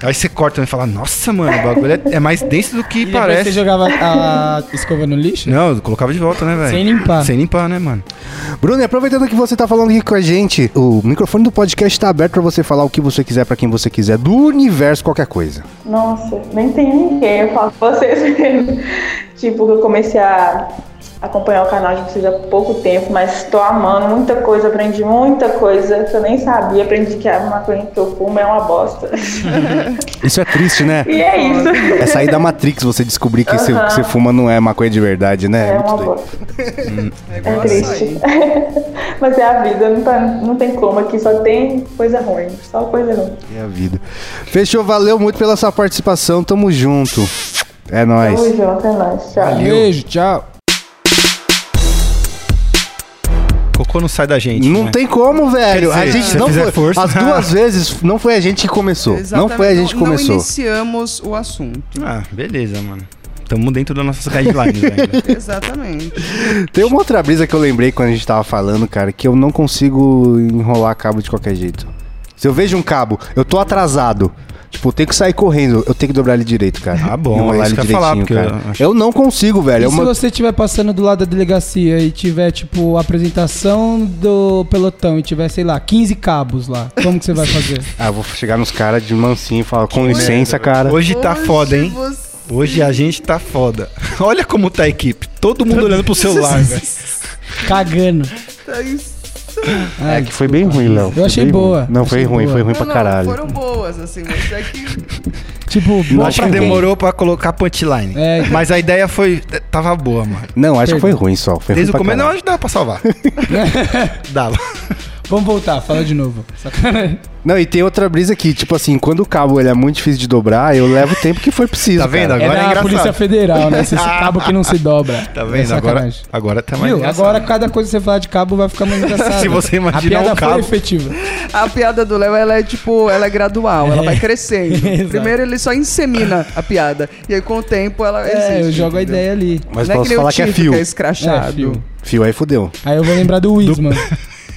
Speaker 3: Aí você corta né, e fala, nossa, mano, o bagulho é, é mais denso do que
Speaker 2: e depois
Speaker 3: parece.
Speaker 2: Você jogava a escova no lixo?
Speaker 3: Não, eu colocava de volta, né, velho?
Speaker 2: Sem limpar.
Speaker 3: Sem limpar, né, mano?
Speaker 1: Bruno, e aproveitando que você tá falando aqui com a gente, o microfone do podcast tá aberto pra você falar o que você quiser pra quem você quiser, do universo, qualquer coisa.
Speaker 7: Nossa, nem tem ninguém, eu falo com vocês mesmo. Tipo, que eu comecei a acompanhar o canal de vocês há pouco tempo, mas tô amando muita coisa, aprendi muita coisa que eu nem sabia, aprendi que a maconha que eu fumo é uma bosta.
Speaker 1: Isso é triste, né?
Speaker 7: E é isso.
Speaker 1: É sair da Matrix você descobrir que você
Speaker 7: Aham.
Speaker 1: que você fuma não é maconha de verdade, né?
Speaker 7: É
Speaker 1: Muito
Speaker 7: uma
Speaker 1: doido.
Speaker 7: bosta. É
Speaker 4: igual
Speaker 7: triste. Mas é a vida, não, tá- não tem como aqui, só tem coisa ruim, só coisa ruim.
Speaker 1: É a vida. Fechou, valeu muito pela sua participação, tamo junto. É nóis.
Speaker 7: Tamo junto, é nóis, tchau.
Speaker 2: Beijo, tchau.
Speaker 3: Cocô não sai da gente.
Speaker 1: Não
Speaker 3: né?
Speaker 1: tem como, velho.
Speaker 3: Quer
Speaker 1: a
Speaker 3: dizer,
Speaker 1: gente
Speaker 3: se
Speaker 1: não
Speaker 3: fizer
Speaker 1: foi.
Speaker 3: força.
Speaker 1: As duas vezes não foi a gente que começou. Não foi a gente que
Speaker 4: não, Não
Speaker 1: começou.
Speaker 4: iniciamos o assunto.
Speaker 3: Ah, beleza, mano. Tamo dentro das nossas guidelines né? ainda.
Speaker 4: Exatamente.
Speaker 1: Tem uma outra brisa que eu lembrei quando a gente tava falando, cara, que eu não consigo enrolar cabo de qualquer jeito. Se eu vejo um cabo, eu tô atrasado. Tipo, eu tenho que sair correndo, eu tenho que dobrar ele direito, cara.
Speaker 3: Ah, bom,
Speaker 1: Enrolar
Speaker 3: é isso
Speaker 1: ele
Speaker 3: que eu ia falar,
Speaker 1: direitinho,
Speaker 3: porque
Speaker 1: cara.
Speaker 3: eu
Speaker 1: Eu,
Speaker 3: acho-
Speaker 1: não consigo, velho.
Speaker 2: E
Speaker 1: É
Speaker 2: se
Speaker 1: uma...
Speaker 2: você estiver passando do lado da delegacia e tiver, tipo, a apresentação do pelotão e tiver, sei lá, 15 cabos lá, como que você vai fazer?
Speaker 1: Ah, eu vou chegar nos caras de mansinho e falar, com licença, cara.
Speaker 3: Hoje tá foda, hein?
Speaker 4: Você...
Speaker 3: Hoje a gente tá foda. Olha como tá a equipe. Todo mundo olhando pro celular, velho.
Speaker 2: Cagando.
Speaker 4: tá isso.
Speaker 2: Ai,
Speaker 1: É que foi bem ruim, Léo. Foi
Speaker 2: achei
Speaker 1: bem ruim.
Speaker 2: boa.
Speaker 1: Não, foi
Speaker 2: Achei
Speaker 1: ruim,
Speaker 2: boa.
Speaker 1: foi ruim pra
Speaker 4: Não,
Speaker 1: caralho.
Speaker 4: Não, foram boas, assim, mas é que
Speaker 2: Tipo,
Speaker 1: Eu
Speaker 2: bom
Speaker 3: Acho
Speaker 2: pra
Speaker 3: que
Speaker 1: Tá bem.
Speaker 3: demorou pra colocar punchline.
Speaker 2: É.
Speaker 3: Mas a ideia foi. Tava boa, mano.
Speaker 1: Não, acho que foi ruim só. Foi
Speaker 3: Desde o
Speaker 1: ruim pra
Speaker 3: começo, não,
Speaker 1: caralho.
Speaker 3: acho que dava pra salvar. dava.
Speaker 2: Vamos voltar, fala de novo. Sacanagem.
Speaker 1: Não, e tem outra brisa aqui, tipo assim, quando o cabo ele é muito difícil de dobrar, eu levo o tempo que for preciso.
Speaker 3: Tá vendo?
Speaker 1: cara.
Speaker 2: É
Speaker 3: Agora é
Speaker 2: da
Speaker 3: engraçado.
Speaker 2: Polícia Federal, né? Esse esse cabo que não se dobra.
Speaker 3: Tá
Speaker 2: É
Speaker 3: vendo? Agora,
Speaker 2: sacanagem.
Speaker 3: agora tá mais.
Speaker 2: Viu?
Speaker 3: engraçado.
Speaker 2: Agora cada coisa que você falar de cabo vai ficar mais engraçado.
Speaker 3: Se você
Speaker 2: A
Speaker 3: imaginar
Speaker 2: piada
Speaker 3: um cabo.
Speaker 2: foi efetiva.
Speaker 4: a piada do Léo, ela é tipo, ela é gradual, ela vai crescendo.
Speaker 2: Exato.
Speaker 4: Primeiro ele só insemina a piada, e aí com o tempo ela
Speaker 2: É,
Speaker 4: existe,
Speaker 2: eu jogo a
Speaker 4: entendeu?
Speaker 2: ideia ali.
Speaker 1: Mas
Speaker 4: não é que
Speaker 1: posso
Speaker 4: nem
Speaker 1: falar
Speaker 4: o
Speaker 1: que é
Speaker 4: Tito,
Speaker 1: fio.
Speaker 4: que é
Speaker 2: É,
Speaker 4: escrachado.
Speaker 2: fio.
Speaker 1: Fio aí fodeu.
Speaker 2: Aí eu vou lembrar do Wisman,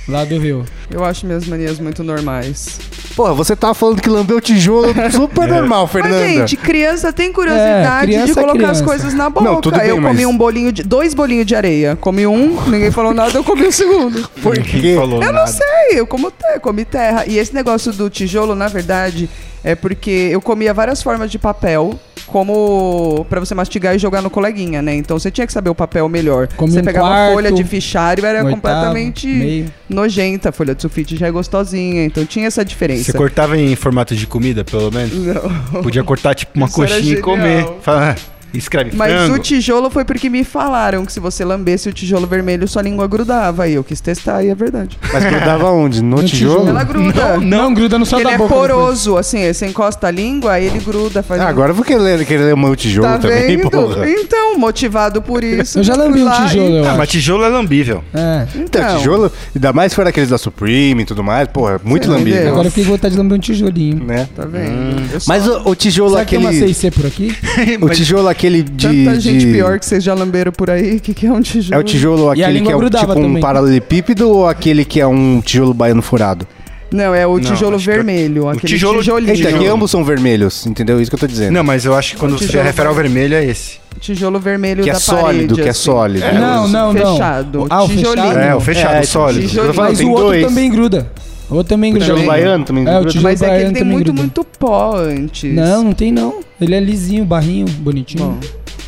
Speaker 2: lá do Rio.
Speaker 4: eu acho minhas manias muito normais.
Speaker 1: Porra, você tava falando que lambeu tijolo super normal, Fernanda.
Speaker 4: Mas, gente, criança tem curiosidade
Speaker 2: É, criança
Speaker 4: de
Speaker 2: é
Speaker 4: colocar as
Speaker 2: criança.
Speaker 4: coisas na boca.
Speaker 1: Não, tudo bem,
Speaker 4: eu comi
Speaker 1: mas-
Speaker 4: um bolinho de. dois bolinhos de areia. Comi um, ninguém falou nada, eu comi o segundo.
Speaker 1: por
Speaker 3: Ninguém
Speaker 1: quê?
Speaker 3: falou
Speaker 4: Eu não
Speaker 3: nada.
Speaker 4: sei, eu como te- comi terra. E esse negócio do tijolo, na verdade, é porque eu comia várias formas de papel, como pra você mastigar e jogar no coleguinha, né? Então você tinha que saber o papel melhor.
Speaker 2: Comi
Speaker 4: você
Speaker 2: um
Speaker 4: pegava
Speaker 2: quarto,
Speaker 4: folha de fichário, era
Speaker 2: um oitavo,
Speaker 4: é completamente
Speaker 2: meio.
Speaker 4: nojenta. A folha de sulfite já é gostosinha, então tinha essa diferença.
Speaker 3: Você
Speaker 2: é
Speaker 3: cortava em formato de comida, pelo menos?
Speaker 4: Não.
Speaker 3: Podia cortar, tipo, uma
Speaker 4: Isso era
Speaker 3: coxinha e comer.
Speaker 4: genial.
Speaker 3: Fala, ah, escreve
Speaker 4: Mas
Speaker 3: frango.
Speaker 4: o tijolo foi porque me falaram que se você lambesse o tijolo vermelho, sua língua grudava. E eu quis testar, e é verdade.
Speaker 1: Mas grudava onde? No,
Speaker 2: No
Speaker 1: tijolo?
Speaker 2: tijolo.
Speaker 4: Ela gruda.
Speaker 2: Não, gruda no céu
Speaker 4: Porque
Speaker 2: da
Speaker 4: ele é
Speaker 2: boca.
Speaker 4: poroso, assim, aí você encosta a língua, aí ele gruda, faz.
Speaker 1: Ah,
Speaker 4: um-
Speaker 1: agora eu vou querer, querer lamber o tijolo
Speaker 4: Tá
Speaker 1: também,
Speaker 4: vendo?
Speaker 1: porra.
Speaker 4: Então, motivado por isso.
Speaker 2: Eu já lambi
Speaker 4: fui lá
Speaker 2: um tijolo,
Speaker 4: e-
Speaker 2: eu
Speaker 3: Ah,
Speaker 2: acho.
Speaker 3: mas tijolo é lambível.
Speaker 2: É.
Speaker 1: Então,
Speaker 4: Então.
Speaker 1: tijolo, ainda mais se for aqueles da Supreme e tudo mais, porra, é muito
Speaker 4: Sim,
Speaker 1: lambível.
Speaker 4: entendeu?
Speaker 2: Agora eu fiquei com vontade de lembrar um tijolinho.
Speaker 1: Né?
Speaker 4: Tá vendo? Eu sou-
Speaker 1: Mas o, o tijolo
Speaker 2: Será que tem
Speaker 1: aquele.
Speaker 2: uma 6C por aqui?
Speaker 1: O tijolo aquele de.
Speaker 4: Tanta gente
Speaker 1: de-
Speaker 4: pior que vocês já lamberam por aí. O que, que é um tijolo?
Speaker 1: É o tijolo
Speaker 2: E a
Speaker 1: aquele
Speaker 2: língua
Speaker 1: que é o-
Speaker 2: grudava
Speaker 1: tipo um
Speaker 2: também.
Speaker 1: paralelepípedo ou aquele que é um tijolo baiano furado?
Speaker 4: Não, é o tijolo
Speaker 3: acho que é-
Speaker 4: vermelho.
Speaker 3: o
Speaker 4: Aquele
Speaker 3: tijolo-
Speaker 4: tijolinho.
Speaker 1: Eita, que
Speaker 3: Tijolo.
Speaker 1: ambos são vermelhos, entendeu? Isso que eu tô dizendo.
Speaker 3: Não, mas eu acho que quando você
Speaker 4: tijolo-
Speaker 3: refere ao vermelho é esse.
Speaker 4: Tijolo vermelho
Speaker 1: que é
Speaker 4: da
Speaker 1: sólido,
Speaker 4: parede,
Speaker 1: que é
Speaker 4: assim.
Speaker 1: sólido.
Speaker 2: não, não, não.
Speaker 4: Fechado.
Speaker 2: Ah, o
Speaker 4: Tijolinho.
Speaker 2: fechado?
Speaker 3: É, o fechado,
Speaker 1: É,
Speaker 3: sólido.
Speaker 4: tijolo-
Speaker 1: Eu tô falando,
Speaker 2: Mas
Speaker 1: tem
Speaker 2: o outro
Speaker 1: dois.
Speaker 2: também gruda. O outro também
Speaker 1: O
Speaker 2: gruda.
Speaker 1: tijolo baiano também
Speaker 2: É, o
Speaker 1: gruda?
Speaker 2: tijolo
Speaker 4: Mas é que
Speaker 2: baiano
Speaker 4: ele tem
Speaker 2: também
Speaker 4: muito,
Speaker 2: gruda.
Speaker 4: muito pó antes.
Speaker 2: Não, não tem não. Ele é lisinho, barrinho, bonitinho.
Speaker 4: Bom.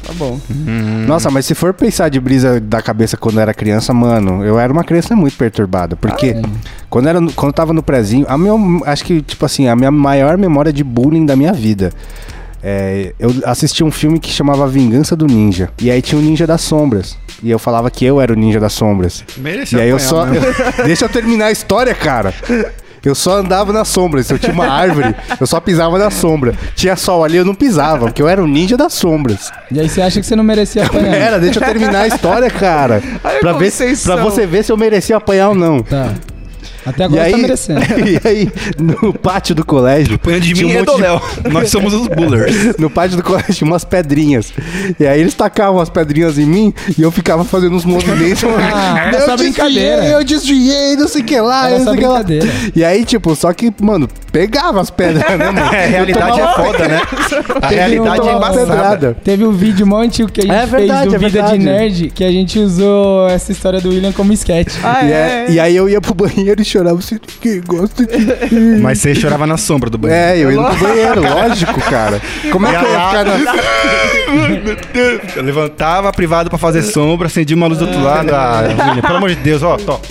Speaker 2: Tá bom.
Speaker 1: Nossa, mas se for pensar de brisa da cabeça quando era criança, mano, eu era uma criança muito perturbada. Porque quando, era, no- quando eu tava no prezinho, a minha, acho que, tipo assim, a minha maior memória de bullying da minha vida. É, eu assisti um filme que chamava Vingança do Ninja. E aí tinha o Ninja das Sombras. E eu falava que eu era o Ninja das Sombras.
Speaker 3: Mereceu
Speaker 1: E aí eu
Speaker 3: é apanhar né?
Speaker 1: só.
Speaker 3: mesmo.
Speaker 1: Deixa eu terminar a história, cara. Eu só andava na sombra. Se eu tinha uma árvore, eu só pisava na sombra. Tinha sol ali, eu não pisava, porque eu era o ninja das sombras.
Speaker 2: E aí você acha que você não
Speaker 1: É
Speaker 2: merecia
Speaker 1: um
Speaker 2: apanhar?
Speaker 1: Pera, deixa eu terminar a história, cara.
Speaker 4: Olha
Speaker 1: Pra,
Speaker 4: como
Speaker 1: ver,
Speaker 4: vocês
Speaker 1: pra
Speaker 4: são.
Speaker 1: você ver se eu merecia apanhar ou não.
Speaker 2: Tá. Até
Speaker 1: E
Speaker 2: agora você
Speaker 1: aí,
Speaker 2: tá merecendo.
Speaker 1: e aí, no pátio do colégio.
Speaker 3: Apanha de
Speaker 1: tinha
Speaker 3: mim
Speaker 1: um
Speaker 3: é
Speaker 1: monte
Speaker 3: do
Speaker 1: de-
Speaker 3: Léo. Nós somos os bullers.
Speaker 1: No pátio do colégio tinha umas pedrinhas. E aí eles tacavam as pedrinhas em mim e eu ficava fazendo uns movimentos.
Speaker 2: Ah,
Speaker 1: eu
Speaker 2: essa brincadeira.
Speaker 1: desviei, eu desviei, não sei o que lá, eu
Speaker 2: Era
Speaker 1: não
Speaker 2: essa
Speaker 1: sei o que lá.
Speaker 2: brincadeira.
Speaker 1: E aí, tipo, só que, mano, pegava as pedras, né, mano?
Speaker 3: É, a realidade é foda, né? A
Speaker 1: Teve um
Speaker 3: realidade é
Speaker 1: tomava
Speaker 3: embaçada.
Speaker 1: pedrada.
Speaker 2: Teve um vídeo mó antigo que a gente
Speaker 1: É verdade,
Speaker 2: fez do
Speaker 1: é
Speaker 2: Vida
Speaker 1: verdade.
Speaker 2: de Nerd, que a gente usou essa história do William como esquete.
Speaker 4: Ah,
Speaker 1: E,
Speaker 4: é.
Speaker 1: é- e aí eu ia pro banheiro e chorava assim, que gosto de
Speaker 3: Mas você chorava na sombra do banheiro.
Speaker 1: É, eu ia no banheiro, lógico, cara. Como é que eu ia ficar na...
Speaker 3: Eu levantava a privada pra fazer sombra, acendia uma luz do outro lado. Ah, William, pelo amor de Deus, ó, tó.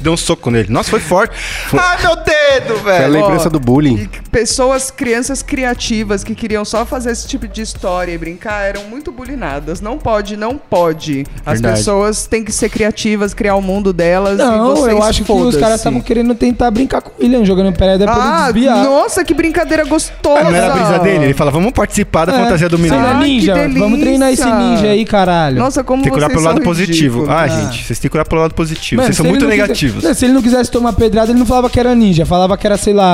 Speaker 3: Deu um soco nele. Nossa, foi forte. Ah, meu dedo,
Speaker 1: É a
Speaker 3: velho.
Speaker 1: lembrança do bullying.
Speaker 4: Pessoas, crianças criativas que queriam só fazer esse tipo de história e brincar eram muito bulinadas. Não pode, não pode. As
Speaker 3: Verdade.
Speaker 4: pessoas têm que ser criativas, criar o mundo delas. e
Speaker 2: Não,
Speaker 4: vocês
Speaker 2: eu acho que os
Speaker 4: foda-se.
Speaker 2: caras estavam querendo tentar brincar com o William, jogando pedra pra ele
Speaker 4: Ah,
Speaker 2: desviar.
Speaker 4: nossa, que brincadeira gostosa!
Speaker 3: Não era a brisa dele? Ele fala, vamos participar da
Speaker 2: É,
Speaker 3: fantasia do
Speaker 1: Ah,
Speaker 3: menino.
Speaker 2: você é
Speaker 4: Ai, que
Speaker 2: ninja, vamos
Speaker 4: delícia.
Speaker 2: treinar esse ninja aí, caralho.
Speaker 4: Nossa, como
Speaker 3: Tem que
Speaker 4: vocês
Speaker 3: curar pelo
Speaker 4: são
Speaker 3: lado positivo.
Speaker 4: ridículos.
Speaker 3: Ah, gente, vocês têm que curar pelo lado positivo.
Speaker 2: Mano,
Speaker 3: vocês são
Speaker 2: se ele
Speaker 3: muito
Speaker 2: não quisesse-
Speaker 3: negativos.
Speaker 2: Não, se ele não quisesse tomar pedrada, ele não falava que era ninja, falava que era, sei lá,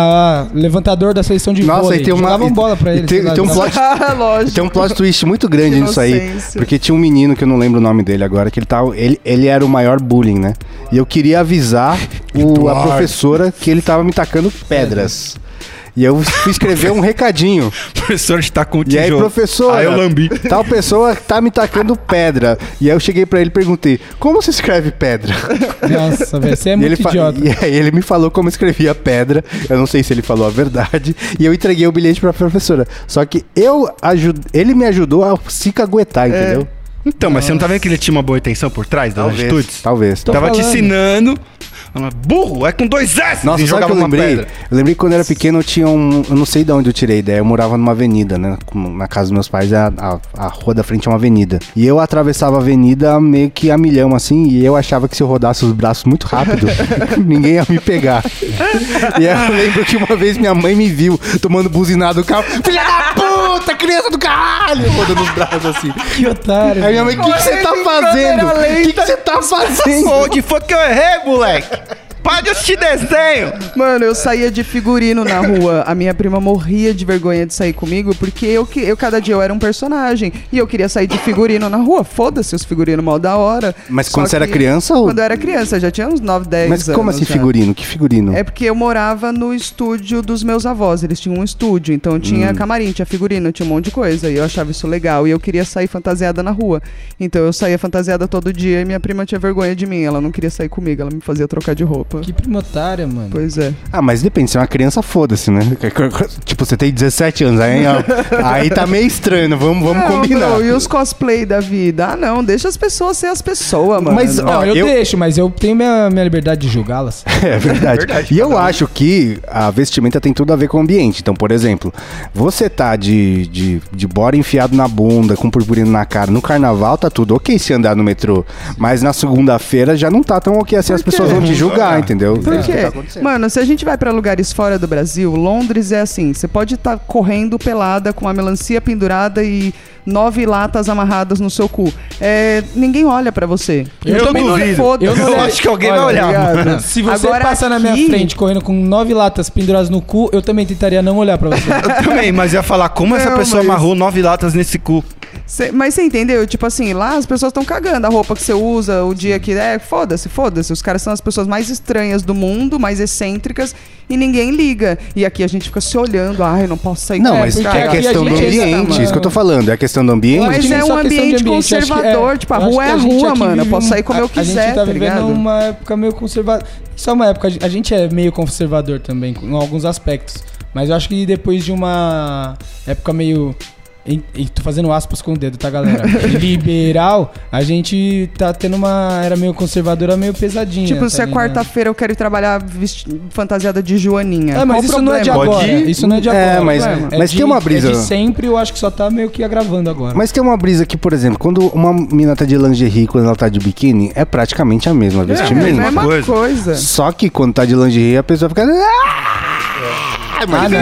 Speaker 2: ah, levantador da seleção de
Speaker 1: Nossa,
Speaker 2: vôlei.
Speaker 1: e tem uma...
Speaker 2: Jogavam
Speaker 1: e-
Speaker 2: bola pra
Speaker 1: e
Speaker 2: ele.
Speaker 1: tem-
Speaker 2: sei lá,
Speaker 1: tem um
Speaker 2: dava-
Speaker 1: plot
Speaker 4: Ah, lógico.
Speaker 1: Tem um plot twist muito grande nisso aí.
Speaker 4: Inocência.
Speaker 1: Porque tinha um menino que eu não lembro o nome dele agora, que ele tava. Ele, ele era o maior bullying, né? E eu queria avisar o, a
Speaker 3: Eduardo.
Speaker 1: professora que ele tava me tacando pedras. E eu fui escrever um recadinho.
Speaker 3: O professor está com o
Speaker 1: E aí,
Speaker 3: tijolo.
Speaker 1: professor.
Speaker 3: Aí eu lambi.
Speaker 1: Tal pessoa tá me tacando pedra. E aí eu cheguei pra ele e perguntei: como se escreve pedra?
Speaker 2: Nossa, velho, você é
Speaker 1: e, ele
Speaker 2: muito
Speaker 1: fa-
Speaker 2: idiota.
Speaker 1: e aí ele me falou como escrevia pedra. Eu não sei se ele falou a verdade. E eu entreguei o bilhete pra professora. Só que eu ajud... ele me ajudou a se caguetar, entendeu?
Speaker 3: Então, mas você não tá vendo que ele tinha uma boa intenção por trás das atitudes?
Speaker 1: Talvez.
Speaker 2: Tô
Speaker 3: Tava te
Speaker 2: falando.
Speaker 3: ensinando. Falando, Burro, é com dois S!
Speaker 1: Nossa,
Speaker 3: E
Speaker 1: sabe o que eu
Speaker 3: uma
Speaker 1: lembrei?
Speaker 3: pedra.
Speaker 1: Eu lembrei que quando eu era pequeno eu tinha um. Eu não sei de onde eu tirei a ideia. Eu morava numa avenida, né? Como Na casa dos meus pais, a, a, a rua da frente é uma avenida. E eu atravessava a avenida meio que a milhão, assim, e eu achava que se eu rodasse os braços muito rápido, ninguém ia me pegar. e aí eu lembro que uma vez minha mãe me viu tomando buzinado do carro. Filha da puta, criança do caralho! Rodando os braços assim.
Speaker 2: Que otário.
Speaker 1: Aí minha mãe, o que que você tá fazendo? O que que você tá fazendo?
Speaker 3: Onde foi que eu errei, moleque? Para de assistir desenho!
Speaker 4: Mano, eu saía de figurino na rua. A minha prima morria de vergonha de sair comigo, porque eu, que- eu cada dia eu era um personagem. E eu queria sair de figurino na rua. Foda-se os figurinos mal da hora.
Speaker 1: Mas
Speaker 4: Só
Speaker 1: quando você era
Speaker 4: que-
Speaker 1: criança ou-
Speaker 4: Quando eu era criança, já tinha uns 9, 10
Speaker 1: Mas
Speaker 4: anos.
Speaker 1: como assim
Speaker 4: já.
Speaker 1: figurino? Que figurino?
Speaker 4: É porque eu morava no estúdio dos meus avós. Eles tinham um estúdio, então
Speaker 1: Hum.
Speaker 4: tinha camarim, tinha figurino, tinha um monte de coisa. E eu achava isso legal. E eu queria sair fantasiada na rua. Então eu saía fantasiada todo dia e minha prima tinha vergonha de mim. Ela não queria sair comigo, ela me fazia trocar de roupa.
Speaker 2: Que prima otária, mano.
Speaker 4: Pois é.
Speaker 1: Ah, mas depende, se é uma criança, foda-se, né? Tipo, você tem 17 anos, aí, ó, aí tá meio estranho, vamos, vamos
Speaker 4: É, Não,
Speaker 1: combinar.
Speaker 4: bro, e os cosplay da vida? Ah, não, deixa as pessoas ser as pessoas, mano.
Speaker 1: Mas,
Speaker 2: Não,
Speaker 1: ó,
Speaker 2: eu,
Speaker 1: eu-
Speaker 2: deixo, mas eu tenho minha, minha liberdade de julgá-las.
Speaker 1: É verdade. e eu acho que a vestimenta tem tudo a ver com o ambiente. Então, por exemplo, você tá de, de, de bora enfiado na bunda, com purpurina na cara, no carnaval tá tudo ok se andar no metrô, mas na segunda-feira já não tá tão ok assim, as pessoas vão te julgar, entendeu?
Speaker 4: Por quê? Mano, se a gente vai pra lugares fora do Brasil, Londres é assim: você pode estar correndo pelada com a melancia pendurada e nove latas amarradas no seu cu. É, ninguém olha pra você.
Speaker 2: Eu
Speaker 4: também não
Speaker 3: duvido.
Speaker 4: foda-se. Tá
Speaker 3: Eu não acho que alguém vai olhar, mano.
Speaker 2: Se você
Speaker 4: Agora
Speaker 2: passar na minha
Speaker 4: aqui-
Speaker 2: frente correndo com nove latas penduradas no cu, eu também tentaria não olhar pra você.
Speaker 3: Eu também, mas ia falar, como essa
Speaker 4: Não,
Speaker 3: pessoa
Speaker 4: mas-
Speaker 3: amarrou nove latas nesse cu?
Speaker 4: Cê- mas você entendeu? Tipo assim, lá as pessoas estão cagando a roupa que você usa, o dia que. É, foda-se, foda-se. Os caras são as pessoas mais estranhas do mundo, mais excêntricas, e ninguém liga. E aqui a gente fica se olhando, ai, não posso sair
Speaker 1: Não,
Speaker 4: com
Speaker 1: mas
Speaker 4: esse
Speaker 1: é
Speaker 2: porque
Speaker 1: a
Speaker 4: cara.
Speaker 2: aqui a
Speaker 1: questão do
Speaker 2: gente-
Speaker 1: ambiente, isso que eu tô falando, é a questão do ambiente.
Speaker 2: acho que
Speaker 4: tá Mas
Speaker 2: nem
Speaker 4: é
Speaker 2: só
Speaker 4: um
Speaker 2: questão de
Speaker 4: ambiente
Speaker 2: ambiente, acho que-
Speaker 4: conservador, tipo, a
Speaker 2: eu acho
Speaker 4: rua
Speaker 2: que
Speaker 4: é a
Speaker 2: gente
Speaker 4: rua,
Speaker 2: aqui
Speaker 4: mano, eu
Speaker 2: vive
Speaker 4: posso
Speaker 2: um-
Speaker 4: sair como
Speaker 2: a-
Speaker 4: eu
Speaker 2: A
Speaker 4: quiser,
Speaker 2: gente tá
Speaker 4: tá
Speaker 2: vivendo
Speaker 4: ligado?
Speaker 2: uma época meio conservadora. Só uma época, a gente é meio conservador também, com- em alguns aspectos. Mas eu acho que depois de uma época meio E, e tô fazendo aspas com o dedo, tá, galera? liberal, a gente tá tendo uma era meio conservadora, meio pesadinha.
Speaker 4: Tipo,
Speaker 2: tá
Speaker 4: se é
Speaker 2: ligado?
Speaker 4: quarta-feira eu quero ir trabalhar vesti- fantasiada de Joaninha.
Speaker 2: É,
Speaker 4: Qual
Speaker 2: mas
Speaker 4: o
Speaker 2: isso não é de
Speaker 4: problema?
Speaker 2: agora.
Speaker 1: Pode-
Speaker 2: Isso não é de
Speaker 1: É,
Speaker 2: agora.
Speaker 1: mas-
Speaker 2: problema.
Speaker 1: mas
Speaker 2: de-
Speaker 1: tem uma brisa.
Speaker 2: É de sempre, eu acho que só tá meio que agravando agora.
Speaker 1: Mas tem uma brisa que, por exemplo, quando uma mina tá de lingerie e quando ela tá de biquíni, é praticamente a mesma
Speaker 4: É, não é
Speaker 1: vestimenta.
Speaker 4: uma
Speaker 3: coisa.
Speaker 4: coisa.
Speaker 1: Só que quando tá de lingerie, a pessoa fica. Ah, mas é
Speaker 2: Ah, não.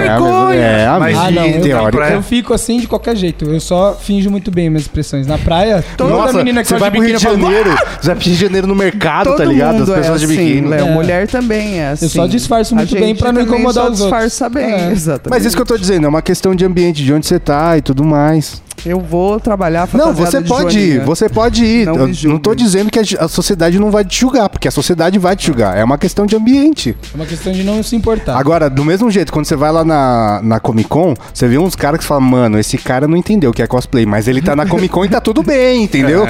Speaker 1: a mesma- É, a
Speaker 3: Mas
Speaker 1: mesma
Speaker 2: Ah, não, eu-
Speaker 1: teórica.
Speaker 2: Eu fico assim de qualquer jeito. Eu só finjo muito bem minhas expressões. Na praia, toda
Speaker 1: Nossa,
Speaker 2: menina que
Speaker 1: você vai
Speaker 2: gosta de
Speaker 1: pro Rio
Speaker 2: biquíni
Speaker 1: de
Speaker 2: fala,
Speaker 1: Janeiro, você vai pro Rio de Janeiro no mercado,
Speaker 4: "Ah, Todo
Speaker 1: tá ligado? As
Speaker 4: mundo
Speaker 1: pessoas
Speaker 4: é
Speaker 1: de biquíni. né?
Speaker 4: Assim, Léo.
Speaker 2: É.
Speaker 4: Mulher também é assim.
Speaker 2: Eu só disfarço muito
Speaker 4: A
Speaker 2: bem
Speaker 4: gente
Speaker 2: pra não
Speaker 4: também
Speaker 2: incomodar
Speaker 4: só
Speaker 2: os outros.
Speaker 4: disfarça bem,
Speaker 2: É.
Speaker 4: exatamente.
Speaker 1: Mas isso que eu tô dizendo, é uma questão de ambiente, de onde você tá e tudo mais.
Speaker 4: Eu vou trabalhar
Speaker 1: Não,
Speaker 4: fantasiada
Speaker 1: você
Speaker 4: Tá de
Speaker 1: pode ir,
Speaker 4: Joaninha.
Speaker 1: você pode ir.
Speaker 4: Não
Speaker 1: Eu
Speaker 4: me
Speaker 1: Não,
Speaker 4: julgue.
Speaker 1: tô dizendo que a, ju- a sociedade não vai te julgar, porque a sociedade vai te julgar. É uma questão de ambiente.
Speaker 2: É uma questão de não se importar.
Speaker 1: Tá. Agora, do mesmo jeito, quando você vai lá na, na Comic Con, você vê uns caras que falam, mano, esse cara não entendeu o que é cosplay, mas ele tá na Comic Con e tá tudo bem, entendeu?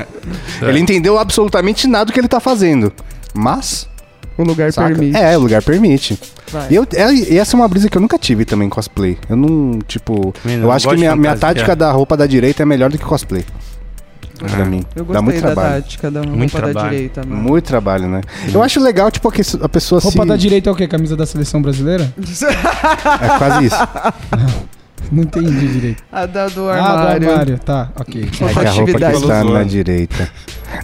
Speaker 1: Ele entendeu absolutamente nada do que ele tá fazendo. Mas.
Speaker 4: O lugar
Speaker 1: saca?
Speaker 4: permite.
Speaker 1: É, o lugar permite. E, eu- é- e essa é uma brisa que eu nunca tive também cosplay. Eu não, tipo.
Speaker 3: Também não,
Speaker 1: eu
Speaker 3: eu
Speaker 1: acho
Speaker 3: gosto
Speaker 1: que
Speaker 3: de
Speaker 1: minha, minha
Speaker 3: fantasia.
Speaker 1: tática da roupa da direita é melhor do que cosplay. Pra mim.
Speaker 4: Eu
Speaker 1: Dá muito
Speaker 4: gostei da
Speaker 1: trabalho.
Speaker 4: tática da
Speaker 3: Muito
Speaker 4: roupa da
Speaker 3: trabalho.
Speaker 4: direita, mano.
Speaker 1: Muito trabalho, né? Eu acho legal, tipo, que a pessoa
Speaker 2: Roupa
Speaker 1: se...
Speaker 2: da direita é o quê? Camisa da seleção brasileira?
Speaker 1: É quase isso.
Speaker 2: Não entendi direito.
Speaker 4: A da do
Speaker 2: Ah, do
Speaker 4: armário.
Speaker 2: armário. Tá, ok.
Speaker 1: É que a roupa que
Speaker 4: Atividade.
Speaker 1: está na
Speaker 3: Zoando.
Speaker 1: direita.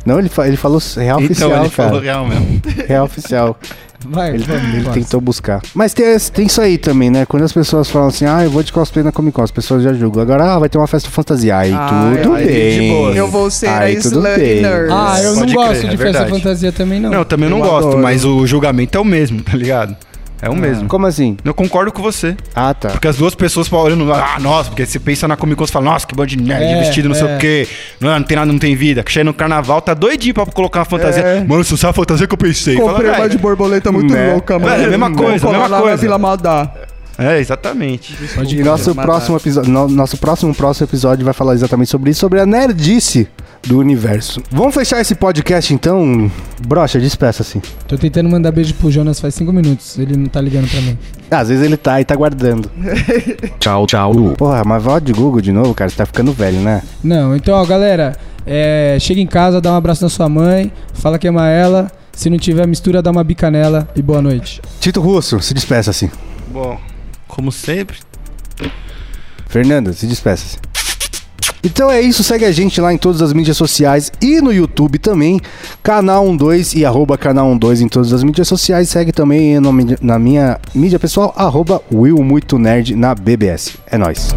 Speaker 1: Não, ele, fa- ele falou real oficial,
Speaker 3: Então, ele
Speaker 1: cara. Então,
Speaker 3: falou real mesmo.
Speaker 1: Real oficial.
Speaker 2: Vai,
Speaker 1: Ele,
Speaker 2: vamos,
Speaker 1: ele
Speaker 2: vai.
Speaker 1: tentou buscar. Mas tem, esse- tem isso aí também, né? Quando as pessoas falam assim, ah, eu vou de cosplay na Comic Con, as pessoas já julgam. Agora, ah, vai ter uma festa fantasia. Aí
Speaker 4: Ah,
Speaker 1: tudo
Speaker 4: aí,
Speaker 1: bem.
Speaker 3: de boa.
Speaker 4: Eu vou ser a
Speaker 1: Aí tudo
Speaker 4: Slutty
Speaker 1: bem.
Speaker 4: Nerd.
Speaker 2: Ah, eu não
Speaker 3: Pode
Speaker 2: gosto
Speaker 3: crer,
Speaker 2: de
Speaker 3: é
Speaker 2: festa
Speaker 3: verdade.
Speaker 2: fantasia também, não.
Speaker 3: Não, eu também não
Speaker 4: Eu
Speaker 3: gosto,
Speaker 4: adoro.
Speaker 3: mas o julgamento é o mesmo, tá ligado? É o mesmo.
Speaker 1: Como assim?
Speaker 3: Eu concordo com você.
Speaker 1: Ah, tá.
Speaker 3: Porque as duas pessoas falam olhando, ah, nossa, porque você pensa na Comic Con, você fala, nossa, que bando de nerd,
Speaker 2: É,
Speaker 3: de vestido, não sei
Speaker 2: é.
Speaker 3: o quê, não, não tem nada, não tem vida. Que chega no carnaval, tá doidinho pra colocar uma fantasia. Mano, se usar a fantasia que eu pensei.
Speaker 4: É. Comprei
Speaker 3: Fala,
Speaker 4: uma de
Speaker 3: "Velho,
Speaker 4: borboleta muito
Speaker 1: Né?
Speaker 4: louca, mano.
Speaker 3: É, mesma coisa,
Speaker 4: Vou colar
Speaker 3: mesma
Speaker 4: lá na
Speaker 3: coisa.
Speaker 4: Vila Madá.
Speaker 3: É, exatamente.
Speaker 2: Pode
Speaker 1: E nosso
Speaker 4: Matar.
Speaker 1: próximo, episo- no- nosso próximo, próximo episódio vai falar exatamente sobre isso, sobre a nerdice do universo. Vamos fechar esse podcast então? Brocha, despeça-se.
Speaker 2: Tô tentando mandar beijo pro Jonas faz cinco minutos. Ele não tá ligando pra mim.
Speaker 1: Ah, Às vezes ele tá e tá guardando.
Speaker 8: Tchau, tchau.
Speaker 1: Porra, mas vai de Google de novo, cara. Você tá ficando velho, né?
Speaker 2: Não, então, ó, galera, é, chega em casa, dá um abraço na sua mãe, fala que ama ela. Se não tiver mistura, dá uma bica nela e boa noite.
Speaker 1: Tito Russo, se despeça-se.
Speaker 3: Bom, como sempre,
Speaker 1: Fernanda, se despeça-se. Então é isso, segue a gente lá em todas as mídias sociais e no YouTube também, canal 12 e arroba canal 12 em todas as mídias sociais, segue também na mídia, na minha mídia pessoal, arroba Will Muito Nerd na BBS. É nóis.